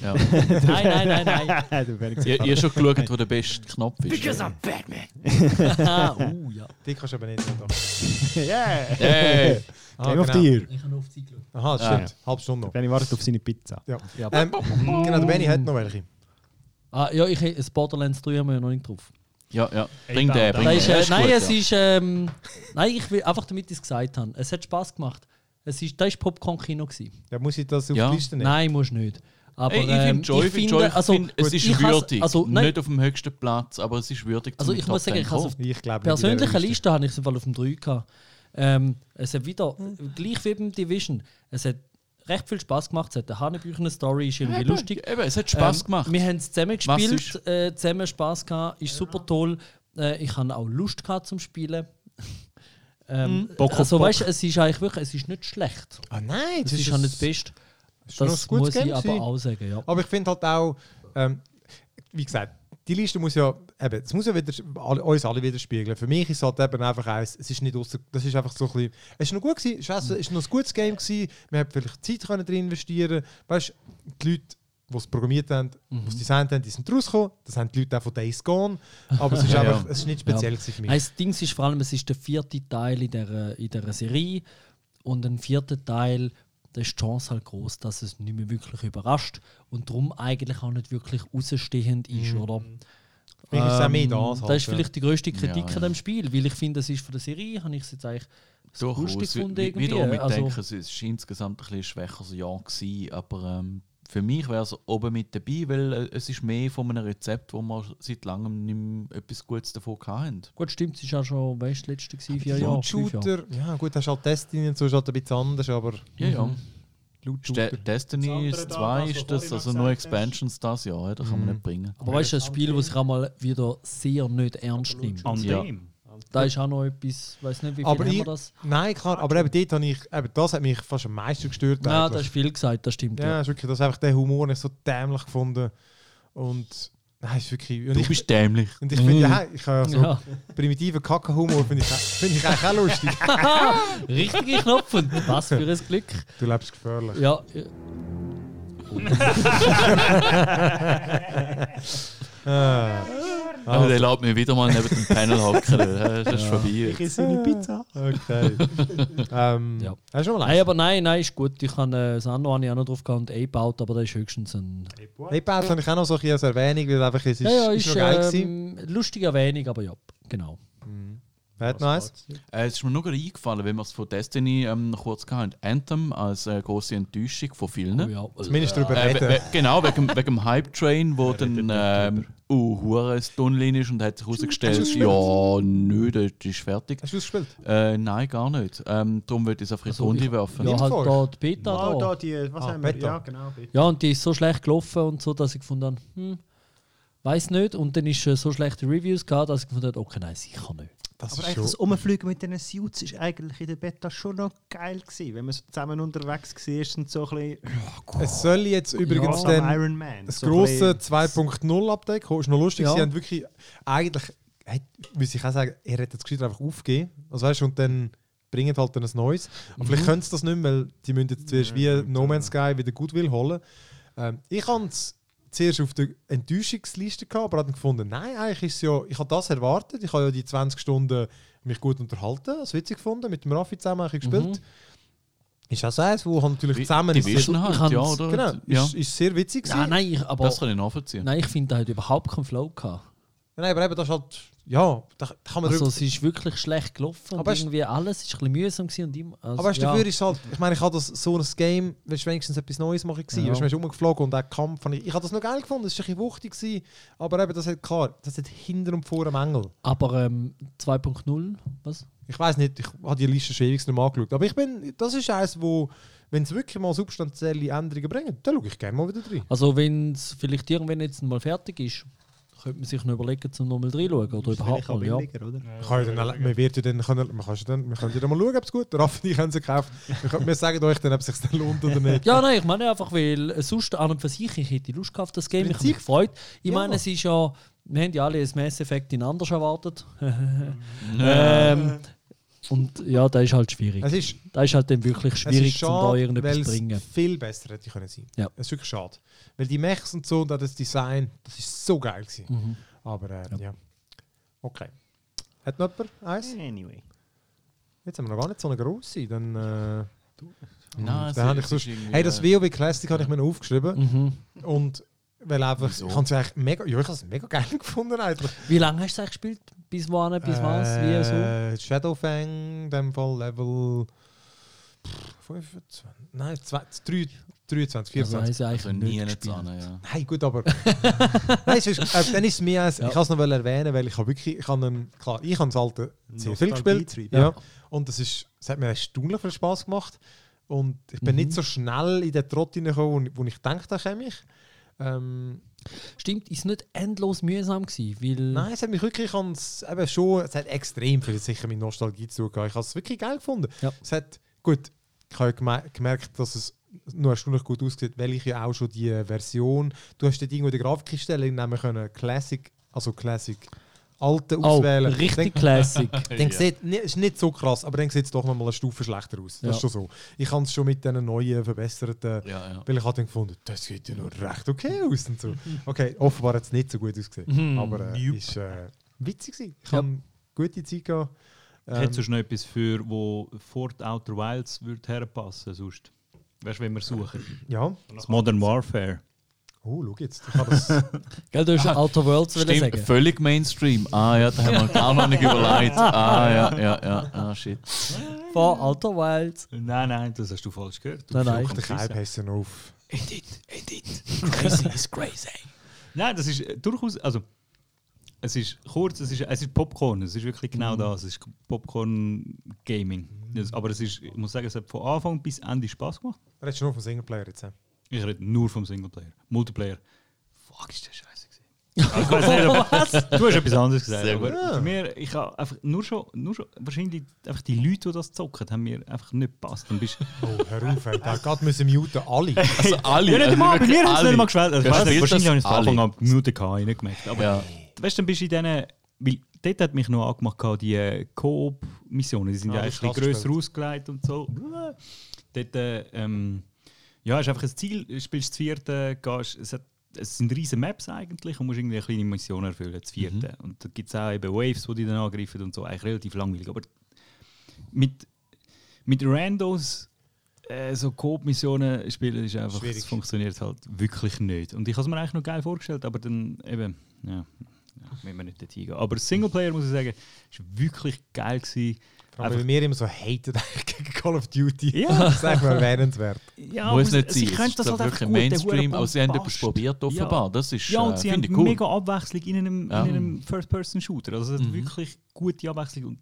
Speaker 4: ja.
Speaker 3: Nein, nein, nein, nein.
Speaker 6: du wärst
Speaker 4: ihr, ihr schon geschaut, wo der beste Knopf ist.
Speaker 5: Because
Speaker 4: oder?
Speaker 5: I'm Batman.
Speaker 3: Ah, uh, ja.
Speaker 1: Die kannst du eben nicht. Oder?
Speaker 6: Yeah!
Speaker 4: Hey,
Speaker 1: Ah,
Speaker 6: Game of the Year.
Speaker 3: Ich habe auf die geschaut.
Speaker 1: Aha, das
Speaker 4: Ah,
Speaker 1: stimmt. Halbe Stunde noch.
Speaker 6: Benni wartet auf seine Pizza.
Speaker 1: Ja. Ähm, genau, der Benny hat noch welche.
Speaker 3: Ah, ja, ich habe Borderlands 3 haben wir ja noch nicht drauf.
Speaker 4: ja, ja. Bring
Speaker 6: Ey,
Speaker 4: den,
Speaker 6: da-
Speaker 4: bring
Speaker 3: Da
Speaker 4: den.
Speaker 3: ist, äh,
Speaker 4: Das ist
Speaker 3: nein,
Speaker 4: gut,
Speaker 3: es
Speaker 4: ja.
Speaker 3: ist. Ähm, nein, ich will einfach damit ich es gesagt habe. Es hat Spaß gemacht. Es ist, da war Popcorn-Kino. gewesen.
Speaker 1: Ja, muss ich das auf
Speaker 4: Ja. Nou,
Speaker 1: die Liste nehmen?
Speaker 3: Nein, musst nicht. Aber,
Speaker 4: Ey, ich finde
Speaker 3: ähm,
Speaker 4: Joy, ich finde Joy, ich
Speaker 3: also,
Speaker 4: finde, es
Speaker 3: gut,
Speaker 4: ist
Speaker 3: ich has-
Speaker 4: würdig.
Speaker 3: Also, nein,
Speaker 4: nicht auf dem höchsten Platz, aber es ist würdig.
Speaker 3: also
Speaker 4: zum
Speaker 3: ich
Speaker 4: Top
Speaker 3: muss sagen,
Speaker 4: 10
Speaker 3: ich habe es auf
Speaker 4: kommen.
Speaker 1: Ich glaube nicht in dieser
Speaker 3: persönlicher Liste habe ich es im Fall auf dem 3 gehabt. Ähm, es hat wieder,
Speaker 1: Hm.
Speaker 3: gleich wie beim Division, es hat recht viel Spaß gemacht. Es hat eine hanebüchene Story, ist irgendwie lustig.
Speaker 4: Eben, es hat Spaß
Speaker 3: Ähm,
Speaker 4: gemacht.
Speaker 3: Wir haben es zusammen gespielt,
Speaker 4: Massisch.
Speaker 3: äh, zusammen Spass gehabt, ist super toll. Äh, ich hatte auch Lust gehabt zum Spielen. ähm,
Speaker 1: Hm.
Speaker 6: Bock auf
Speaker 3: also
Speaker 6: Bock.
Speaker 3: weißt du, es ist eigentlich wirklich, es ist nicht schlecht.
Speaker 1: Ah nein,
Speaker 3: Es ist ja nicht das Beste.
Speaker 1: ist schon
Speaker 3: Das
Speaker 1: ein gutes
Speaker 3: muss ich
Speaker 1: Game
Speaker 3: aber
Speaker 1: gewesen.
Speaker 3: auch sagen, ja.
Speaker 1: Aber ich finde halt auch, ähm, wie gesagt, die Liste muss ja, eben, es muss ja wieder, alle, uns alle widerspiegeln. Für mich ist es halt eben einfach eins, es ist nicht ausser, das ist einfach so ein bisschen, es ist noch gut gewesen, es ist, also, es ist noch ein gutes Game gewesen, wir haben vielleicht Zeit können drin investieren Weißt du, die Leute, die es programmiert haben, die
Speaker 3: Mhm.
Speaker 1: es designt haben, die sind rausgekommen, das haben die Leute auch von Days Gone, aber es ist
Speaker 4: Ja.
Speaker 1: einfach, es ist nicht speziell
Speaker 3: Ja.
Speaker 1: gewesen für
Speaker 3: Nein,
Speaker 1: mich.
Speaker 3: das Ding ist vor allem, es ist der vierte Teil in dieser, in dieser Serie und ein vierter Teil dann ist die Chance halt groß, dass es nicht mehr wirklich überrascht und darum eigentlich auch nicht wirklich rausstehend ist, oder?
Speaker 1: Vielleicht ist es auch mehr
Speaker 3: Ähm,
Speaker 1: das halt,
Speaker 3: Das ist
Speaker 1: Mhm. ja.
Speaker 3: vielleicht die größte Kritik
Speaker 4: Ja, ja.
Speaker 3: an dem Spiel, weil ich finde, das ist von der Serie, habe ich es jetzt eigentlich das Coolste
Speaker 4: Durchaus.
Speaker 3: gefunden
Speaker 4: Wi-
Speaker 3: irgendwie.
Speaker 4: Wiederum, ich
Speaker 3: Also,
Speaker 4: denke, es ist insgesamt ein bisschen ein schwächeres Jahr gewesen, aber ähm, für mich wäre es oben mit dabei, weil äh, es ist mehr von einem Rezept, wo wir seit langem nicht mehr etwas Gutes davon hatten.
Speaker 3: gut, stimmt, es ist auch schon, weißt du, letzte gewesen, vier
Speaker 1: Ja,
Speaker 3: Jahre, fünf Jahre.
Speaker 1: Shooter, ja gut, hast halt Destiny und so ist halt ein bisschen anders, aber
Speaker 4: Ja, ja.
Speaker 1: laut
Speaker 4: Mhm. Ste
Speaker 1: Shooter.
Speaker 6: Das
Speaker 4: Destiny
Speaker 6: andere
Speaker 4: ist
Speaker 6: da,
Speaker 4: 2
Speaker 6: was
Speaker 4: ist
Speaker 6: du
Speaker 4: das, also
Speaker 6: vorhin noch
Speaker 4: nur
Speaker 6: gesagt hast.
Speaker 4: Expansions das Jahr, da kann
Speaker 3: Mhm.
Speaker 4: man nicht bringen.
Speaker 3: Aber weißt du, ein Spiel, das sich auch mal wieder sehr nicht ernst nimmt.
Speaker 2: An
Speaker 4: Ja.
Speaker 2: dem.
Speaker 3: Da ist auch noch etwas, ich weiß nicht, wie viel
Speaker 1: Aber
Speaker 3: haben
Speaker 1: ich,
Speaker 3: wir das?
Speaker 1: nein, klar, aber eben dort habe ich, eben das hat mich fast am meisten gestört.
Speaker 3: Ja,
Speaker 1: eigentlich.
Speaker 3: das ist viel gesagt, das stimmt.
Speaker 1: Nou, Ja,
Speaker 3: Nou, Ja.
Speaker 1: ist wirklich, das einfach der Humor nicht so dämlich gefunden. Und nein, ist wirklich. Und
Speaker 4: Du
Speaker 1: ich,
Speaker 4: bist dämlich.
Speaker 1: und ich finde,
Speaker 3: Mhm.
Speaker 1: ja, ich habe ja so
Speaker 3: Ja.
Speaker 1: primitiven Kackenhumor, finde ich, finde ich eigentlich auch lustig.
Speaker 3: Richtige Knopf und was für ein Glück.
Speaker 1: Du lebst gefährlich.
Speaker 3: Ja,
Speaker 1: Ah,
Speaker 4: Also, der lässt mich wieder mal neben dem Panel hocken. äh, Das ist vorbei.
Speaker 6: Ich esse eine Pizza.
Speaker 1: Okay. ähm,
Speaker 3: Ja.
Speaker 1: Hast du schon mal
Speaker 3: nein, aber nein, nein, ist gut. Ich habe äh, Sano habe ich auch noch drauf gehabt und A-Baut, aber das ist höchstens ein.
Speaker 1: Paypal habe ich auch noch so ein bisschen als Erwähnung, weil einfach es ist,
Speaker 3: Ja, ja,
Speaker 1: ist,
Speaker 3: ist,
Speaker 1: noch geil gewesen.
Speaker 3: ähm, lustig erwähnung, aber ja, genau.
Speaker 1: Wer hat noch eins?
Speaker 4: Äh, es ist mir nur gerade eingefallen, wenn wir es von Destiny ähm, kurz hatten. Anthem als äh, große Enttäuschung von vielen.
Speaker 3: Oh, ja.
Speaker 1: Zumindest darüber
Speaker 4: Äh, we-
Speaker 1: reden.
Speaker 4: we- genau, wegen, wegen dem Hype-Train, wo dann ähm, uh, hure ein Tunnel ist und hat sich herausgestellt, ja, nö, das ist fertig.
Speaker 1: Hast du es gespielt?
Speaker 4: Äh, nein, gar nicht. Ähm, darum würde ich es auf die
Speaker 3: Also,
Speaker 4: Runde
Speaker 3: ich- Ja,
Speaker 4: werfen.
Speaker 1: Nimm's
Speaker 3: halt
Speaker 1: vor.
Speaker 3: da die Beta
Speaker 6: Ah,
Speaker 3: da.
Speaker 6: da, die, was
Speaker 1: Ah,
Speaker 6: haben wir?
Speaker 1: Beta.
Speaker 6: Ja, genau. Beta.
Speaker 3: Ja, und die ist so schlecht gelaufen und so, dass ich gefunden habe, hm, weiß nicht. Und dann ist äh, so schlechte Reviews gehabt, dass ich gefunden habe, okay, nein, sicher nicht.
Speaker 1: Das
Speaker 6: Aber eigentlich das Umfliegen mit diesen Suits ist eigentlich in der Beta schon noch geil gewesen, wenn man so zusammen unterwegs war und so ein bisschen
Speaker 1: Es soll jetzt übrigens
Speaker 6: Ja, am
Speaker 1: dann
Speaker 6: Iron Man.
Speaker 1: das
Speaker 6: so ein
Speaker 1: grosse
Speaker 6: bisschen-
Speaker 1: 2.0 Update kommen. Ist noch lustig.
Speaker 3: Ja.
Speaker 1: Sie haben wirklich eigentlich, hey, muss ich auch sagen, er hätte das Geschichte einfach aufgeben. Also weißt du, und dann bringen halt dann ein neues. Aber
Speaker 3: Mhm.
Speaker 6: Mhm.
Speaker 1: vielleicht können sie das nicht, mehr, weil die müssen jetzt zuerst wie No Man's Sky wieder Goodwill holen. Ähm, ich habe es zuerst auf der Enttäuschungsliste gehabt, aber habe dann gefunden, nein, eigentlich ist es ja, ich habe das erwartet. Ich habe ja die 20 Stunden mich gut unterhalten, das witzig gefunden, mit dem Raffi zusammen ein bisschen
Speaker 6: Mhm.
Speaker 1: gespielt.
Speaker 3: Mhm.
Speaker 1: Ist auch so eins, wo haben natürlich
Speaker 4: Wie-
Speaker 1: zusammen
Speaker 4: Division
Speaker 3: Ich
Speaker 4: halt,
Speaker 3: kann's-
Speaker 4: ja, oder?
Speaker 1: Genau,
Speaker 4: Ja.
Speaker 1: ist, ist sehr witzig.
Speaker 3: Ja,
Speaker 1: gewesen.
Speaker 3: nein, ich, aber
Speaker 4: Das kann ich nachvollziehen.
Speaker 3: nein, ich finde, da hat überhaupt keinen Flow gehabt.
Speaker 1: Nein, aber eben, das ist halt, ja, da da kann man
Speaker 3: Also
Speaker 1: drüber.
Speaker 3: es ist wirklich schlecht gelaufen
Speaker 1: Aber
Speaker 3: und
Speaker 1: es-
Speaker 3: irgendwie alles ist ein bisschen mühsam gewesen und immer, also,
Speaker 1: Aber weißt, du,
Speaker 3: ja.
Speaker 1: dafür ist halt, ich meine, ich habe das so ein Game, weißt, du, wenigstens etwas Neues machen gewesen.
Speaker 3: Ja.
Speaker 1: Weißt, du, man ist rumgeflogen und der Kampf, fand ich, ich habe das noch geil gefunden, es war ein bisschen wuchtig, gewesen, aber eben, das hat klar, das hat hinter und vor einen Mängel.
Speaker 3: aber ähm, 2.0, was?
Speaker 1: Ich weiß nicht, ich habe die Liste schon ewig nicht mehr angeschaut, aber ich bin, das ist eins, wo, wenn es wirklich mal substanzielle Änderungen bringen, dann schaue ich gerne mal wieder rein.
Speaker 3: Also wenn es vielleicht irgendwann jetzt mal fertig ist, könnte man sich noch überlegen, zum nochmal reinschauen oder überhaupt
Speaker 6: Vielleicht auch
Speaker 3: mal, ja.
Speaker 6: billiger, oder?
Speaker 1: Man kann ja dann, alle- man wird ja dann, können, man kann ja dann, wir können ja dann mal schauen, ob es gut ist. Raffi, ich haben sie gekauft. Wir können- Wir sagen euch dann, ob es sich dann lohnt oder nicht.
Speaker 3: Ja, nein, ich meine einfach, weil äh, sonst an und für sich, ich hätte Lust gehabt auf das Game, ich habe mich
Speaker 1: Prinzip.
Speaker 3: gefreut. Ich
Speaker 1: Ja.
Speaker 3: meine, es ist ja, wir haben ja alle ein Mass Effect in anders erwartet. ähm, und ja, da ist halt schwierig.
Speaker 1: Es ist
Speaker 3: Da ist halt dann wirklich
Speaker 1: Also, es
Speaker 3: schwierig,
Speaker 1: ist
Speaker 3: um da
Speaker 1: schade,
Speaker 3: irgendetwas
Speaker 1: weil
Speaker 3: zu bringen.
Speaker 1: Es viel besser hätte können sein.
Speaker 3: Ja.
Speaker 1: Es ist wirklich schade. Weil die Mechs und so und auch das Design, das ist so geil gewesen.
Speaker 3: Mhm.
Speaker 1: Aber äh, ja. Okay. Hat noch jemand eins?
Speaker 6: Anyway.
Speaker 1: Jetzt haben wir noch gar nicht so eine grosse. Dann, äh,
Speaker 4: Nein, es
Speaker 1: dann habe
Speaker 4: ist-
Speaker 1: ich sonst,
Speaker 4: es ist irgendwie,
Speaker 1: hey, das
Speaker 4: äh,
Speaker 1: WoW Classic habe ich mir noch aufgeschrieben.
Speaker 3: Mhm.
Speaker 1: Und weil einfach,
Speaker 4: Wieso?
Speaker 1: ich habe es eigentlich mega, ja, ich habe es mega geil gefunden eigentlich.
Speaker 3: Wie lange hast du es eigentlich gespielt? Bis wann, bis was, wie so?
Speaker 1: Äh, Shadowfang, in dem Fall Level pff, 25, nein, 20, 23, 24.
Speaker 3: Also haben sie eigentlich
Speaker 4: Also nie
Speaker 3: nicht
Speaker 4: nicht
Speaker 3: gespielt.
Speaker 4: an, ja.
Speaker 1: Nein, gut, aber. Nein, es ist, äh, dann ist es mir eins-
Speaker 3: Ja.
Speaker 1: Ich kann es noch erwähnen, weil ich habe wirklich. Ich habe einen, klar, ich habe das alte sehr viel
Speaker 6: Nostalgie
Speaker 1: gespielt.
Speaker 6: treibt,
Speaker 1: Ja.
Speaker 6: ja.
Speaker 1: Und es, ist, es hat mir erstaunlich viel Spaß gemacht. Und ich bin nicht so schnell in den Trott hineingekommen, wo, wo ich gedacht habe, komme ich. Ähm,
Speaker 3: Stimmt, ist nicht endlos mühsam gewesen, weil...
Speaker 1: Nein, es hat mich wirklich ans, eben schon, es hat extrem viel sicher mit Nostalgie zu tun gehabt. Ich habe es wirklich geil gefunden.
Speaker 3: Ja.
Speaker 1: Es hat, gut, ich habe ja geme- gemerkt, dass es nur erstaunlich gut aussieht, weil ich ja auch schon die Version, du hast dort irgendwo in der Grafikeinstellung nehmen können, Classic, also Classic alte
Speaker 3: Oh,
Speaker 1: auswählen.
Speaker 3: richtig classic.
Speaker 1: Dann, dann sieht, ne, ist nicht so krass, aber dann sieht es doch nochmal eine Stufe schlechter aus. Das
Speaker 3: Ja.
Speaker 1: ist schon so. Ich habe es schon mit diesen neuen, verbesserten
Speaker 4: Ja, ja.
Speaker 1: weil ich habe dann gefunden, das sieht ja noch recht okay aus und so. Okay, offenbar hat es nicht so gut
Speaker 2: Mhm.
Speaker 1: ausgesehen. aber äh, ist äh, witzig gewesen. Ich
Speaker 3: Ja.
Speaker 1: habe gute Zeit gehabt. Ähm,
Speaker 2: Hättest du noch etwas für, wo Fort Outer Wilds würde herpassen sonst? Weißt du, wenn wir suchen?
Speaker 1: Ja.
Speaker 2: Das Modern Warfare.
Speaker 1: Oh, schau jetzt. Ich habe das,
Speaker 3: Gell, du hast Outer Worlds wollen
Speaker 4: Stimmt,
Speaker 3: sagen.
Speaker 4: völlig Mainstream. Ah ja, da haben wir gar noch nicht überlegt. Ah ja, ja, ja. Ah shit.
Speaker 3: Von Outer Wilds.
Speaker 2: Nein, nein, das hast du falsch gehört. Du
Speaker 3: Nein, nein.
Speaker 2: Fluch-
Speaker 1: den Kalb hast du noch auf.
Speaker 3: Crazy is crazy.
Speaker 2: Nein, das ist äh, durchaus. Also, es ist kurz, es ist, es ist Popcorn. Es ist wirklich
Speaker 3: Mhm.
Speaker 2: genau das. Es ist Popcorn-Gaming. Das- Aber es ist, ich muss sagen, es hat von Anfang bis Ende Spaß gemacht.
Speaker 1: Redest du nur vom Singleplayer jetzt? hä?
Speaker 2: Ich rede nur vom Singleplayer. Multiplayer. Fuck, ist der scheiße gewesen. Ja, ich weiss nicht, ob- du hast etwas anderes gesagt.
Speaker 4: Sehr
Speaker 2: aber
Speaker 4: gut.
Speaker 2: für mich, ich habe einfach nur schon, nur schon, wahrscheinlich einfach die Leute, die das zocken, haben mir einfach nicht gepasst. Dann bist
Speaker 1: Oh, hör auf, ey. Da gerade müssen muten alle.
Speaker 4: Also alle.
Speaker 2: Ja, nicht mal, bei mir hat es nicht mal
Speaker 4: gespielt.
Speaker 2: geschwält. Also,
Speaker 4: Ja,
Speaker 2: weißt du,
Speaker 4: spielt
Speaker 2: wahrscheinlich
Speaker 4: das
Speaker 2: habe ich es von
Speaker 4: alle.
Speaker 2: Anfang an Minuten gehabt, ich nicht gemerkt. Aber
Speaker 4: Ja.
Speaker 2: weißt du, dann bist du in diesen. Weil dort hat mich noch angemacht, gehabt, die äh, Coop-Missionen. Die sind
Speaker 1: Ah,
Speaker 2: ja
Speaker 1: das
Speaker 2: eigentlich ein
Speaker 1: ist
Speaker 2: bisschen grösser
Speaker 1: abgestellt.
Speaker 2: ausgelegt und so. Dort, äh, ähm, ja, hast einfach ein Ziel, du spielst das vierte, gehst, es, hat, es sind riesige Maps eigentlich und musst irgendwie eine kleine Mission erfüllen, das vierte.
Speaker 1: Mhm.
Speaker 2: Und da gibt es auch eben Waves, die dich dann angreifen und so. Eigentlich relativ langweilig. Aber mit, mit Randos äh, so Coop-Missionen spielen ist einfach,
Speaker 1: Schwierig.
Speaker 2: es funktioniert halt wirklich nicht. Und ich habe es mir eigentlich noch geil vorgestellt, aber dann eben, ja, ja müssen wir nicht dorthin gehen. Aber Singleplayer, muss ich sagen, ist wirklich geil gewesen.
Speaker 1: Vor allem,
Speaker 2: Einfach-
Speaker 1: weil wir immer so haten gegen Call of Duty.
Speaker 2: Ja.
Speaker 1: Das ist echt mal erwähnenswert.
Speaker 2: Ja,
Speaker 4: Muss
Speaker 2: aber
Speaker 4: nicht sein. Es ist
Speaker 2: halt
Speaker 4: doch wirklich Mainstream.
Speaker 2: Also
Speaker 4: Aber sie haben etwas probiert, offenbar. Das ist,
Speaker 2: Ja, und
Speaker 4: äh,
Speaker 2: sie haben
Speaker 4: finde ich cool.
Speaker 2: mega Abwechslung in einem,
Speaker 4: Ja.
Speaker 2: in einem First-Person-Shooter. Also es hat
Speaker 4: Mhm.
Speaker 2: wirklich gute Abwechslung. Und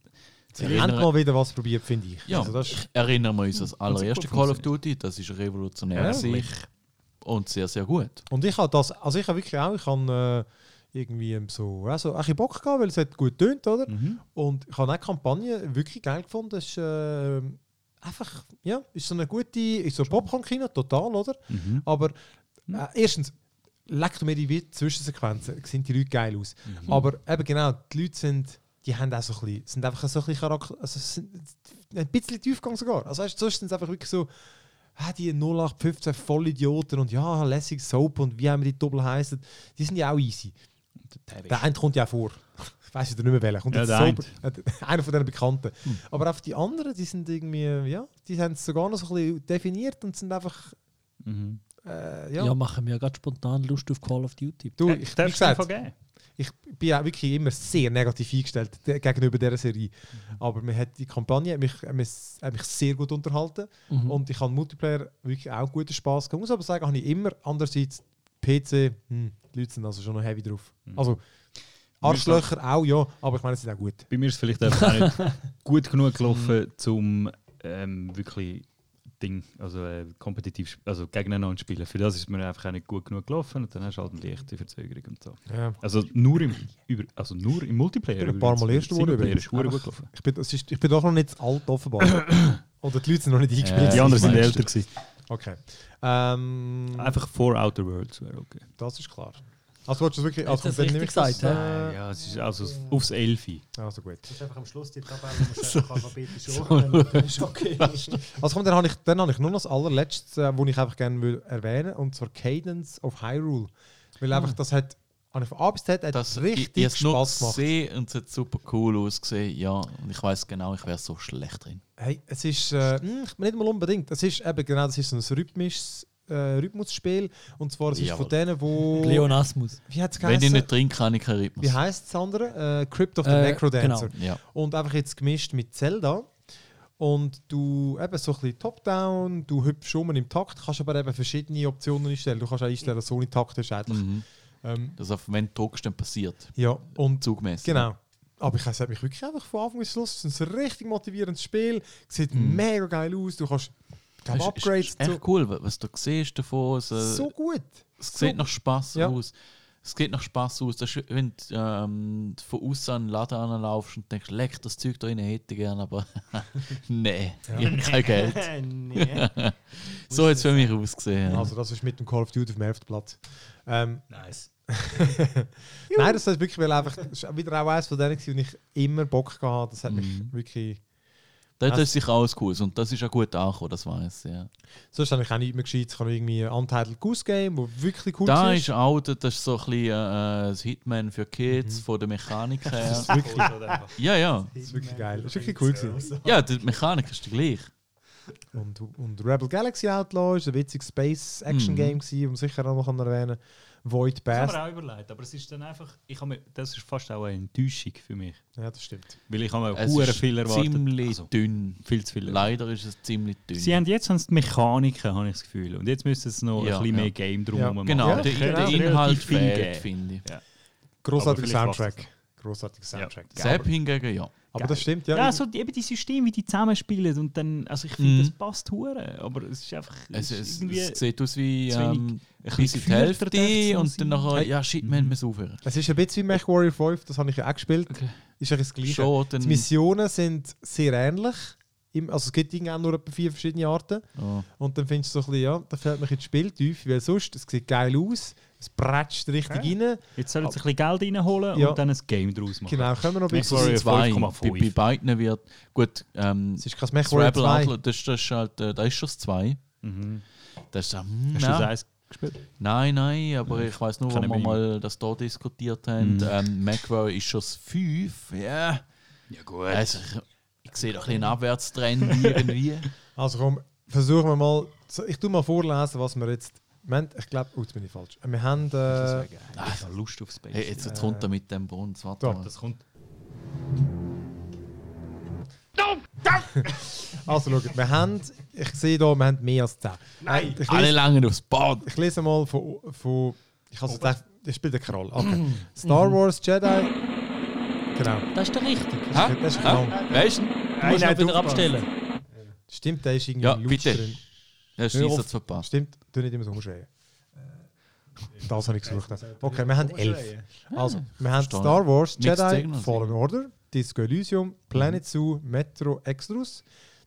Speaker 1: Sie haben mal wieder was probiert, finde ich.
Speaker 4: Ja,
Speaker 1: Also das ist,
Speaker 4: erinnern wir uns an das allererste
Speaker 2: gut
Speaker 4: Call of Duty. Das ist revolutionär.
Speaker 1: Ja.
Speaker 4: gewesen. Und sehr, sehr gut.
Speaker 1: und ich habe das, also ich habe wirklich auch, ich habe äh, irgendwie ähm, so, also ein bisschen Bock gehabt, weil es hat gut tönt, oder?
Speaker 2: Mhm.
Speaker 1: Und ich habe auch die Kampagne wirklich geil gefunden. Das ist äh, einfach, ja, ist so eine gute, ist so Popcorn-Kino, total, oder?
Speaker 2: Mhm.
Speaker 1: Aber äh, erstens, leckt mir die Wit- Zwischensequenzen, sehen die Leute geil aus. Aber eben genau, die Leute sind, die haben auch so ein bisschen, sind einfach so ein bisschen Charakter, also sind ein bisschen tiefgegangen sogar. Also weißt, du, sonst sind es einfach wirklich so, ah, die 0815 Vollidioten und ja, lässig Soap und wie haben wir die Doppel heißen, die sind ja auch easy. Der eine kommt ja auch vor. Ich weiß nicht mehr welcher. Kommt
Speaker 2: Ja,
Speaker 1: jetzt
Speaker 2: der
Speaker 1: sauber- äh, einer von den Bekannten. Aber auf die anderen, die sind irgendwie, ja, die haben es sogar noch so ein bisschen definiert und sind einfach,
Speaker 2: Mhm.
Speaker 1: äh,
Speaker 3: Ja,
Speaker 1: ja.
Speaker 3: machen wir gerade spontan Lust auf Call of Duty.
Speaker 1: Du,
Speaker 2: Äh,
Speaker 1: ich, wie
Speaker 2: darfst du
Speaker 1: gesagt,
Speaker 2: einfach geben?
Speaker 1: ich bin auch wirklich immer sehr negativ eingestellt de- gegenüber dieser Serie.
Speaker 2: Mhm.
Speaker 1: Aber mir hat die Kampagne hat mich, hat mich, hat mich sehr gut unterhalten.
Speaker 3: Mhm.
Speaker 1: Und ich habe Multiplayer wirklich auch guten Spaß gehabt. Ich muss aber sagen, habe ich immer andererseits PC, hm, die Leute sind also schon noch heavy drauf.
Speaker 2: Mhm.
Speaker 1: Also Arschlöcher auch, ja, aber ich meine, es ist auch gut.
Speaker 2: Bei mir ist es vielleicht einfach auch nicht gut genug gelaufen, um ähm, wirklich Ding, also äh, kompetitiv, sp- also gegeneinander zu spielen. Für das ist mir einfach auch nicht gut genug gelaufen und dann hast du halt eine leichte Verzögerung und so.
Speaker 1: Ja.
Speaker 2: Also nur im, über, also nur im Multiplayer.
Speaker 1: Ich bin ein paar
Speaker 2: übrigens.
Speaker 1: Mal erster geworden,
Speaker 2: Singleplayer
Speaker 1: übrigens.
Speaker 2: ist verdammt gut
Speaker 1: Einfach-
Speaker 2: gelaufen.
Speaker 1: Ich bin, es ist, ich bin doch noch nicht alt, offenbar. Oder die Leute sind noch nicht eingespielt.
Speaker 4: Äh,
Speaker 2: Die anderen sind
Speaker 4: Meister.
Speaker 2: älter gewesen.
Speaker 1: Okay. Ähm,
Speaker 2: Einfach vor Outer Worlds wäre okay.
Speaker 1: das ist klar. Also, willst du es wirklich. Also, komm,
Speaker 3: Hast du
Speaker 1: dann
Speaker 3: das
Speaker 1: nehme ich das.
Speaker 3: richtig gesagt,
Speaker 1: Äh,
Speaker 2: Ja, es ist also aufs Elfi.
Speaker 1: also gut.
Speaker 6: Das ist einfach am Schluss die Tabelle, die musst du einfach alphabetisch ordnen. Das ist okay.
Speaker 1: Also komm, dann habe ich, dann habe ich nur noch das allerletzte, äh, wo ich einfach gerne will erwähnen und zwar Cadence of Hyrule. Weil einfach das hat, habe ich von A bis Z hat
Speaker 4: Ah. Das ich- ich
Speaker 1: richtig
Speaker 4: hab's nur
Speaker 1: Spaß gemacht.
Speaker 4: gesehen und es hat super cool ausgesehen. Ja, und ich weiß genau, ich wäre so schlecht drin.
Speaker 1: Hey, es ist äh, mh, nicht mal unbedingt. Es ist eben genau, das ist so ein rhythmisches äh, Rhythmusspiel und zwar es ist
Speaker 4: Jawohl.
Speaker 1: von denen, wo
Speaker 3: Pleonasmus.
Speaker 1: wie hat's
Speaker 4: Wenn ich
Speaker 1: geheißen?
Speaker 4: nicht drin kann, ich keinen Rhythmus.
Speaker 1: Wie heißt das andere? Äh, Crypt of the
Speaker 3: Äh,
Speaker 1: Necrodancer.
Speaker 4: Ja.
Speaker 1: Und einfach jetzt gemischt mit Zelda. Und du eben so ein bisschen top-down, du hüpfst um im Takt, kannst aber eben verschiedene Optionen einstellen. Du kannst auch einstellen, dass du ohne Takt hast. eigentlich.
Speaker 4: Mhm.
Speaker 1: Ähm,
Speaker 4: Das auf wenn du druckst, dann passiert.
Speaker 1: ja, und
Speaker 4: Zugmäßig.
Speaker 1: genau. Aber ich habe mich wirklich einfach von Anfang bis Schluss. Es ist ein richtig motivierendes Spiel. Sieht
Speaker 4: Mhm.
Speaker 1: mega geil aus. Du kannst glaub,
Speaker 4: Das ist,
Speaker 1: Upgrades
Speaker 4: ist, ist
Speaker 1: und so.
Speaker 4: echt cool, wa- was du siehst davon. Es, äh,
Speaker 1: so gut.
Speaker 4: es
Speaker 1: so-
Speaker 4: sieht nach Spaß
Speaker 1: Ja.
Speaker 4: aus. Es geht nach Spaß aus. Das ist, wenn du ähm, von außen an den Laden anlaufst und denkst, leck, das Zeug da rein hätte ich gerne, aber nee, ich habe kein Geld.
Speaker 6: nee.
Speaker 4: So hat es für mich ausgesehen.
Speaker 1: Also, das ist mit dem Call of Duty auf dem 11. Platz. Ähm,
Speaker 2: Nice.
Speaker 1: Nein, das ist wirklich weil einfach das ist wieder auch eines von denen, gewesen, wo ich immer Bock gehabt habe. Das hat mich
Speaker 4: Mhm.
Speaker 1: wirklich.
Speaker 4: Dort
Speaker 1: Also-
Speaker 4: ist sich alles cool und das ist auch gut angekommen, das weiß ja.
Speaker 1: Sonst habe ich auch nicht mehr gescheit. Ich habe irgendwie Untitled Goose Game, wo wirklich cool
Speaker 4: Da
Speaker 1: war.
Speaker 4: ist auch, das ist so ein bisschen äh, das Hitman für Kids von der Mechanik her.
Speaker 2: halt
Speaker 1: Das ist wirklich,
Speaker 4: ja, ja.
Speaker 1: das ist wirklich geil. Das ist wirklich cool. gewesen.
Speaker 4: Ja, die Mechanik ist die gleiche.
Speaker 1: Und, und Rebel Galaxy Outlaw ist ein witziges
Speaker 4: Mhm.
Speaker 1: Space-Action-Game, gewesen, um sicher auch noch erwähnen Void
Speaker 2: Das habe
Speaker 1: Bass.
Speaker 2: ich mir auch überlegt, aber es ist dann einfach, ich habe mir, das ist fast auch eine Enttäuschung für mich.
Speaker 1: Ja, das stimmt.
Speaker 2: Weil ich habe mir
Speaker 4: Es
Speaker 2: hure
Speaker 4: ist
Speaker 2: viel erwartet.
Speaker 4: ziemlich
Speaker 2: Also,
Speaker 4: dünn.
Speaker 2: viel zu viel. erwartet.
Speaker 4: Leider ist es ziemlich dünn.
Speaker 2: Sie haben jetzt haben sie die Mechaniken, habe ich das Gefühl. Und jetzt müssen sie noch
Speaker 4: Ja,
Speaker 2: ein bisschen
Speaker 4: ja.
Speaker 2: mehr Game drum
Speaker 1: Ja,
Speaker 2: machen.
Speaker 4: genau,
Speaker 1: Ja,
Speaker 4: der,
Speaker 1: genau.
Speaker 4: der
Speaker 1: Relativ
Speaker 4: Inhalt
Speaker 2: viel
Speaker 4: fehlt,
Speaker 2: geben.
Speaker 4: finde ich.
Speaker 1: Großartiger
Speaker 2: vielleicht
Speaker 1: Soundtrack. Großartiger Soundtrack.
Speaker 4: Sepp hingegen, ja.
Speaker 1: Aber das stimmt, ja.
Speaker 2: Ja, so die, eben die Systeme, wie die zusammenspielen. Und dann, also ich finde,
Speaker 4: Mhm.
Speaker 2: das passt hure, aber es ist einfach
Speaker 4: Es,
Speaker 2: es ist
Speaker 4: es,
Speaker 2: irgendwie
Speaker 4: es sieht aus wie
Speaker 2: zu wenig-
Speaker 4: ähm,
Speaker 2: bisschen
Speaker 4: bis in die
Speaker 2: gefühlter darf's
Speaker 4: Hälfte
Speaker 2: noch
Speaker 4: und
Speaker 2: sein.
Speaker 4: dann nachher, ja shit, wir
Speaker 2: Mhm.
Speaker 4: müssen aufhören.
Speaker 1: Es ist ein bisschen wie MechWarrior 5, das habe ich ja auch gespielt.
Speaker 4: Okay.
Speaker 1: Ist ja das Gleiche.
Speaker 4: Schon, dann,
Speaker 1: Die Missionen sind sehr ähnlich. Im- Also es gibt irgendwie auch nur etwa vier verschiedene Arten.
Speaker 4: ja.
Speaker 1: Und dann findest du so ein bisschen, ja, da fällt mich jetzt Spieltiefe, weil sonst, es sieht geil aus, es prätscht richtig rein.
Speaker 2: Jetzt sollen sie ein bisschen Geld reinholen
Speaker 1: Ja.
Speaker 2: und dann ein Game draus machen.
Speaker 1: Genau, können wir noch ein bisschen.
Speaker 2: Sorry,
Speaker 4: Sorry, zwei.
Speaker 2: 5,5.
Speaker 4: Bei, bei beiden wird. Gut, ähm,
Speaker 1: Es ist kein
Speaker 4: das
Speaker 1: MechWarrior
Speaker 4: Rebel
Speaker 1: 2.
Speaker 4: Outlaw, das, das ist halt, äh, da ist schon das 2.
Speaker 2: Mhm.
Speaker 4: Das ist, äh,
Speaker 2: Hast
Speaker 3: Genau.
Speaker 2: du das
Speaker 4: nein.
Speaker 2: eins gespielt?
Speaker 4: nein, nein, aber ich weiß nur,
Speaker 2: Kann
Speaker 4: wenn
Speaker 2: ich
Speaker 4: wir
Speaker 2: mir-
Speaker 4: mal das hier diskutiert haben.
Speaker 2: Mhm.
Speaker 4: Ähm, MacWare ist schon das 5. Ja,
Speaker 2: Ja gut.
Speaker 4: also, ich, ich sehe doch ein bisschen einen Abwärtstrend irgendwie.
Speaker 1: Also komm, versuchen wir mal. So, Ich tu mal vorlesen, was wir jetzt. Moment, ich glaube, oh, jetzt bin ich falsch. Wir haben. Äh,
Speaker 2: ich habe Lust auf Space.
Speaker 4: Hey, jetzt jetzt runter mit dem Bund. Warte
Speaker 1: Ja,
Speaker 4: mal.
Speaker 2: das kommt.
Speaker 1: also schaut, wir haben. Ich sehe hier, wir haben mehr als 10. Nein! Ich
Speaker 4: Alle
Speaker 1: lese,
Speaker 4: langen aufs Band.
Speaker 1: ich lese mal von. von ich habe gedacht, ich spiele den Kroll. Okay. Star Wars Jedi. Genau.
Speaker 3: Das ist der richtige.
Speaker 4: Ha?
Speaker 1: Das ist
Speaker 4: Ha?
Speaker 1: Kroll.
Speaker 4: Weißt du?
Speaker 3: Du musst ihn wieder abstellen.
Speaker 1: Stimmt, der ist irgendwie
Speaker 4: Ja,
Speaker 1: laut
Speaker 4: bitte.
Speaker 1: drin.
Speaker 4: Ja, hast
Speaker 1: Hör
Speaker 4: du
Speaker 1: auf.
Speaker 4: jetzt verpasst.
Speaker 1: Ah, Stimmt, tu nicht immer so umschreien. Äh, Das habe ich gesucht. Okay, wir haben 11. Also, wir haben
Speaker 4: verstehe.
Speaker 1: Star Wars,
Speaker 4: Nichts
Speaker 1: Jedi,
Speaker 4: gegen uns.
Speaker 1: Fallen Order, Disco Elysium,
Speaker 4: Mhm.
Speaker 1: Planet Zoo, Metro Exodus,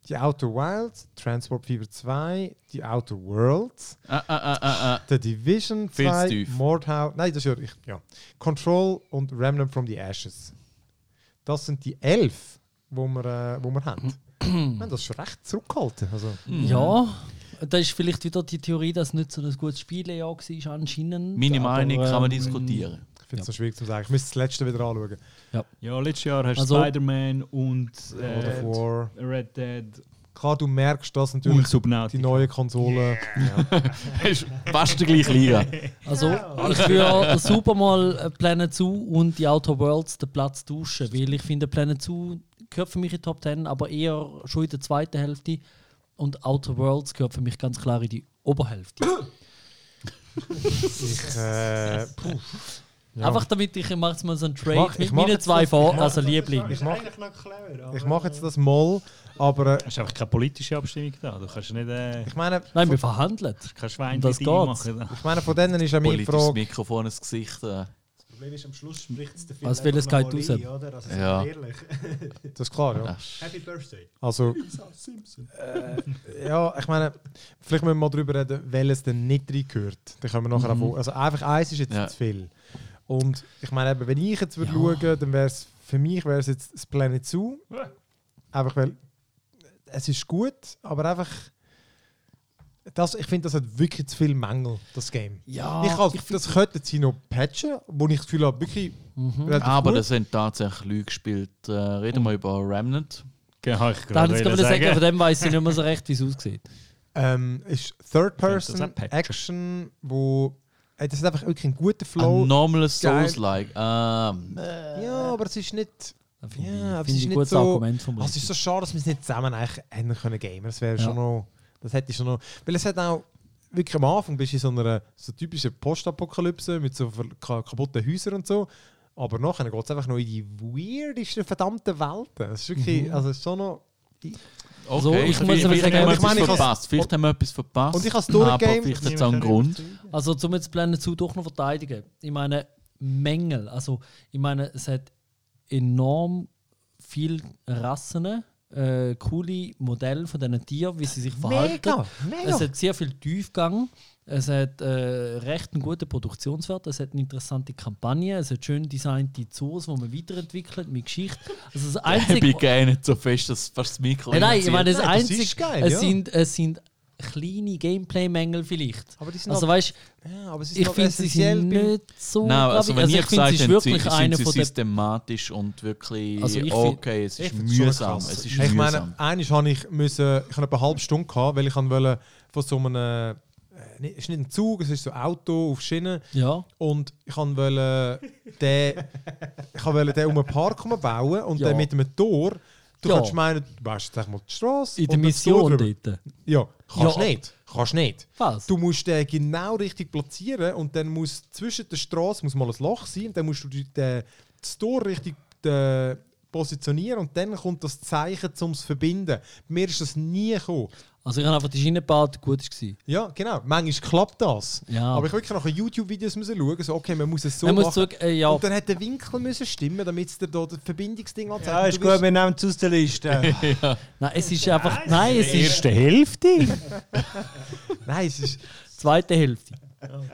Speaker 1: die Outer Wilds, Transport Fever 2, die Outer Worlds,
Speaker 4: Ah, ah, ah, ah, ah.
Speaker 1: The Division
Speaker 4: Viel zu
Speaker 1: 2,
Speaker 4: tief.
Speaker 1: Mordhau, nein, das ist ja, ich, ja. Control und Remnant from the Ashes. Das sind die 11, die wir, äh, wo wir haben. wir haben das schon recht zurückgehalten. Also,
Speaker 3: Ja. Da ist vielleicht wieder die Theorie, dass es nicht so ein gutes Spielejahr war anscheinend.
Speaker 4: Meine
Speaker 3: aber,
Speaker 4: Meinung kann man
Speaker 3: ähm,
Speaker 4: diskutieren.
Speaker 1: ich finde es so schwierig zu sagen. Ich müsste das letzte wieder anschauen.
Speaker 2: Ja, letztes Jahr hast du
Speaker 3: Also-
Speaker 2: Spider-Man und
Speaker 1: God of
Speaker 2: äh,
Speaker 1: War.
Speaker 2: Red Dead
Speaker 1: Klar, du merkst das
Speaker 2: und
Speaker 1: natürlich, die
Speaker 2: Subnautica.
Speaker 1: neuen Konsolen.
Speaker 4: Ist Fast die gleiche Liga.
Speaker 3: Also, ich würde super mal äh, Planet Zoo und die Outer Worlds den Platz tauschen, weil ich finde, Planet Zoo gehört für mich in die Top 10, aber eher schon in der zweiten Hälfte. Und Outer Worlds gehört für mich ganz klar in die Oberhälfte.
Speaker 1: Ich, äh, puh, Ja.
Speaker 3: Einfach damit ich mache jetzt mal so einen Trade
Speaker 1: mach- ich
Speaker 3: mit
Speaker 1: mach
Speaker 3: meinen
Speaker 1: jetzt
Speaker 3: zwei
Speaker 1: das-
Speaker 3: vor,
Speaker 1: ich mach
Speaker 3: also Liebling.
Speaker 1: Ich mache-
Speaker 6: eigentlich noch clever. aber-
Speaker 1: ich mache jetzt das mal, aber äh,
Speaker 2: Hast einfach keine politische Abstimmung da. Du kannst nicht äh,
Speaker 1: ich meine,
Speaker 3: Nein, wir
Speaker 1: von,
Speaker 3: verhandeln.
Speaker 2: kein Schwein
Speaker 3: Das
Speaker 2: die
Speaker 3: geht's.
Speaker 2: machen.
Speaker 1: ich meine, von denen ist ja meine
Speaker 4: Politisches
Speaker 1: Frage.
Speaker 4: Mikrofon ins Gesicht. Äh.
Speaker 6: Das Problem ist, am Schluss spricht es der Film.
Speaker 3: Was will es geht raus?
Speaker 6: Oder? Also,
Speaker 4: Ja.
Speaker 6: ja. Ehrlich.
Speaker 1: Das ist klar, ja.
Speaker 6: Happy Birthday.
Speaker 1: Also, äh,
Speaker 6: Simpson.
Speaker 1: ja, ich meine, vielleicht müssen wir mal darüber reden, welches denn nicht reingehört. Dann können wir nachher mhm. Also, einfach eins ist jetzt
Speaker 4: Ja.
Speaker 1: zu viel. Und ich meine, eben, wenn ich jetzt würde schauen, dann wäre es für mich wäre es jetzt das Planet Zoo. Einfach weil es ist gut, aber einfach. Das, ich finde, das hat wirklich zu viele Mängel, das Game.
Speaker 3: Ja,
Speaker 4: Ah,
Speaker 1: ich kann, das könnten sie noch patchen, wo ich das Gefühl habe, wirklich relativ
Speaker 4: Mhm. Ah, Aber
Speaker 1: gut.
Speaker 4: das sind tatsächlich Leute gespielt. Äh, reden wir über Remnant.
Speaker 2: Genau, ich gerade
Speaker 3: Da haben sie gerade
Speaker 2: wollen
Speaker 3: sagen, von
Speaker 2: sagen.
Speaker 3: dem weiß ich nicht mehr so recht, wie es aussieht.
Speaker 1: ähm, ist
Speaker 2: Ich könnte das auch patchen.
Speaker 1: Third-Person-Action, wo... Äh, das ist einfach wirklich ein
Speaker 3: Ah,
Speaker 1: guter Flow.
Speaker 4: Ein normales
Speaker 1: Geil.
Speaker 4: Souls-like. Ähm,
Speaker 1: ja, aber es ist nicht...
Speaker 3: Das Finde ich,
Speaker 1: Ja, aber es
Speaker 3: finde
Speaker 1: ist
Speaker 3: ich ein
Speaker 1: nicht
Speaker 3: gutes
Speaker 1: so...
Speaker 3: Argument vom
Speaker 1: Also, es ist so schade, dass wir es nicht zusammen eigentlich hätten können gamen. Das wäre schon noch... Das hätte ich schon noch... Weil es hat auch... Wirklich am Anfang bist du in so einer so typischen Postapokalypse mit so ver- ka kaputten Häusern und so. Aber nachher geht es einfach noch in die weirdesten verdammten Welten. Es ist wirklich...
Speaker 3: Mhm.
Speaker 1: Also, es ist schon noch...
Speaker 4: okay.
Speaker 3: So, ich muss
Speaker 4: vielleicht,
Speaker 3: aber
Speaker 4: vielleicht
Speaker 3: sagen,
Speaker 4: haben wir
Speaker 1: ich meine, ich
Speaker 4: etwas
Speaker 1: has-
Speaker 4: verpasst. Vielleicht haben wir etwas verpasst.
Speaker 1: Und ich has
Speaker 4: Aber
Speaker 1: durchgegamed.
Speaker 4: vielleicht hat es auch einen Grund.
Speaker 3: Also zum jetzt Planet Zoo doch noch verteidigen. Ich meine, Mängel. Also ich meine, es hat enorm viele Rassen, äh, coole Modelle von diesen Tieren, wie sie sich verhalten. Also,
Speaker 1: Mega, mega.
Speaker 3: Es hat sehr viel Tiefgang. Es hat äh, recht einen guten Produktionswert, es hat eine interessante Kampagne, es hat schön designte Zoos, die man weiterentwickelt mit Geschichte. Also das
Speaker 4: Ich bin
Speaker 3: Einzige,
Speaker 4: gerne nicht so fest, dass fast das Mikro
Speaker 3: Nein, nein, ich
Speaker 4: hinzieht.
Speaker 3: meine, das
Speaker 1: Nein, das
Speaker 3: Einzige,
Speaker 1: ist geil,
Speaker 3: es,
Speaker 1: ja.
Speaker 3: sind, es sind kleine Gameplay-Mängel vielleicht.
Speaker 1: Aber die sind
Speaker 3: Also
Speaker 1: also,
Speaker 3: weißt
Speaker 1: ja, aber es ist
Speaker 3: ich
Speaker 1: noch
Speaker 3: finde sie
Speaker 1: essentiell beim-
Speaker 3: nicht so.
Speaker 4: Nein,
Speaker 3: glaub
Speaker 4: also
Speaker 3: ich.
Speaker 4: wenn ich
Speaker 3: ich finde,
Speaker 4: gesagt
Speaker 3: sie ist
Speaker 4: habe,
Speaker 3: wirklich
Speaker 4: sind
Speaker 3: einer
Speaker 4: sie
Speaker 3: von den.
Speaker 4: systematisch und wirklich
Speaker 3: Also ich find-
Speaker 4: okay, es
Speaker 6: ich
Speaker 4: ist
Speaker 6: find's schon
Speaker 4: mühsam.
Speaker 6: krass.
Speaker 4: Es ist
Speaker 1: Ich
Speaker 4: mühsam.
Speaker 1: meine, eines habe ich müssen, ich habe etwa eine halbe Stunde gehabt, weil ich wollte von so einem, äh, nicht- es ist nicht ein Zug, es ist so ein Auto auf Schienen
Speaker 3: Ja,
Speaker 1: und ich wollte den, ich wollte den um einen Park herum bauen und
Speaker 3: Ja.
Speaker 1: dann mit einem Tor, du
Speaker 3: Ja.
Speaker 1: kannst meinen, du weißt jetzt sag mal die Straße.
Speaker 3: in der
Speaker 1: und dann das Tor
Speaker 3: Mission
Speaker 1: drüber.
Speaker 3: dort.
Speaker 1: Ja, kannst
Speaker 3: Ja.
Speaker 1: nicht, kannst nicht.
Speaker 3: Was?
Speaker 1: Du musst den genau richtig platzieren und dann muss zwischen der Straße muss mal ein Loch sein und dann musst du die- den, das Tor richtig äh, positionieren und dann kommt das Zeichen zum zu verbinden. Bei mir ist das nie gekommen.
Speaker 3: Also ich habe einfach die Schiene gebaut, gut war.
Speaker 1: Ja, genau. Manchmal klappt das.
Speaker 3: Ja.
Speaker 1: Aber ich wirklich nach YouTube-Videos müssen schauen, so, okay, man muss es so
Speaker 3: Man muss
Speaker 1: machen.
Speaker 3: zurück, äh, ja.
Speaker 1: Und dann hat der Winkel müssen stimmen, damit es dir da das Verbindungsding anzeigt.
Speaker 6: Ja,
Speaker 1: Und
Speaker 6: ist
Speaker 1: du
Speaker 6: gut,
Speaker 1: wirst-
Speaker 6: wir nehmen es aus der Liste.
Speaker 3: Nein, es ist einfach. Nein, es ist
Speaker 6: Hälfte?
Speaker 1: Nein, es ist,
Speaker 3: zweite Hälfte.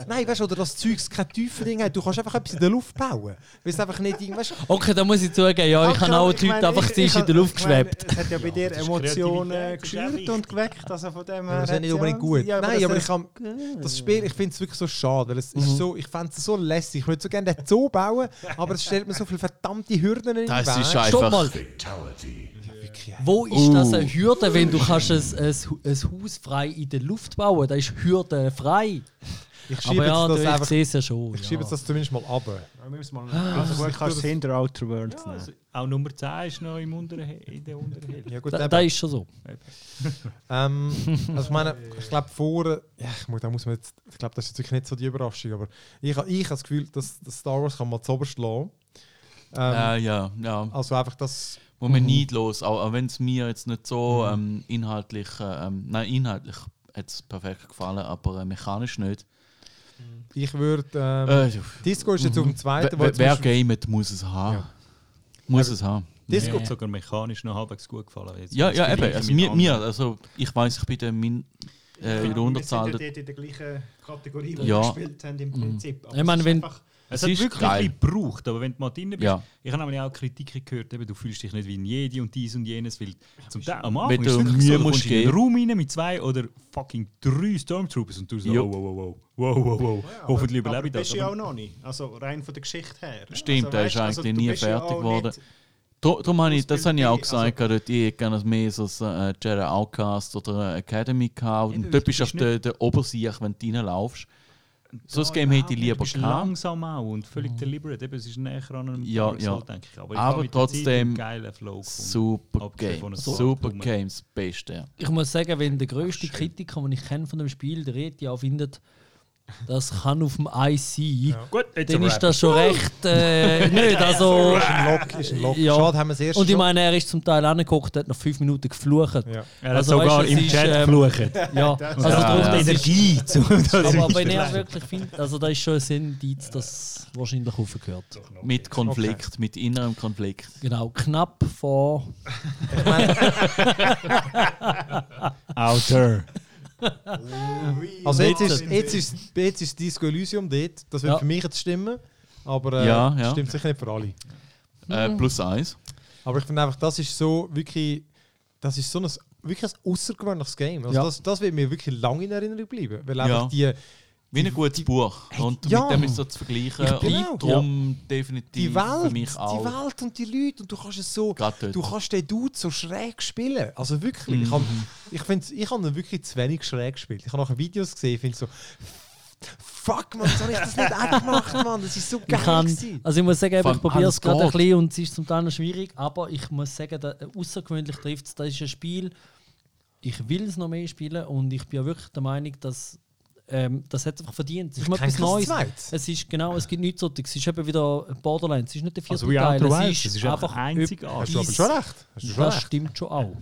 Speaker 1: nein, weißt du, oder das Zeug kein Tiefending hat. Du kannst einfach etwas in der Luft bauen. Weil es einfach nicht irgendwas.
Speaker 3: Okay, da muss ich zugeben, ja, ich habe auch die Leute einfach sie ist in der Luft geschwebt.
Speaker 6: Es hat ja bei dir
Speaker 2: das ist
Speaker 6: Emotionen
Speaker 2: Kreativität, das ist auch
Speaker 6: geschürt und geweckt. Also von dem her
Speaker 1: das ist ja
Speaker 6: hat's
Speaker 1: nicht unbedingt gut.
Speaker 6: Ja,
Speaker 1: Nein,
Speaker 6: das
Speaker 1: aber
Speaker 6: ist-
Speaker 1: ich kann, das Spiel, ich finde es wirklich so schade, weil es ist so, ich fände es so lässig. Ich würde so gerne den Zoo bauen, aber es stellt mir so viele verdammte Hürden in den
Speaker 4: Das
Speaker 1: Weg.
Speaker 4: ist
Speaker 3: Stopp
Speaker 4: einfach.
Speaker 3: mal, wo ist das
Speaker 1: Uh.
Speaker 3: eine Hürde, wenn du kannst ein, ein, ein Haus frei in der Luft bauen? Da ist Hürde frei.
Speaker 1: Ich schiebe
Speaker 3: Aber ja,
Speaker 1: jetzt
Speaker 3: du,
Speaker 1: das
Speaker 3: ich
Speaker 1: einfach,
Speaker 3: sehe es ja schon.
Speaker 1: ich schiebe
Speaker 3: Ja.
Speaker 1: jetzt das zumindest mal ab.
Speaker 6: Ja, wir müssen mal- Also gut, kannst du es hinter Outer Worlds nehmen.
Speaker 2: Also, auch Nummer 10 ist noch im unteren, in der unteren Hälfte.
Speaker 1: Ja, gut,
Speaker 3: Da,
Speaker 1: eben.
Speaker 3: da ist schon so.
Speaker 1: Ähm, also ich meine, ich glaube vorher, ja, ich muss, da muss man jetzt, ich glaube, das ist jetzt wirklich nicht so die Überraschung, aber ich, ha- ich habe das Gefühl, dass, dass Star Wars kann mal zuoberst lassen. Ähm,
Speaker 4: Äh, ja, ja.
Speaker 1: Also einfach das,
Speaker 4: Wo man neidlos, auch, auch wenn es mir jetzt nicht so
Speaker 3: Mhm.
Speaker 4: ähm, inhaltlich, äh, ähm, nein, inhaltlich hat es perfekt gefallen, aber äh, mechanisch nicht.
Speaker 1: ich würde, ähm,
Speaker 4: Äh,
Speaker 1: Disco ist jetzt auf dem
Speaker 4: wer
Speaker 1: zweiten, wo
Speaker 4: wer-
Speaker 1: jetzt
Speaker 4: wer
Speaker 1: zum Beispiel-
Speaker 4: gamet, muss es haben.
Speaker 1: Ja.
Speaker 4: Muss es haben.
Speaker 2: Mir
Speaker 1: Disco,
Speaker 2: hat sogar mechanisch noch halbwegs gut gefallen. Jetzt
Speaker 4: Ja, ja,
Speaker 2: Das
Speaker 4: eben.
Speaker 2: Gleiche
Speaker 4: Also
Speaker 2: mit
Speaker 4: mir, mir,
Speaker 2: anderen.
Speaker 4: also ich weiß, ich bin der Min, äh, in der Unterzahl.
Speaker 6: Wir sind
Speaker 4: der-
Speaker 6: ja dort in der gleichen Kategorie, die
Speaker 4: Ja.
Speaker 6: wir gespielt haben im Prinzip. Aber
Speaker 3: Ich meine,
Speaker 6: es ist
Speaker 3: wenn-
Speaker 6: einfach-
Speaker 2: Es
Speaker 4: Es
Speaker 2: hat
Speaker 4: ist
Speaker 2: wirklich
Speaker 4: geil.
Speaker 2: ein bisschen gebraucht, aber wenn du mal drin bist,
Speaker 4: Ja.
Speaker 2: ich habe nämlich auch Kritiken gehört, eben, du fühlst dich nicht wie ein Jedi und dies und jenes, weil zum Teil am Anfang
Speaker 4: Wenn
Speaker 2: ist es
Speaker 4: du
Speaker 2: wirklich so,
Speaker 4: Mühe
Speaker 2: du
Speaker 4: musst
Speaker 2: kommst in einen
Speaker 4: geben.
Speaker 2: Raum rein mit zwei oder fucking drei Stormtroopers und du so,
Speaker 4: Ja.
Speaker 2: wow, wow, wow, wow, wow, wow, wow, hoffentlich
Speaker 6: aber
Speaker 2: überlebe ich
Speaker 6: bist
Speaker 2: das.
Speaker 6: du ja auch
Speaker 2: Aber
Speaker 6: noch nicht. Also rein von der Geschichte her.
Speaker 4: Stimmt,
Speaker 6: also,
Speaker 4: der ist
Speaker 6: weißt,
Speaker 4: eigentlich
Speaker 6: du
Speaker 4: nie
Speaker 6: bist ja
Speaker 4: fertig
Speaker 6: auch
Speaker 4: geworden.
Speaker 6: nicht-
Speaker 4: Dr- Darum habe ich, das
Speaker 6: Ausbildung
Speaker 4: habe ich auch
Speaker 6: B,
Speaker 4: gesagt, also, ich hätte gerne mehr so ein äh, Jedi Outcast oder eine Academy gehabt.
Speaker 2: Eben,
Speaker 4: Und dort
Speaker 2: du bist
Speaker 4: bist du auf
Speaker 2: nicht-
Speaker 4: der, der Obersieg, wenn du reinlaufst. So ein
Speaker 2: Ja,
Speaker 4: Game hätte ich
Speaker 2: überhaupt nicht.
Speaker 4: lieber
Speaker 2: Du bist
Speaker 4: gehabt.
Speaker 2: langsam auch und völlig deliberate, eben, es ist näher an einem
Speaker 4: Ja,
Speaker 2: Dark Souls,
Speaker 4: ja.
Speaker 2: denke ich. Aber, ich
Speaker 4: Aber
Speaker 2: habe mit der Zeit
Speaker 4: trotzdem
Speaker 2: einen geilen Flow gefunden.
Speaker 4: Super
Speaker 2: Abgesehen von
Speaker 4: Game.
Speaker 2: einem Sword
Speaker 4: Super
Speaker 2: rum.
Speaker 4: Game, das Beste.
Speaker 3: Ich muss sagen, wenn der grösste Kritiker, den ich kenne von dem Spiel, der Reti auch findet, das kann auf dem IC, sein,
Speaker 2: Gut, jetzt
Speaker 3: dann
Speaker 2: aber
Speaker 3: ist das schon recht äh, nicht. Also,
Speaker 1: ist ein Lock, ist ein Lock.
Speaker 3: Ja.
Speaker 1: Schade, haben wir es erst
Speaker 3: und ich
Speaker 1: schon-
Speaker 3: meine, er ist zum Teil angeguckt, hat nach fünf Minuten geflucht.
Speaker 1: Ja.
Speaker 2: Er hat
Speaker 3: Also,
Speaker 2: sogar
Speaker 3: weißt du,
Speaker 2: im
Speaker 3: es ist,
Speaker 2: Chat
Speaker 3: ähm,
Speaker 2: geflucht.
Speaker 3: Ja, also darum, das ist,
Speaker 6: Energie zu. das
Speaker 3: aber,
Speaker 6: ist
Speaker 3: aber wenn er
Speaker 6: schlecht.
Speaker 3: wirklich findet, also da ist schon ein Indiz, dass wahrscheinlich aufgehört.
Speaker 4: Mit Konflikt, mit innerem Konflikt.
Speaker 3: Genau, knapp vor.
Speaker 2: Outer.
Speaker 1: Also jetzt ist, jetzt, ist, jetzt ist Disco Elysium dort, das wird
Speaker 3: Ja.
Speaker 1: für mich jetzt stimmen, aber äh,
Speaker 4: Ja, ja.
Speaker 1: stimmt sicher nicht für alle.
Speaker 4: Äh, plus eins.
Speaker 1: Aber ich finde einfach, das ist so wirklich, das ist so ein, wirklich ein außergewöhnliches Game. Also
Speaker 3: Ja.
Speaker 1: das, das wird mir wirklich lange in Erinnerung bleiben, weil einfach
Speaker 4: Ja.
Speaker 1: die,
Speaker 4: Wie ein gutes Buch. Und
Speaker 1: ja.
Speaker 4: mit dem ist so zu vergleichen.
Speaker 1: Ich- genau.
Speaker 4: Und darum definitiv
Speaker 1: die Welt,
Speaker 4: für mich
Speaker 1: die
Speaker 4: auch.
Speaker 1: Welt und die Leute und du kannst es so,
Speaker 4: Gerade dort.
Speaker 1: du kannst den Dude so schräg spielen. Also wirklich, ich habe
Speaker 3: Mhm.
Speaker 1: ich find's- ich hab ihn wirklich zu wenig schräg gespielt. Ich habe nachher Videos gesehen, ich finde so, fuck man, soll ich das nicht auch gemacht, man, das ist so
Speaker 3: Ich
Speaker 1: geil
Speaker 3: kann,
Speaker 1: gewesen.
Speaker 3: also ich muss sagen,
Speaker 4: Vor
Speaker 3: eben,
Speaker 4: allem
Speaker 3: ich probiere
Speaker 4: alles
Speaker 3: es gerade ein
Speaker 4: geht.
Speaker 3: bisschen und es ist zum Teil noch schwierig, aber ich muss sagen, da, äh, außergewöhnlich trifft es. Das ist ein Spiel, ich will es noch mehr spielen und ich bin ja wirklich der Meinung, dass ähm, das hat es einfach verdient. Es ist mal
Speaker 1: kenn
Speaker 3: etwas
Speaker 1: kein
Speaker 3: Neues.
Speaker 1: zweites.
Speaker 3: Es ist genau, es gibt nichts solches. Es ist eben wieder Borderlands, es ist nicht der vierte
Speaker 2: Also wie
Speaker 3: Teil.
Speaker 2: Outer Wilds, es ist einfach
Speaker 1: Hast
Speaker 2: einzigartig.
Speaker 1: du aber schon recht. Hast du schon
Speaker 3: Das
Speaker 1: recht.
Speaker 3: stimmt schon auch.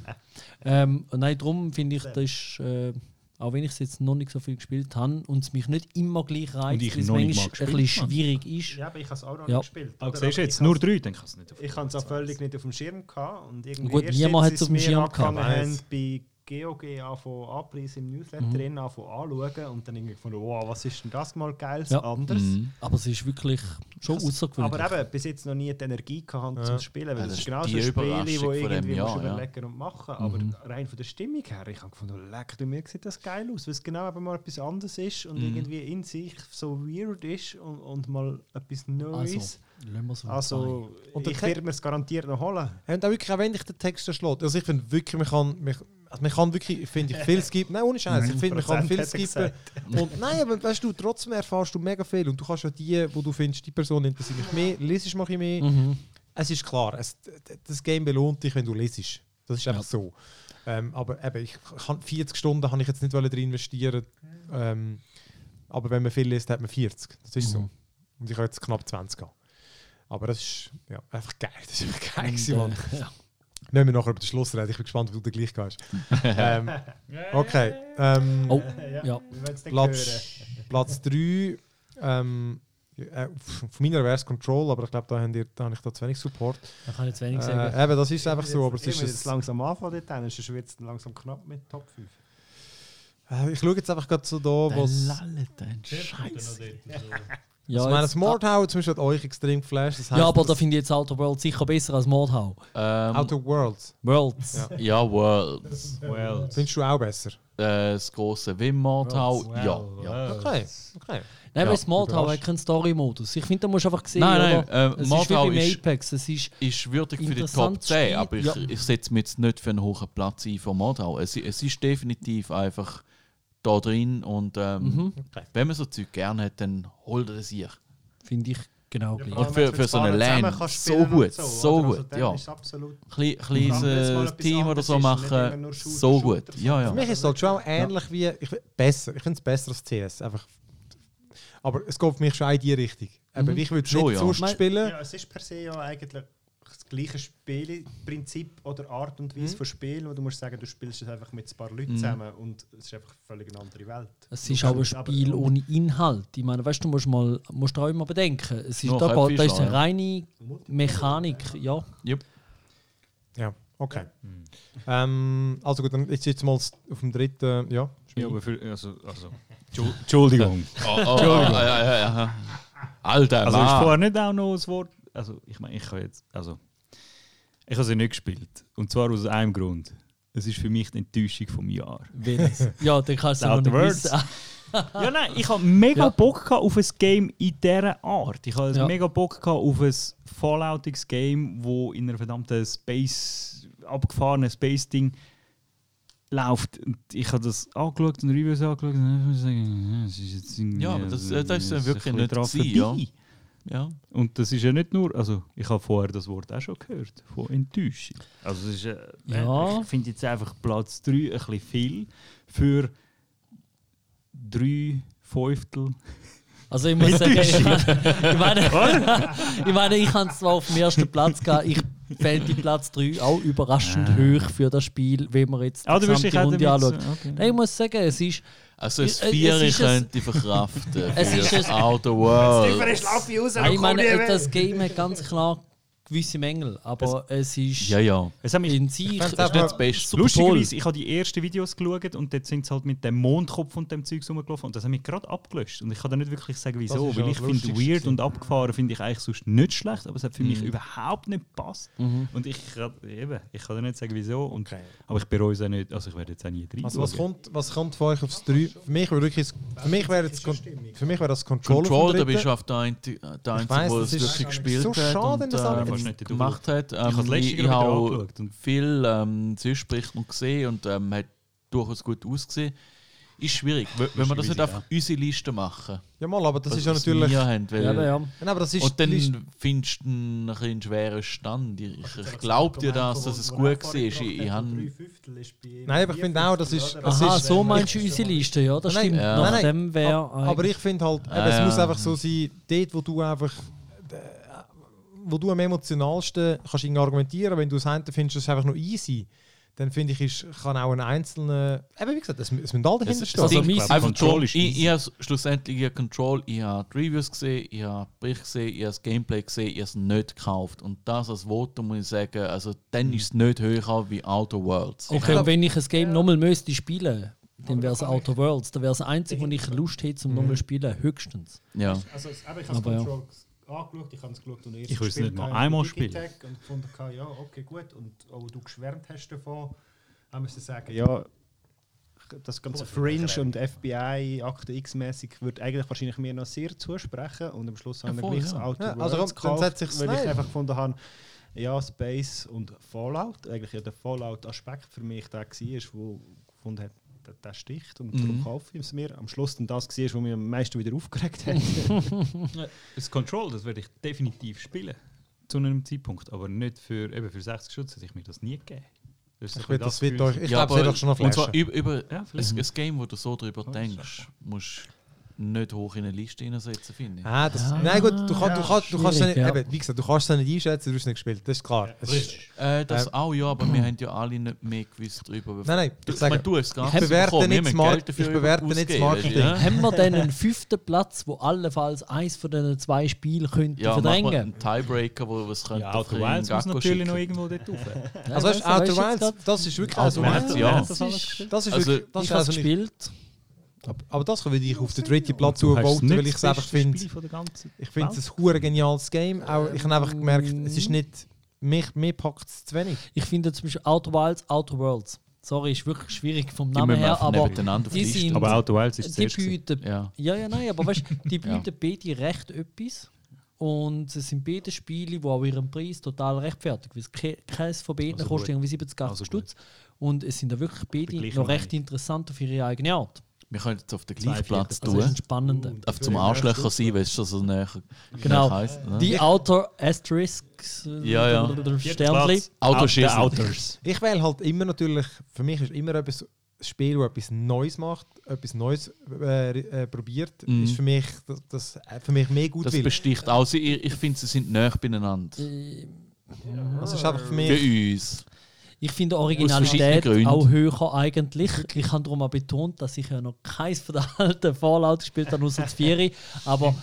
Speaker 3: ähm, und nein, darum finde ich, das ist, äh, auch wenn ich es jetzt noch nicht so viel gespielt habe und es mich nicht immer gleich reizt,
Speaker 2: Und ich
Speaker 3: weil es
Speaker 2: noch nicht
Speaker 3: manchmal
Speaker 2: mal gespielt
Speaker 3: ein bisschen schwierig ist.
Speaker 6: Ja, aber ich habe es auch noch
Speaker 3: Ja.
Speaker 6: nicht gespielt.
Speaker 2: Ah,
Speaker 6: oder?
Speaker 2: siehst du
Speaker 6: Aber
Speaker 2: jetzt
Speaker 6: ich
Speaker 2: nur
Speaker 6: has-
Speaker 2: drei, dann kannst du nicht auf
Speaker 6: Ich habe es auch völlig nicht auf dem Schirm gehabt. Und irgendwie
Speaker 3: Gut,
Speaker 6: erst
Speaker 3: niemand
Speaker 6: jetzt
Speaker 3: hat's
Speaker 6: ist
Speaker 3: auf dem
Speaker 6: mir
Speaker 3: Schirm gehabt.
Speaker 6: angefangen
Speaker 1: Weiss.
Speaker 6: haben bei GOG anfangen abpreisen im Newsletter drin, anfangen anzuschauen und dann irgendwie gefunden, wow, was ist denn das mal geiles
Speaker 3: Ja.
Speaker 6: anderes?
Speaker 3: Aber es ist wirklich schon außergewöhnlich.
Speaker 6: Aber eben, bis jetzt noch nie die Energie gehabt,
Speaker 1: Ja.
Speaker 6: zum Spielen, weil
Speaker 4: Ja,
Speaker 6: das,
Speaker 4: das
Speaker 6: ist
Speaker 4: ist
Speaker 6: genau so
Speaker 4: die
Speaker 6: ein Spiel, wo
Speaker 4: Überraschung
Speaker 6: irgendwie
Speaker 4: von dem
Speaker 6: musst
Speaker 4: Jahr, ja.
Speaker 6: überlegen und machen. Aber
Speaker 1: Mhm.
Speaker 6: rein von der Stimmung her, ich habe gefunden, leck, du mir sieht das geil aus, weil es genau eben mal etwas anderes ist und
Speaker 1: Mhm.
Speaker 6: irgendwie in sich so weird ist und, und mal etwas
Speaker 3: also,
Speaker 6: Neues.
Speaker 3: lassen wir es
Speaker 6: Also,
Speaker 1: Und der
Speaker 6: ich
Speaker 1: Ke-
Speaker 6: werde mir es garantiert noch holen.
Speaker 1: Ja, Und auch wirklich, auch wenn dich der Text erschlägt. Also ich finde wirklich, man kann, man, also man kann wirklich, finde ich, viel skippen. Nein, ohne Scheiß. also, Ich finde, man kann
Speaker 6: 9%
Speaker 1: viel
Speaker 6: hat er
Speaker 1: skippen. Und nein, aber weißt du, trotzdem erfährst du mega viel. Und du kannst ja die, wo du findest, die Person interessiert mich mehr, lesest mal ein bisschen mehr.
Speaker 3: Mhm.
Speaker 1: Es ist klar, es, das Game belohnt dich, wenn du lesest. Das ist einfach so. Ähm, aber eben, ich kann, 40 Stunden habe ich jetzt nicht wollen drin investieren. Ähm, aber wenn man viel liest, hat man 40. Das ist
Speaker 3: Mhm.
Speaker 1: so. Und ich habe jetzt knapp 20 gehabt. Aber das ist ja, einfach geil. Das ist einfach geil, gewesen, Mann.
Speaker 3: Mhm. ja.
Speaker 1: Nehmen wir nachher über den Schluss reden. Ich bin gespannt, ob du den gleich gehst. ähm, okay. Ähm,
Speaker 3: Oh, ja.
Speaker 6: Wir werden es dann hören.
Speaker 1: Platz, Platz 3. Ähm, ja, äh, von meiner wäre es Control, aber ich glaube, da, haben die- da habe ich da zu wenig Support.
Speaker 3: Da kann ich jetzt wenig sagen.
Speaker 1: Äh, eben, das ist einfach so. Aber es
Speaker 6: Ich muss jetzt
Speaker 1: ist ein,
Speaker 6: langsam anfangen, dann sonst wird es langsam knapp mit Top 5.
Speaker 1: äh, ich schaue jetzt einfach gerade so da, was.
Speaker 4: lallet ein Scheiß.
Speaker 3: ja,
Speaker 1: ich meine, das
Speaker 3: jetzt- ah,
Speaker 1: Mordhau zum Beispiel hat euch extrem geflasht. Das heisst,
Speaker 3: ja, aber da
Speaker 1: das
Speaker 3: finde ich jetzt Outer Worlds sicher besser als Mordhau.
Speaker 4: Ähm,
Speaker 1: Outer Worlds
Speaker 3: Worlds.
Speaker 1: Ja.
Speaker 4: ja, World.
Speaker 2: Well.
Speaker 1: findest du auch besser.
Speaker 4: Äh, das große Wimmortau. Ja, ja.
Speaker 1: Okay, okay.
Speaker 3: Nein,
Speaker 4: Ja,
Speaker 3: weil das Mordhau
Speaker 1: überrascht.
Speaker 3: hat keinen Story-Modus. Ich finde, da musst du einfach sehen,
Speaker 4: Nein, nein,
Speaker 3: oder?
Speaker 4: äh,
Speaker 3: es
Speaker 4: Mordhau
Speaker 3: ist wie beim
Speaker 4: ist-
Speaker 3: Apex. Es ist,
Speaker 4: Ist würdig für die Top
Speaker 3: Interessant
Speaker 4: 10,
Speaker 3: Spiel,
Speaker 4: aber ich,
Speaker 3: ja.
Speaker 4: ich setze mich jetzt nicht für einen hohen Platz ein von Mordhau. Es, es ist definitiv einfach da drin und ähm,
Speaker 3: Mhm.
Speaker 4: wenn man so Zeug gerne hat, dann holt er es sich.
Speaker 3: finde ich, genau gleich.
Speaker 4: Und für- für so eine LAN so gut, so
Speaker 6: Also,
Speaker 4: gut, ja.
Speaker 6: absolut
Speaker 3: Mhm.
Speaker 4: Kle
Speaker 6: Vor allem, wenn es mal
Speaker 4: kleines äh,
Speaker 6: etwas
Speaker 4: Team oder
Speaker 6: anderes
Speaker 4: so
Speaker 6: ist, nicht immer
Speaker 4: machen,
Speaker 6: nur Shooter,
Speaker 4: so
Speaker 6: Shooter,
Speaker 4: gut. Ja,
Speaker 1: Für
Speaker 4: ja.
Speaker 1: mich ist es halt schon auch ähnlich wie. Ich, find- besser. Ich finde es besser als CS. Einfach. Aber es geht für mich schon auch in die Richtung. Eben, Ich würde
Speaker 4: Schon,
Speaker 1: schon nicht
Speaker 4: ja.
Speaker 1: sonst
Speaker 3: Mein-
Speaker 1: spielen.
Speaker 6: Ja, es ist per se ja eigentlich das gleiche Spielprinzip oder Art und Weise von Spielen, wo du musst sagen, du spielst es einfach mit ein paar Leuten zusammen und es ist einfach völlig eine andere Welt.
Speaker 3: Es ist auch ein Spiel
Speaker 6: aber-
Speaker 3: ohne Inhalt. Ich meine, weißt du, du musst mal, musst auch immer bedenken. Es ist,
Speaker 4: Noch
Speaker 3: da,
Speaker 4: ein
Speaker 3: geht, da ist
Speaker 4: Fischer,
Speaker 3: eine
Speaker 4: ja.
Speaker 3: reine Mechanik, ja.
Speaker 4: Yep.
Speaker 1: Ja, okay.
Speaker 4: Mm.
Speaker 1: Ähm, also gut, dann ist jetzt mal s- auf dem dritten. Ja,
Speaker 2: Ja, aber für, also, also. Entschuldigung.
Speaker 4: Oh, oh, oh, ja, ja, ja, ja. Alter,
Speaker 2: Also ist
Speaker 4: Mann.
Speaker 2: vorher nicht auch noch das Wort. Also ich meine, ich habe jetzt. Also, ich habe sie nicht gespielt. Und zwar aus einem Grund. Es ist für mich die Enttäuschung vom Jahr.
Speaker 3: Welches? ja, dann kannst du es
Speaker 2: Laut
Speaker 3: noch nicht
Speaker 2: Words.
Speaker 3: wissen.
Speaker 2: Ja, nein, ich habe mega
Speaker 3: Ja.
Speaker 2: Bock gehabt auf ein Game in dieser Art. Ich habe
Speaker 3: Ja.
Speaker 2: mega Bock gehabt auf ein falloutiges Game, wo in einer verdammten Space, abgefahrenen Space-Ding läuft. Und ich habe das angeschaut und Reviews angeschaut und ich muss sagen, ja, es ist jetzt irgendwie...
Speaker 4: Ja, aber das-
Speaker 2: äh,
Speaker 4: das ist
Speaker 2: es
Speaker 4: wirklich
Speaker 2: ein bisschen
Speaker 4: nicht
Speaker 2: dran
Speaker 4: gewesen,
Speaker 2: vorbei.
Speaker 4: ja. Ja.
Speaker 2: Und das ist ja nicht nur, also ich habe vorher das Wort auch schon gehört, von Enttäuschung. Also es ist, äh,
Speaker 3: Ja.
Speaker 2: ich finde jetzt einfach Platz 3 ein bisschen viel für drei Fünftel
Speaker 3: Also ich muss sagen, ich, ich meine, ich meine, ich habe es zwar auf dem ersten Platz gehabt, ich fände die Platz 3 auch überraschend hoch für das Spiel, wenn man jetzt die
Speaker 2: Ah, du wirst dich
Speaker 3: gesamte
Speaker 2: auch
Speaker 3: Runde
Speaker 2: damit-
Speaker 3: anschaut.
Speaker 2: okay.
Speaker 3: Nein, ich muss sagen, es ist,
Speaker 4: Also das
Speaker 3: Es- es
Speaker 4: Vier
Speaker 3: ist ein-
Speaker 4: könnte ich verkraften.
Speaker 3: Es ist
Speaker 4: für
Speaker 3: ein-
Speaker 4: Outer World.
Speaker 6: Ich laufe raus,
Speaker 3: ich meine, das Game hat ganz klar gewisse Mängel, aber es ist
Speaker 4: Ja, ja.
Speaker 2: Es hat mich
Speaker 3: in sich
Speaker 1: fand's auch-
Speaker 4: Das Beste.
Speaker 3: super toll.
Speaker 2: Lustigerweise, ich habe die ersten Videos geschaut und dort sind sie halt mit dem Mondkopf und dem Zeug rumgelaufen und das hat mich gerade abgelöscht. Und ich kann da nicht wirklich sagen, wieso,
Speaker 1: ist ja
Speaker 2: weil ich
Speaker 1: das
Speaker 2: finde
Speaker 1: Lustigste
Speaker 2: weird
Speaker 1: gewesen. Mhm.
Speaker 2: und abgefahren finde ich eigentlich sonst nicht schlecht, aber es hat für mich überhaupt nicht gepasst. Und ich kann, eben, ich kann da nicht sagen, wieso. Und,
Speaker 1: Okay.
Speaker 2: Aber ich bereue es auch nicht, also ich werde jetzt auch nie drin.
Speaker 1: also was kommt, was kommt für euch aufs 3? Für mich wäre wirklich, für mich wäre jetzt, Kon- für mich wäre das Control.
Speaker 4: Control,
Speaker 1: auf dem
Speaker 4: da bist
Speaker 1: dritten.
Speaker 4: du auf der Einzige, der Einzige
Speaker 1: weiss,
Speaker 4: wo
Speaker 1: das
Speaker 4: es
Speaker 1: ist
Speaker 4: wirklich gespielt
Speaker 1: so
Speaker 4: hat
Speaker 1: schade,
Speaker 4: und
Speaker 1: dass
Speaker 4: äh,
Speaker 1: alle-
Speaker 2: Fast nicht den
Speaker 4: gemacht hat. Ähm,
Speaker 2: habe das letzte
Speaker 4: ich
Speaker 2: gerade wieder
Speaker 4: habe
Speaker 2: angeschaut und-
Speaker 4: viel ähm, Süßsprichten gesehen und ähm, hat durchaus gut ausgesehen. Ist schwierig, w- wenn wir das nicht
Speaker 2: schwierig,
Speaker 4: auf unsere Liste machen.
Speaker 1: Ja, mal, aber das
Speaker 4: was-
Speaker 1: ist ja
Speaker 4: was
Speaker 1: natürlich.
Speaker 4: wir
Speaker 1: Ja,
Speaker 4: haben, weil-
Speaker 3: Ja, aber ja.
Speaker 1: nein, aber das ist.
Speaker 4: Und dann
Speaker 1: die Liste-
Speaker 4: findest du einen, ein bisschen einen schweren Stand. Ich,
Speaker 6: Also
Speaker 4: ich, ich glaube dir das, dass es gut war. Ich, ich, habe-
Speaker 1: Nein, aber ich finde auch, das ist- das
Speaker 3: Aha,
Speaker 1: ist-
Speaker 3: so meinst du unsere Liste, ja, das
Speaker 1: Nein,
Speaker 3: stimmt.
Speaker 1: ja.
Speaker 3: Nach
Speaker 1: Nein, nein.
Speaker 3: dem wäre...
Speaker 1: Ab- aber ich finde halt, eben,
Speaker 4: Ah,
Speaker 1: es
Speaker 4: ja.
Speaker 1: muss einfach so sein, dort, wo du einfach. äh, Wo du am emotionalsten kannst irgendwie argumentieren, wenn du das eine findest, das ist einfach nur easy. dann finde ich, ist, kann auch ein einzelner. Eben wie gesagt, es, mü- es müssen alle dahinter
Speaker 4: Das,
Speaker 1: stehen.
Speaker 4: das Ding,
Speaker 3: Also,
Speaker 4: einfach
Speaker 2: Control
Speaker 4: Control
Speaker 2: ist
Speaker 4: ich, ich habe schlussendlich ihr Control, ich habe die Reviews gesehen, ich habe Bericht gesehen, ich habe das Gameplay gesehen, ich habe es nicht gekauft. Und das als Votum muss ich sagen, also
Speaker 1: Mhm.
Speaker 4: dann ist es nicht höher wie Outer Worlds.
Speaker 3: Okay, und wenn ich ein Game nochmal müsste spielen, dann wäre es Outer Worlds. Dann wäre es das einzige, wo ich Lust hätte,
Speaker 4: Mhm.
Speaker 3: zum nochmal spielen, höchstens.
Speaker 4: Ja.
Speaker 6: Also, es- eben, ich habe
Speaker 3: Aber ja.
Speaker 6: Control angeschaut, ich habe es geschaut und erst
Speaker 2: Ich will es
Speaker 6: gespielt
Speaker 2: nicht mal
Speaker 6: habe
Speaker 2: einmal
Speaker 6: mit
Speaker 2: spielen.
Speaker 6: Digitec Und gefunden, habe, ja, okay, gut. Und auch du geschwärmt hast davon, haben wir sagen, ja, das ganze Fringe und FBI, Akte X-mäßig, würde eigentlich wahrscheinlich mir noch sehr zusprechen. Und am Schluss haben wir
Speaker 4: voll,
Speaker 6: gleich das
Speaker 4: ja.
Speaker 6: Auto
Speaker 1: Ja, also komm, dann setz ich's
Speaker 6: weil
Speaker 1: rein.
Speaker 6: ich einfach gefunden habe, ja, Space und Fallout, eigentlich ja der Fallout-Aspekt für mich der war, wo gefunden hat, der, der sticht und
Speaker 2: Mhm.
Speaker 6: darum kaufe ich es mir. Am Schluss dann das war, was mich am meisten wieder aufgeregt hat.
Speaker 2: Das Control, das werde ich definitiv spielen. Zu einem Zeitpunkt, aber nicht für, eben für 60 Schutz hätte ich mir das nie gegeben. Das ist
Speaker 1: Ich
Speaker 2: ein
Speaker 1: will
Speaker 2: bisschen
Speaker 1: das wird
Speaker 2: Gefühl.
Speaker 1: euch. Ich glaube, es wird euch schon noch Mhm.
Speaker 4: und zwar
Speaker 1: flashen.
Speaker 4: über, über
Speaker 2: Ja,
Speaker 4: ein,
Speaker 2: vielleicht.
Speaker 4: ein Game, wo du so drüber
Speaker 2: Oh,
Speaker 4: denkst, musst du nicht hoch in eine Liste hineinsetzen, finde ich.
Speaker 1: Ah, das, Nein, gut, du, kann, du, kann, du kannst es
Speaker 3: schwierig,
Speaker 1: nicht,
Speaker 3: ja.
Speaker 1: eben, wie gesagt, du kannst es nicht einschätzen, du hast es nicht gespielt. Das ist klar. Es ist, mhm.
Speaker 4: Äh, das auch ja, aber wir haben ja alle nicht mehr gewusst drüber.
Speaker 1: nein, nein,
Speaker 4: du,
Speaker 1: ich sage,
Speaker 4: meine, du hast es gar
Speaker 1: ich
Speaker 4: nicht
Speaker 1: bewerte
Speaker 4: bekommen, wir
Speaker 1: nicht
Speaker 4: haben
Speaker 1: Mark-
Speaker 4: Geld dafür
Speaker 1: ich bewerte nicht das
Speaker 4: ausgegeben,
Speaker 1: Marketing.
Speaker 4: ja?
Speaker 3: Haben wir dann einen fünften Platz, wo allenfalls eins von diesen zwei Spielen könnte
Speaker 4: Ja, machen wir
Speaker 3: verdrängen?
Speaker 4: einen Tiebreaker, wo wir es können.
Speaker 2: Ja, Outer Wilds muss natürlich noch irgendwo dort rauf.
Speaker 3: Ja,
Speaker 1: also, weißt, du,
Speaker 3: Äh, weißt du, weißt
Speaker 1: Outer
Speaker 3: du jetzt
Speaker 1: Wilds,
Speaker 3: grad?
Speaker 1: das ist wirklich.
Speaker 4: Outer
Speaker 1: Also,
Speaker 4: Wilds, ja.
Speaker 2: Hat das alles gespielt?
Speaker 1: Das ist
Speaker 4: Also,
Speaker 1: wirklich. Das
Speaker 3: Ich
Speaker 1: ist
Speaker 3: habe es
Speaker 1: also nicht,
Speaker 3: gespielt.
Speaker 1: aber, aber das kann ich auf den dritten Platz voten, weil ich es einfach finde. Ich finde es ein hure geniales Game. Auch, ich habe einfach gemerkt, es ist nicht. Mich, mir packt es zu wenig.
Speaker 3: Ich finde zum Beispiel Outer Wilds, Outer Worlds. Sorry, ist wirklich schwierig vom
Speaker 4: Die
Speaker 3: Namen
Speaker 4: müssen wir
Speaker 3: her,
Speaker 4: einfach
Speaker 3: aber
Speaker 4: nebeneinander auf
Speaker 3: die
Speaker 4: die Liste.
Speaker 3: sind-
Speaker 2: Aber Outer Wilds ist
Speaker 3: die
Speaker 2: zuerst gewesen.
Speaker 3: bieten
Speaker 4: Ja.
Speaker 3: Ja, ja, nein, aber weißt du, die bieten beide recht etwas. Und es sind beide Spiele, die auch ihren Preis total rechtfertigen. Weil es ke- keines von beiden
Speaker 2: Also
Speaker 3: kostet
Speaker 2: gut.
Speaker 3: irgendwie 70, 80
Speaker 2: Also gut.
Speaker 3: Stutz. Und es sind ja wirklich beide
Speaker 2: gleichen
Speaker 3: noch recht
Speaker 2: Meinung.
Speaker 3: interessant auf ihre eigene Art.
Speaker 4: Wir können jetzt auf den
Speaker 2: Zwei
Speaker 4: gleichen Platz
Speaker 3: Also, das
Speaker 4: tun.
Speaker 3: ist ein spannender.
Speaker 4: Auf zum Arschlöcher sein, weil es schon so näher
Speaker 3: Genau.
Speaker 4: heisst. ne?
Speaker 3: Die Outer Asterisks. äh,
Speaker 4: Ja, ja.
Speaker 3: Sternli.
Speaker 4: Autoschießen.
Speaker 2: Der Outers.
Speaker 1: Ich wähle halt immer natürlich, für mich ist immer etwas ein Spiel, das etwas Neues macht, etwas Neues äh, äh, probiert,
Speaker 4: Mhm.
Speaker 1: ist für mich, das, das äh, für mich mehr gut
Speaker 4: Das
Speaker 1: will.
Speaker 4: besticht auch. Sie- Ich, ich finde, sie sind näher beieinander.
Speaker 3: Äh,
Speaker 1: Das ist einfach für
Speaker 4: Für
Speaker 1: mich.
Speaker 4: uns.
Speaker 3: Ich finde
Speaker 4: verschiedenen
Speaker 3: Originalität
Speaker 4: Gründen.
Speaker 3: auch höher eigentlich. Ich habe darum auch betont, dass ich ja noch keins von den alten Fallout gespielt habe, außer das Vieri. Aber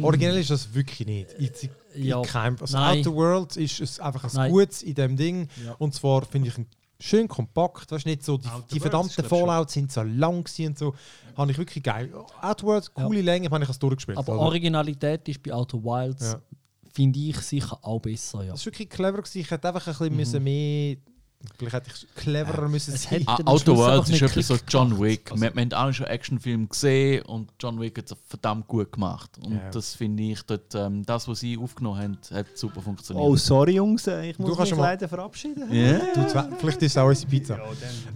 Speaker 1: Originell ist das wirklich nicht. Ich, ich,
Speaker 3: Ja.
Speaker 1: ich kein, also
Speaker 3: Nein.
Speaker 1: Outer Worlds ist es einfach ein
Speaker 3: Nein.
Speaker 1: gutes in dem Ding.
Speaker 3: Ja.
Speaker 1: Und zwar finde ich ein schön kompakt. Weißt, nicht so die,
Speaker 2: Outer
Speaker 1: die
Speaker 2: Worlds,
Speaker 1: verdammten
Speaker 2: glaub schon.
Speaker 1: Fallouts sind so lang gewesen und so. Habe ich wirklich geil. Outer Worlds, coole Länge, ich meine, ich habe es durchgespielt.
Speaker 3: Aber
Speaker 1: also.
Speaker 3: Originalität ist bei Outer Wilds,
Speaker 1: Ja.
Speaker 3: finde ich sicher auch besser. Ja.
Speaker 1: Das war wirklich clever. Gewesen. Ich hätte einfach ein bisschen müssen mehr. Vielleicht hätte ich cleverer müssen
Speaker 3: Mhm. Äh, es
Speaker 1: sein.
Speaker 3: hätte- am
Speaker 4: Outer
Speaker 3: Schluss
Speaker 4: Worlds
Speaker 3: einfach
Speaker 4: ist
Speaker 3: nicht
Speaker 4: etwas so
Speaker 3: Klick
Speaker 4: John Wick.
Speaker 2: Also
Speaker 4: wir, wir haben alle schon Actionfilme gesehen und John Wick hat es verdammt gut gemacht. Und
Speaker 1: Ja.
Speaker 4: das finde ich, dort, ähm, das, was sie aufgenommen haben, hat super funktioniert.
Speaker 6: Oh, sorry Jungs, ich
Speaker 1: Du
Speaker 6: muss
Speaker 1: kannst
Speaker 6: mich
Speaker 1: schon mal-
Speaker 6: leider verabschieden.
Speaker 4: Ja.
Speaker 1: Ah, Du, zwei- vielleicht ist es auch unsere Pizza.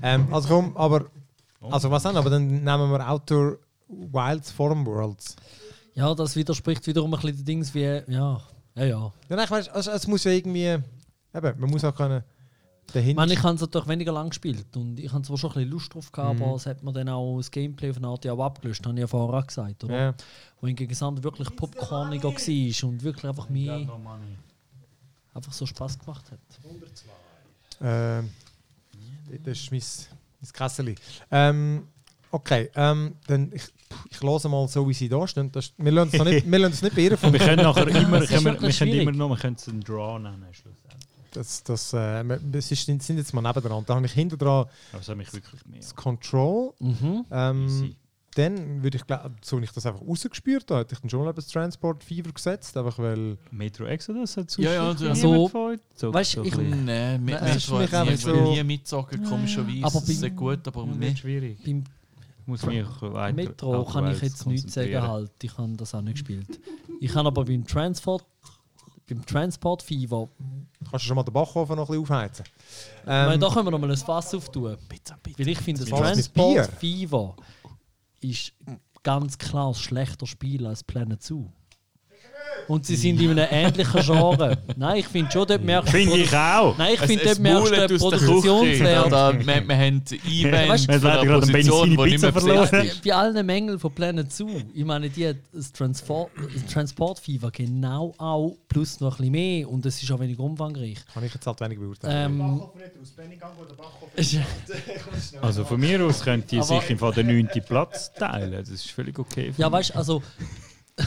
Speaker 1: Ähm, also komm, aber.
Speaker 3: Oh.
Speaker 1: Also was dann? Aber dann nehmen wir Outer Wilds Form Worlds.
Speaker 3: ja, das widerspricht wiederum ein bisschen den Dings wie. Ja, ja, ja.
Speaker 1: Ja, nein, ich weiss, also, es muss ja irgendwie. Eben, man muss auch können.
Speaker 3: Ich
Speaker 1: Dahinter
Speaker 3: meine, ich habe es natürlich weniger lang gespielt und ich habe zwar schon ein bisschen Lust drauf
Speaker 1: Mhm.
Speaker 3: gehabt, aber es hat mir dann auch das Gameplay von Art ja auch abgelöst, habe ich ja vorher auch gesagt, oder?
Speaker 1: ja.
Speaker 3: Wo hingegen das andere wirklich popcorniger war und wirklich einfach mehr einfach so Spaß gemacht hat.
Speaker 1: Ähm, das ist mein, mein Kessel. Ähm, okay, ähm, dann ich, ich lese mal so, wie sie da stehen. Das, wir lassen es noch nicht, wir lassen es nicht beirren.
Speaker 2: Wir können nachher immer,
Speaker 3: ist
Speaker 2: können wir, wir
Speaker 3: wirklich
Speaker 2: können
Speaker 3: schwierig.
Speaker 2: immer noch, wir können es einen Draw nennen schlussendlich.
Speaker 1: Das, das, äh, wir- das ist, sind jetzt mal nebeneinander. Da habe ich hinter dran
Speaker 2: Aber es hat mich wirklich mehr.
Speaker 1: das Control.
Speaker 3: Mhm.
Speaker 1: Ähm,
Speaker 2: Easy.
Speaker 1: dann würde ich glauben, so wie ich das einfach rausgespürt habe, hätte ich dann schon etwas Transport Fever gesetzt, einfach weil
Speaker 2: Metro Exodus hat
Speaker 4: Ja, ja, ja.
Speaker 3: Also,
Speaker 2: so,
Speaker 3: weißt du, ich-
Speaker 4: Nein, mit
Speaker 1: Nein, es ist
Speaker 4: Metro
Speaker 1: für mich
Speaker 4: hat nie,
Speaker 1: einfach so-
Speaker 4: nie mitzogen, komischerweise.
Speaker 3: Aber
Speaker 4: es ist
Speaker 3: bei-
Speaker 4: sehr gut, aber
Speaker 2: wird
Speaker 4: mit-
Speaker 2: schwierig.
Speaker 3: Beim
Speaker 2: Muss mich weiter
Speaker 3: Metro
Speaker 2: auf
Speaker 3: kann ich
Speaker 2: Wales
Speaker 3: jetzt nichts sagen
Speaker 2: konzentrieren.
Speaker 3: halt. Ich habe das auch nicht gespielt. Ich habe aber beim Transport beim Transport Fever.
Speaker 1: kannst du schon mal den Backofen noch ein bisschen aufheizen.
Speaker 3: Ich meine,
Speaker 1: Ähm,
Speaker 3: da können wir noch mal ein Fass auftun. Weil ich finde, das
Speaker 1: Fass mit
Speaker 3: Transport Fever ist ganz klar ein schlechter Spiel als Planet Zoo. und sie sind in einem ähnlichen Genre. Nein, ich finde schon, dort merkst du.
Speaker 6: Finde ich auch.
Speaker 3: Nein, ich
Speaker 4: Es-
Speaker 3: finde,
Speaker 4: es
Speaker 3: dort merkst
Speaker 4: mault
Speaker 3: du
Speaker 4: aus
Speaker 3: den
Speaker 4: der Küche.
Speaker 3: Produktionswert.
Speaker 4: Oder Wir wir haben Events
Speaker 3: Weißt
Speaker 4: für
Speaker 3: du,
Speaker 6: jetzt hat er
Speaker 4: eine
Speaker 6: gerade den Benny
Speaker 4: Position,
Speaker 6: seine
Speaker 4: die nicht mehr
Speaker 6: Pizza verloren.
Speaker 4: besetzt ist.
Speaker 3: Bei allen Mängeln von Planet Zoo, ich meine, die hat das Transport- das Transportfieber genau auch, plus noch ein bisschen mehr und es ist auch wenig umfangreich.
Speaker 1: Kann ich jetzt halt wenig beurteilen.
Speaker 3: Ähm, ist-
Speaker 2: Also von mir aus könnt ihr
Speaker 3: Aber-
Speaker 2: sich im Fall den 9. Platz teilen. Das ist völlig okay.
Speaker 3: ja, weißt du, also.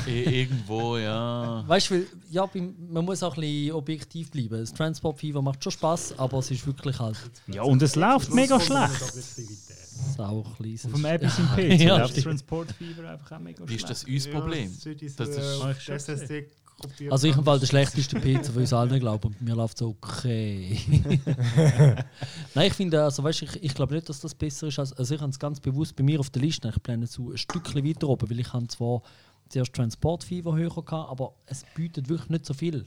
Speaker 4: I- "E-, Irgendwo, ja.
Speaker 3: Weißt du, weil- ja, beim- man muss auch ein bisschen objektiv bleiben. Das Transport Fever macht schon Spaß, aber es ist wirklich halt
Speaker 2: ja, und es läuft mega schlecht.
Speaker 3: sau klein.
Speaker 2: Vom Abyss im PC
Speaker 3: Ja,
Speaker 2: läuft
Speaker 3: stimmt.
Speaker 2: Transport Fever einfach auch mega
Speaker 4: Wie ist
Speaker 2: schlecht.
Speaker 4: das unser Problem? Das
Speaker 6: äh,
Speaker 4: ist
Speaker 2: Ah, ich schon
Speaker 3: Also ich habe bald den schlechtesten PC von uns allen glaube und mir läuft so okay. Nein, ich finde, also weißt, du, ich, ich glaube nicht, dass das besser ist. Als, also ich habe es ganz bewusst bei mir auf der Liste, ich plane zu ein Stückchen weiter oben, weil ich habe zwar zuerst Transport Fever höher gehabt, aber es bietet wirklich nicht so viel.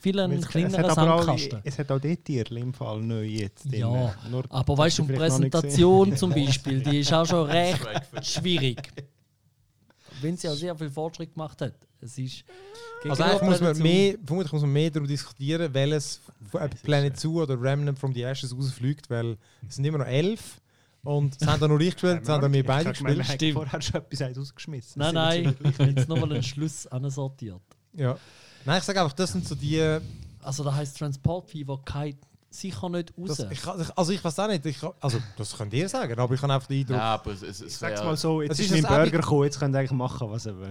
Speaker 3: Viel einen kleineren Sandkasten.
Speaker 6: Es hat auch die Tierli im Fall neu jetzt. drin.
Speaker 3: Ja, Ah.
Speaker 6: Nur
Speaker 3: aber
Speaker 6: hast
Speaker 3: weißt du,
Speaker 6: du
Speaker 3: die
Speaker 6: vielleicht noch nicht
Speaker 3: Präsentation zum Beispiel, die ist auch schon recht schwierig. Wenn sie auch sehr viel Fortschritt gemacht hat. Es ist
Speaker 1: also eigentlich
Speaker 3: gegenüber
Speaker 1: muss man
Speaker 3: Planet Zoo-
Speaker 1: mehr, vermutlich muss man mehr darüber diskutieren, welches f- ob Planet Zoo oder Remnant from the Ashes rausfliegt, weil es sind immer noch elf und es haben da nur ich gespielt, es haben dann wir beide
Speaker 6: Ich meine,
Speaker 1: gespielt.
Speaker 6: wir haben vorher schon etwas eins rausgeschmissen.
Speaker 3: Nein, nein, ich habe jetzt nochmal einen Schluss ansortiert.
Speaker 1: Ja. Nein, ich sage einfach, das sind so die.
Speaker 3: Also da heisst Transportfieber geht sicher nicht raus.
Speaker 1: Das, ich, kann- ich- also ich weiß auch nicht, ich, kann- also das könnt ihr sagen, aber ich habe einfach den Eindruck.
Speaker 4: Ja, aber es, es,
Speaker 6: Ich
Speaker 4: es
Speaker 6: sag's
Speaker 4: wäre-
Speaker 6: mal so, jetzt
Speaker 1: Es
Speaker 6: ist
Speaker 1: ist
Speaker 6: mein
Speaker 1: ein
Speaker 6: Burger gekommen, jetzt könnt ihr eigentlich machen, was ihr wollt.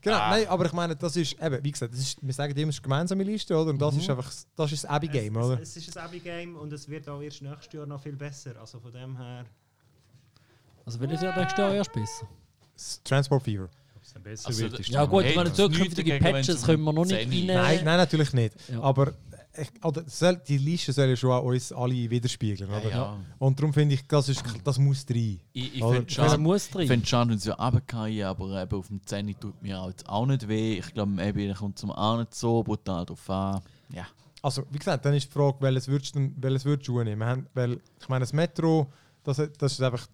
Speaker 1: Genau,
Speaker 4: Ah.
Speaker 1: nein, aber ich meine, das ist eben, wie gesagt, das ist, wir sagen immer, es ist eine gemeinsame Liste, oder? Und das ist einfach, das ist das Abbey-Game, oder?
Speaker 6: Es, ist ein Abby-Game und es wird auch erst nächstes Jahr noch viel besser. Also von dem her...
Speaker 3: Also wenn ich ja nächstes Jahr erst besser.
Speaker 1: Das Transport Fever.
Speaker 2: Besser
Speaker 4: Also,
Speaker 2: wird es
Speaker 3: Ja gut,
Speaker 4: Hey,
Speaker 3: ich meine,
Speaker 4: das ist nichts
Speaker 3: zukünftige
Speaker 4: dagegen,
Speaker 3: Patches
Speaker 4: wenn's
Speaker 3: können wir noch nicht
Speaker 4: um 10
Speaker 3: rein.
Speaker 4: Uhr-
Speaker 1: Nein, nein, natürlich nicht.
Speaker 3: Ja.
Speaker 1: Aber ich, oder, soll, die Liste soll ja schon auch uns alle widerspiegeln, oder?
Speaker 4: ja.
Speaker 1: Und darum finde ich, das, ist, das muss rein.
Speaker 4: Ich, ich
Speaker 1: Oder-
Speaker 4: finde
Speaker 3: Also
Speaker 4: schade,
Speaker 3: muss
Speaker 4: ich
Speaker 3: drin.
Speaker 4: find schade, wenn sie ja runterfallen, aber eben auf dem 10 tut mir auch jetzt auch nicht weh. Ich glaube, eben kommt zum auch nicht so brutal drauf an. Ja.
Speaker 1: Also, wie gesagt, dann ist die Frage, welches würdest du, denn- welches würdest du nehmen? Wir haben, weil, ich meine, das Metro, das, das ist einfach,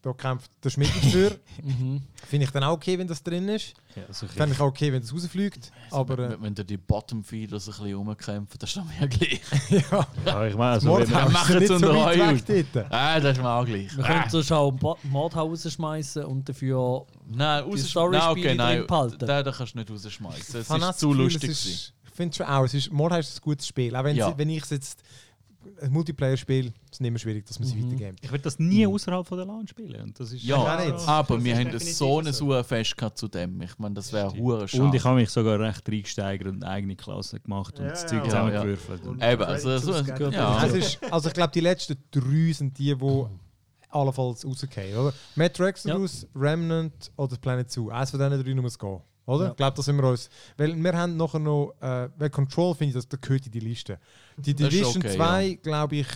Speaker 1: da kämpft der Schmidt für.
Speaker 3: Mhm.
Speaker 1: finde ich dann auch okay, wenn das drin ist.
Speaker 2: Ja, also
Speaker 1: Fände ich auch okay, wenn das rausfliegt. Aber, äh,
Speaker 4: wenn, wenn dir die Bottom Feeders ein bisschen rumkämpfen, das ist dann mir gleich.
Speaker 1: ja,
Speaker 2: ja, ich meine, also, wenn
Speaker 1: Mordheim
Speaker 2: man,
Speaker 1: ist
Speaker 4: machen
Speaker 1: nicht
Speaker 4: es
Speaker 1: so
Speaker 4: unter
Speaker 1: weit
Speaker 4: euch.
Speaker 1: weg dort.
Speaker 4: ah, das ist mir auch gleich.
Speaker 3: Wir können sonst auch ein Bo- Mordhaus schmeißen und dafür
Speaker 4: Nein, rausschmeißen.
Speaker 3: Story-Spiele
Speaker 4: Nein, okay,
Speaker 3: drin
Speaker 4: nein.
Speaker 3: behalten.
Speaker 4: Den, den kannst du nicht rausschmeißen. Es
Speaker 1: Ich habe
Speaker 4: war
Speaker 1: auch
Speaker 4: zu
Speaker 1: das
Speaker 4: lustig.
Speaker 1: Gefühl, es
Speaker 4: gewesen.
Speaker 1: ist- Ich finde schon auch, es ist, Mordheim ist ein gutes Spiel. Auch wenn,
Speaker 4: Ja.
Speaker 1: sie- wenn ich es jetzt ein Multiplayer-Spiel, ist es nicht mehr schwierig, dass man sie
Speaker 3: Mhm.
Speaker 1: weitergebt.
Speaker 2: ich will das nie außerhalb von der LAN spielen. Und das ist
Speaker 4: Ja,
Speaker 1: Nein, nein,
Speaker 4: aber
Speaker 6: das
Speaker 4: wir
Speaker 6: ist
Speaker 4: haben
Speaker 6: definitiv
Speaker 4: so eine
Speaker 6: so.
Speaker 4: so. Fest gehabt zu dem. Ich meine, das wäre hure schade.
Speaker 2: Und ich habe mich sogar recht reingesteigert und eigene Klassen gemacht und
Speaker 6: Ja,
Speaker 2: das
Speaker 6: ja,
Speaker 2: Zeug
Speaker 6: ja.
Speaker 2: zusammengewürfelt. Äh,
Speaker 6: Und-
Speaker 4: Eben, also, so,
Speaker 6: Ausgeht.
Speaker 4: ja.
Speaker 1: Es ist, also ich glaube, die letzten drei sind die, die allenfalls rausgehen, oder? Metro Exodus, Remnant oder Planet Zoo. Eins von diesen drei muss gehen. Oder?
Speaker 3: Ja.
Speaker 1: Ich glaube, da sind wir uns. Weil wir haben nachher noch, äh, weil Control finde ich, das, da gehört in die Liste. Die
Speaker 4: Das ist
Speaker 1: Division
Speaker 4: okay,
Speaker 1: 2, glaube ich,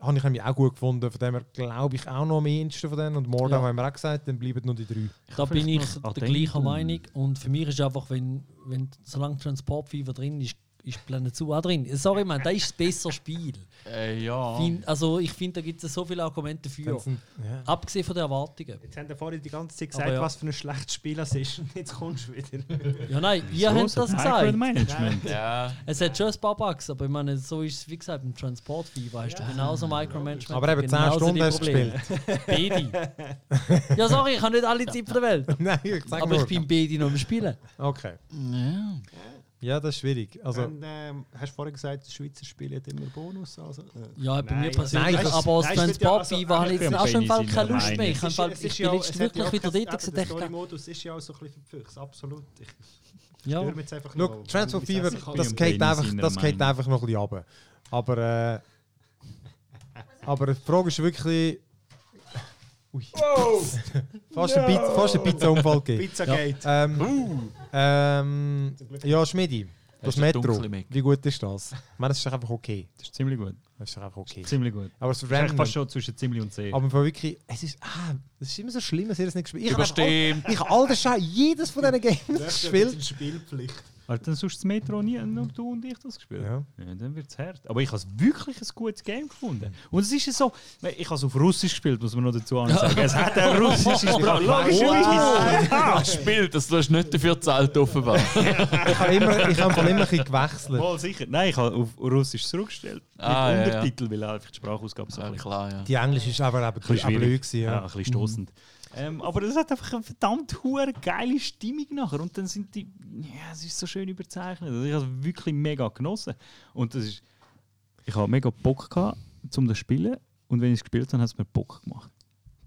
Speaker 1: habe ich nämlich auch gut gefunden. Von dem her glaube ich auch noch am ehesten von denen. Und Mordau
Speaker 3: Ja.
Speaker 1: haben wir auch gesagt, dann bleiben nur die drei.
Speaker 3: Da bin ich
Speaker 2: noch
Speaker 3: der
Speaker 2: Addendum.
Speaker 3: gleichen Meinung. Und für mich ist einfach, wenn, wenn solange Transportfieber drin ist, ist Planet Zoo auch drin. Sorry, man, das ist das bessere Spiel.
Speaker 4: Äh,
Speaker 1: Ah.
Speaker 4: ja.
Speaker 3: Find, also ich finde, da gibt es so viele Argumente
Speaker 1: Dann
Speaker 3: dafür.
Speaker 1: sind- Ja.
Speaker 3: Abgesehen von den Erwartungen.
Speaker 6: Jetzt haben wir vorhin die ganze Zeit gesagt,
Speaker 3: Aber ja.
Speaker 6: was für ein schlechtes Spiel das ist und jetzt kommst du wieder.
Speaker 3: Ja, nein, ihr habt das gesagt.
Speaker 2: Micromanagement.
Speaker 4: Ja.
Speaker 3: Es hat schon ein paar Bugs, aber ich meine, so ist es, wie gesagt, im Transportfieber hast du genauso Micromanagement.
Speaker 1: Aber eben 10
Speaker 3: genauso
Speaker 1: Stunden
Speaker 3: Ah, genau die
Speaker 1: hast du
Speaker 3: Probleme.
Speaker 1: gespielt.
Speaker 3: Bedi. Ja, sorry, ich habe nicht alle Zeit von der Welt.
Speaker 1: Nein, ich sag
Speaker 3: Aber
Speaker 1: nur.
Speaker 3: ich bin Bedi noch am Spielen.
Speaker 1: Okay.
Speaker 4: ja.
Speaker 1: Ja, das ist schwierig. Also,
Speaker 6: und, ähm, hast du vorhin gesagt, das Schweizer Spiel hat immer Bonus? Also, äh.
Speaker 3: Ja, bei
Speaker 6: Nein,
Speaker 3: mir
Speaker 6: also-
Speaker 3: persönlich.
Speaker 1: Nein, das-
Speaker 3: aber als
Speaker 6: nein, es wird ja-
Speaker 3: Transportfieber habe ich
Speaker 2: also-
Speaker 3: jetzt auch schon im Fall keine Lust mehr.
Speaker 2: Nein,
Speaker 3: Ich, habe im Fall, ich bin letztens wirklich wieder dort und
Speaker 6: Der
Speaker 3: gedacht,
Speaker 6: Story-Modus ist ja auch so ein bisschen verpfüchst, absolut. Ich
Speaker 3: ja,
Speaker 6: stürme jetzt einfach
Speaker 1: Look, Transfer Fever,
Speaker 2: bin
Speaker 1: das
Speaker 2: im
Speaker 1: geht
Speaker 2: Brain
Speaker 1: einfach,
Speaker 2: seiner
Speaker 1: das geht
Speaker 2: Meinung.
Speaker 1: einfach noch ein bisschen runter. Aber, äh, aber die Frage ist wirklich. Ui. fast ein Pizza, fast ein Pizza-Unfall gegeben.
Speaker 6: Pizza Gate.
Speaker 1: Ähm, ähm, ja, Schmidi, das
Speaker 4: Hast du
Speaker 1: Metro.
Speaker 4: dunkle Mick?
Speaker 1: Wie gut ist das? Ich meine, das ist doch einfach okay.
Speaker 2: Das ist ziemlich gut.
Speaker 1: Das ist doch einfach okay.
Speaker 2: Ziemlich gut.
Speaker 1: Aber das
Speaker 2: Das ist eigentlich fast
Speaker 1: Remnant,
Speaker 2: schon zwischen ziemlich und sehr.
Speaker 1: aber von wirklich, es ist, ah, es ist immer so schlimm, dass ihr das nicht gespielt habt. Ich habe einfach
Speaker 4: Überstimmt.
Speaker 1: all- Ich habe all das Scheiß, jedes von diesen Games
Speaker 6: Das
Speaker 1: gespielt.
Speaker 6: Spielpflicht.
Speaker 2: Hat dann sonst das Metro nie nur du und ich das gespielt?
Speaker 1: Ja.
Speaker 2: Ja, dann wird es hart. Aber ich habe wirklich ein gutes Game gefunden. Und es ist ja so, ich habe es auf Russisch gespielt, muss man noch dazu sagen. Es hat eine russische Sprache. Logischerweise.
Speaker 4: Das Spiel, das du hast nicht dafür zahlt, offenbar.
Speaker 1: Ich habe immer, ich habe immer ein bisschen gewechselt.
Speaker 2: Mal sicher. Nein, ich habe auf Russisch zurückgestellt. Mit
Speaker 4: Ah, ja, ja.
Speaker 2: Untertitel, weil einfach die Sprachausgabe so
Speaker 4: Ja,
Speaker 2: ein bisschen,
Speaker 4: klar, ja.
Speaker 1: Die Englisch ist aber eben
Speaker 2: ein bisschen
Speaker 1: auch
Speaker 2: schwierig
Speaker 1: blöd gewesen,
Speaker 2: Ja,
Speaker 1: ja.
Speaker 2: ein bisschen stossend. Ähm, aber es hat einfach eine verdammt hohe geile Stimmung nachher. Und dann sind die. Ja, es ist so schön überzeichnet. Also ich habe es wirklich mega genossen. Und das ist. Ich habe mega Bock gehabt, um das zu spielen. Und wenn ich es gespielt habe, hat es mir Bock gemacht.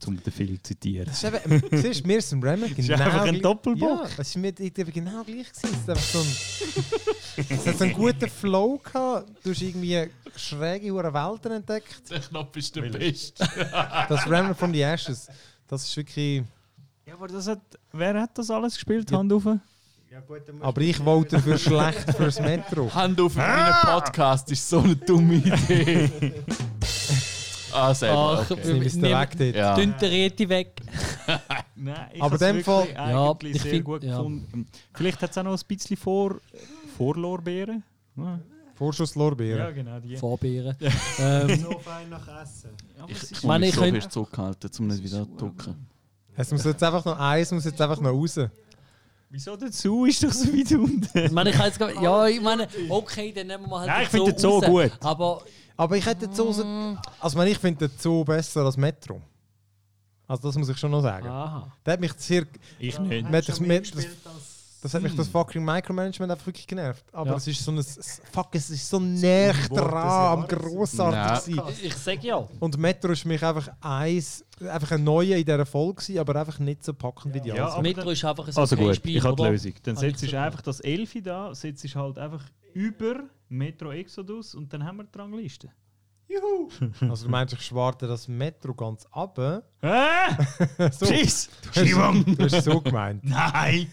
Speaker 2: Um den Film zu zitieren.
Speaker 1: Das ist eben, ähm, siehst, wir sind Bremen genau
Speaker 2: einfach ein
Speaker 1: gleich-
Speaker 2: Doppelbock.
Speaker 1: Ja, es ist mir ich- eben genau gleich gewesen. Es, ist einfach so ein, es hat so einen guten Flow gehabt. Du hast irgendwie schräge hure Welten entdeckt.
Speaker 4: Der Knopf ist der Beste.
Speaker 1: Das Remnant from the Ashes. Das ist wirklich...
Speaker 2: Ja, aber das hat, wer hat das alles gespielt?
Speaker 1: Ja.
Speaker 2: Hand auf.
Speaker 6: Ja, gut, dann musst
Speaker 1: Aber
Speaker 6: du-
Speaker 1: ich wollte für schlecht fürs Metro.
Speaker 4: Hand auf meinen
Speaker 2: Ah!
Speaker 4: Podcast ist so eine dumme Idee. ah, selber.
Speaker 3: Ach,
Speaker 1: Jetzt nehme ich es dir weg dort.
Speaker 4: Ja.
Speaker 3: Dünn die Rede weg.
Speaker 2: Nein, ich
Speaker 1: Aber
Speaker 2: hab's
Speaker 1: dem
Speaker 2: wirklich
Speaker 1: Fall-
Speaker 3: Ja,
Speaker 2: eigentlich
Speaker 3: ich
Speaker 2: sehr
Speaker 3: find-
Speaker 2: gut
Speaker 3: ja.
Speaker 2: gefunden. Vielleicht hat es auch noch ein bisschen vor, Vorlorbeeren. Ja,
Speaker 1: Vorschusslorbeeren.
Speaker 2: genau, die.
Speaker 3: Vorbeeren. ähm,
Speaker 6: so fein nach Essen.
Speaker 2: Aber
Speaker 4: Ich,
Speaker 2: es
Speaker 4: ich
Speaker 2: ist-
Speaker 3: meine,
Speaker 4: meine, ich
Speaker 3: ich
Speaker 4: so
Speaker 3: könnte-
Speaker 4: fest zurückgehalten, um nicht wieder zu drücken.
Speaker 1: Es muss jetzt einfach noch eins, muss jetzt einfach noch raus.
Speaker 2: Wieso der Zoo ist doch so weit unten?
Speaker 3: ich meine, ich kann jetzt gar- ja, ich meine, okay, dann nehmen wir halt
Speaker 2: Nein, ich
Speaker 3: den
Speaker 2: finde den Zoo
Speaker 3: raus.
Speaker 2: gut.
Speaker 3: Aber
Speaker 1: Aber ich hätte so, also ich meine, ich finde den Zoo besser als Metro. Also das muss ich schon noch sagen.
Speaker 3: aha.
Speaker 1: Der hat mich sehr,
Speaker 2: Ich nicht.
Speaker 1: Mit- das- mit-
Speaker 6: das,
Speaker 1: das hat mich das fucking Micromanagement einfach wirklich genervt. Aber
Speaker 3: Ja.
Speaker 1: es ist so ein, es- fuck, es ist so näher dran, am grossartig
Speaker 3: Ich,
Speaker 1: gewesen.
Speaker 3: ich sag ja.
Speaker 1: Und Metro ist für mich einfach eins, einfach ein neuer in dieser Folge gewesen, aber einfach nicht so packend wie die
Speaker 2: Ja,
Speaker 1: anderen.
Speaker 2: aber-
Speaker 3: Metro ist einfach ein
Speaker 2: Also
Speaker 3: okay
Speaker 2: gut,
Speaker 3: Spiel,
Speaker 2: ich habe die
Speaker 3: oder?
Speaker 2: Lösung. Dann
Speaker 3: Hab ich
Speaker 2: setzt ich
Speaker 3: so
Speaker 2: einfach das Elfi da, setzt ich halt einfach über Metro Exodus und dann haben wir die Rangliste.
Speaker 1: Also du meinst, ich schwarte das Metro ganz äh? runter?
Speaker 2: Hä?
Speaker 1: so, du
Speaker 2: Schiss!
Speaker 1: hast, du hast so gemeint.
Speaker 2: Nein!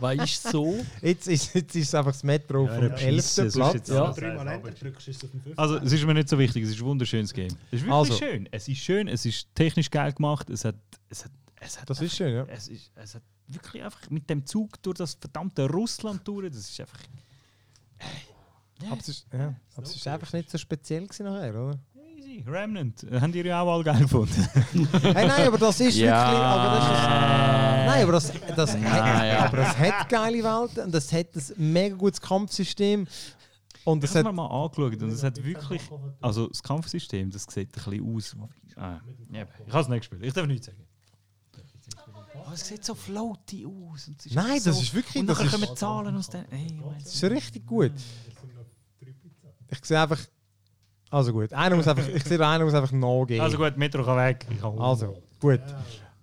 Speaker 3: Weil ist so.
Speaker 1: Jetzt ist, jetzt ist einfach das Metro
Speaker 2: Ja,
Speaker 1: vom
Speaker 2: der
Speaker 1: 11.
Speaker 2: Pisse, sonst
Speaker 1: Platz.
Speaker 2: jetzt
Speaker 3: Ja. Ah.
Speaker 2: alles
Speaker 6: Dreimal
Speaker 2: einfach.
Speaker 6: Enter drückst, ist es auf den 5.
Speaker 2: Also, es ist mir nicht so wichtig, es ist ein wunderschönes Game. Es ist wirklich
Speaker 1: Also.
Speaker 2: schön. Es ist schön, es ist technisch geil gemacht, es hat. Es hat, es hat
Speaker 1: Das ist schön, ja.
Speaker 2: es, ist, es hat wirklich einfach mit dem Zug durch das verdammte Russland durch, das ist einfach.
Speaker 1: Aber es ist, ja. Aber es ist einfach nicht so speziell gewesen nachher, oder?
Speaker 2: Easy. Remnant. Äh, Habt ihr ja auch alle geil gefunden.
Speaker 1: Hey, nein, aber das ist
Speaker 4: Ja.
Speaker 1: wirklich. Aber das ist, nein, aber das, das, hat,
Speaker 4: ja.
Speaker 1: aber das hat geile Welten und das hat ein mega gutes Kampfsystem. Und
Speaker 2: Das
Speaker 1: das
Speaker 2: haben
Speaker 1: hat.
Speaker 2: wir mal angeschaut und es hat wirklich. Also dus das Kampfsystem, das sieht ein bisschen aus. Ah, eben. ich habe es nicht gespielt, ich darf nichts sagen. Aber es sieht so floaty aus. Und es ist
Speaker 1: Nein,
Speaker 2: so,
Speaker 1: das ist wirklich.
Speaker 2: Und
Speaker 1: Das
Speaker 2: dann
Speaker 1: ist,
Speaker 2: kommen Zahlen aus dem. Hey, ich
Speaker 1: das
Speaker 2: mein's-
Speaker 1: ist richtig gut. Ich sehe einfach. Also gut, einer muss einfach. Ich sehe, einer muss einfach nachgehen.
Speaker 2: also
Speaker 1: Also,
Speaker 2: gut, Metro kann weg. Ich kann
Speaker 1: gut.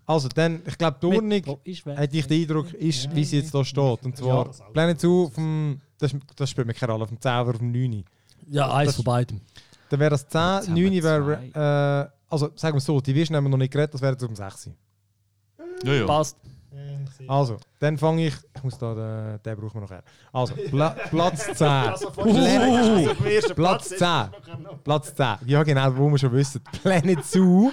Speaker 1: Also dann, ich glaube, die Ordnung.
Speaker 3: Metro ist weg.
Speaker 1: Hätte ich den Eindruck, ist, wie sie jetzt da steht. Und zwar, Planet zu, vom, das, das spielt mir keine Rolle, auf dem 10 oder auf dem 9.
Speaker 3: Ja, eins von beidem.
Speaker 1: Dann wäre das 10,
Speaker 2: haben
Speaker 1: 9
Speaker 2: wir
Speaker 1: wäre, äh, also sagen wir es so, die Vision haben wir noch nicht geredet, das wäre jetzt auf dem 6.
Speaker 4: Ja, ja.
Speaker 3: Passt.
Speaker 6: Äh,
Speaker 1: Also, dann fange ich, ich muss da, den, den brauchen wir noch her. Also, Pla Platz
Speaker 6: Also,
Speaker 1: 10.
Speaker 3: Uh.
Speaker 1: Planet, Platz 10. Platz 10. Ja genau, wo wir schon wissen. Planet zu.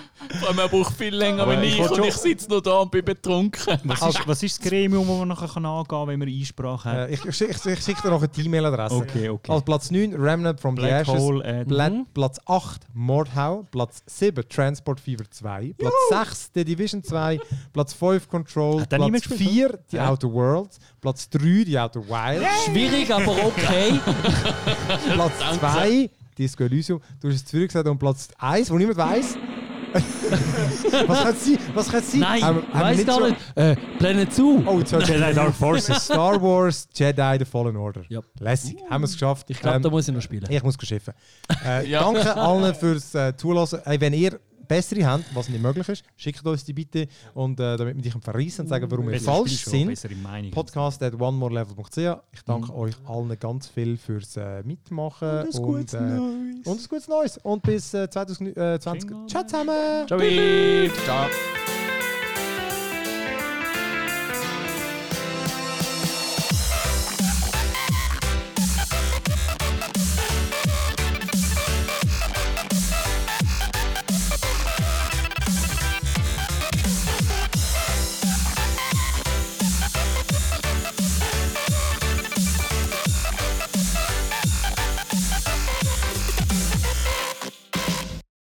Speaker 4: Man braucht viel länger
Speaker 2: Aber
Speaker 4: wenn
Speaker 2: ich
Speaker 4: ich
Speaker 2: wollte
Speaker 4: und
Speaker 2: schon-
Speaker 4: ich sitze noch da und bin betrunken.
Speaker 2: Was ist, was ist das Gremium, das man nachher kann angehen kann, wenn man Einsprache hat?
Speaker 1: Äh, ich ich, ich, ich schicke dir noch eine E-Mail-Adresse.
Speaker 2: okay, okay.
Speaker 1: Also Platz 9, Remnant from the
Speaker 2: Black
Speaker 1: Ashes.
Speaker 2: Hole. Äh,
Speaker 1: Pla Platz 8 Mordhau, Platz 7 Transport Fever 2, Platz 6 The Division 2, Platz 5 Control,
Speaker 2: Hat er
Speaker 1: Platz
Speaker 2: niemand gespielt,
Speaker 1: 4 The
Speaker 2: Ja.
Speaker 1: Outer Worlds, Platz 3 The Outer Wilds,
Speaker 3: Schwierig, aber okay.
Speaker 1: Platz 2 Disco Elysium, du hast es zu früh gesagt, und Platz 1, wo niemand weiß. was kann sie? Was kann sie?
Speaker 3: Nein, weiß gar nicht. Äh, Planet zu.
Speaker 1: Oh, jetzt hört
Speaker 2: Jedi Dark Forces.
Speaker 1: Star Wars Jedi The Fallen Order.
Speaker 3: Ja.
Speaker 1: Lässig, haben wir es geschafft.
Speaker 3: Ich glaube,
Speaker 1: Ähm,
Speaker 3: da muss ich noch spielen.
Speaker 1: Ich muss geschiffen. Äh,
Speaker 4: Ja.
Speaker 1: Danke allen fürs äh, Zulassen. Hey, wenn ihr bessere habt, was nicht möglich ist, schickt uns die bitte. Und äh, damit wir dich verreisen und sagen, warum wir
Speaker 2: Besseres
Speaker 1: falsch
Speaker 2: Spielshow,
Speaker 1: sind,
Speaker 2: Bessere Meinung.
Speaker 1: podcast at onemorelevel.ch. Ich danke euch allen ganz viel fürs äh, Mitmachen. Und, äh, und ein gutes Neues. Und bis äh, 2020. Äh, 20
Speaker 2: Jingle
Speaker 1: Ciao zusammen!
Speaker 4: Ciao. Ciao.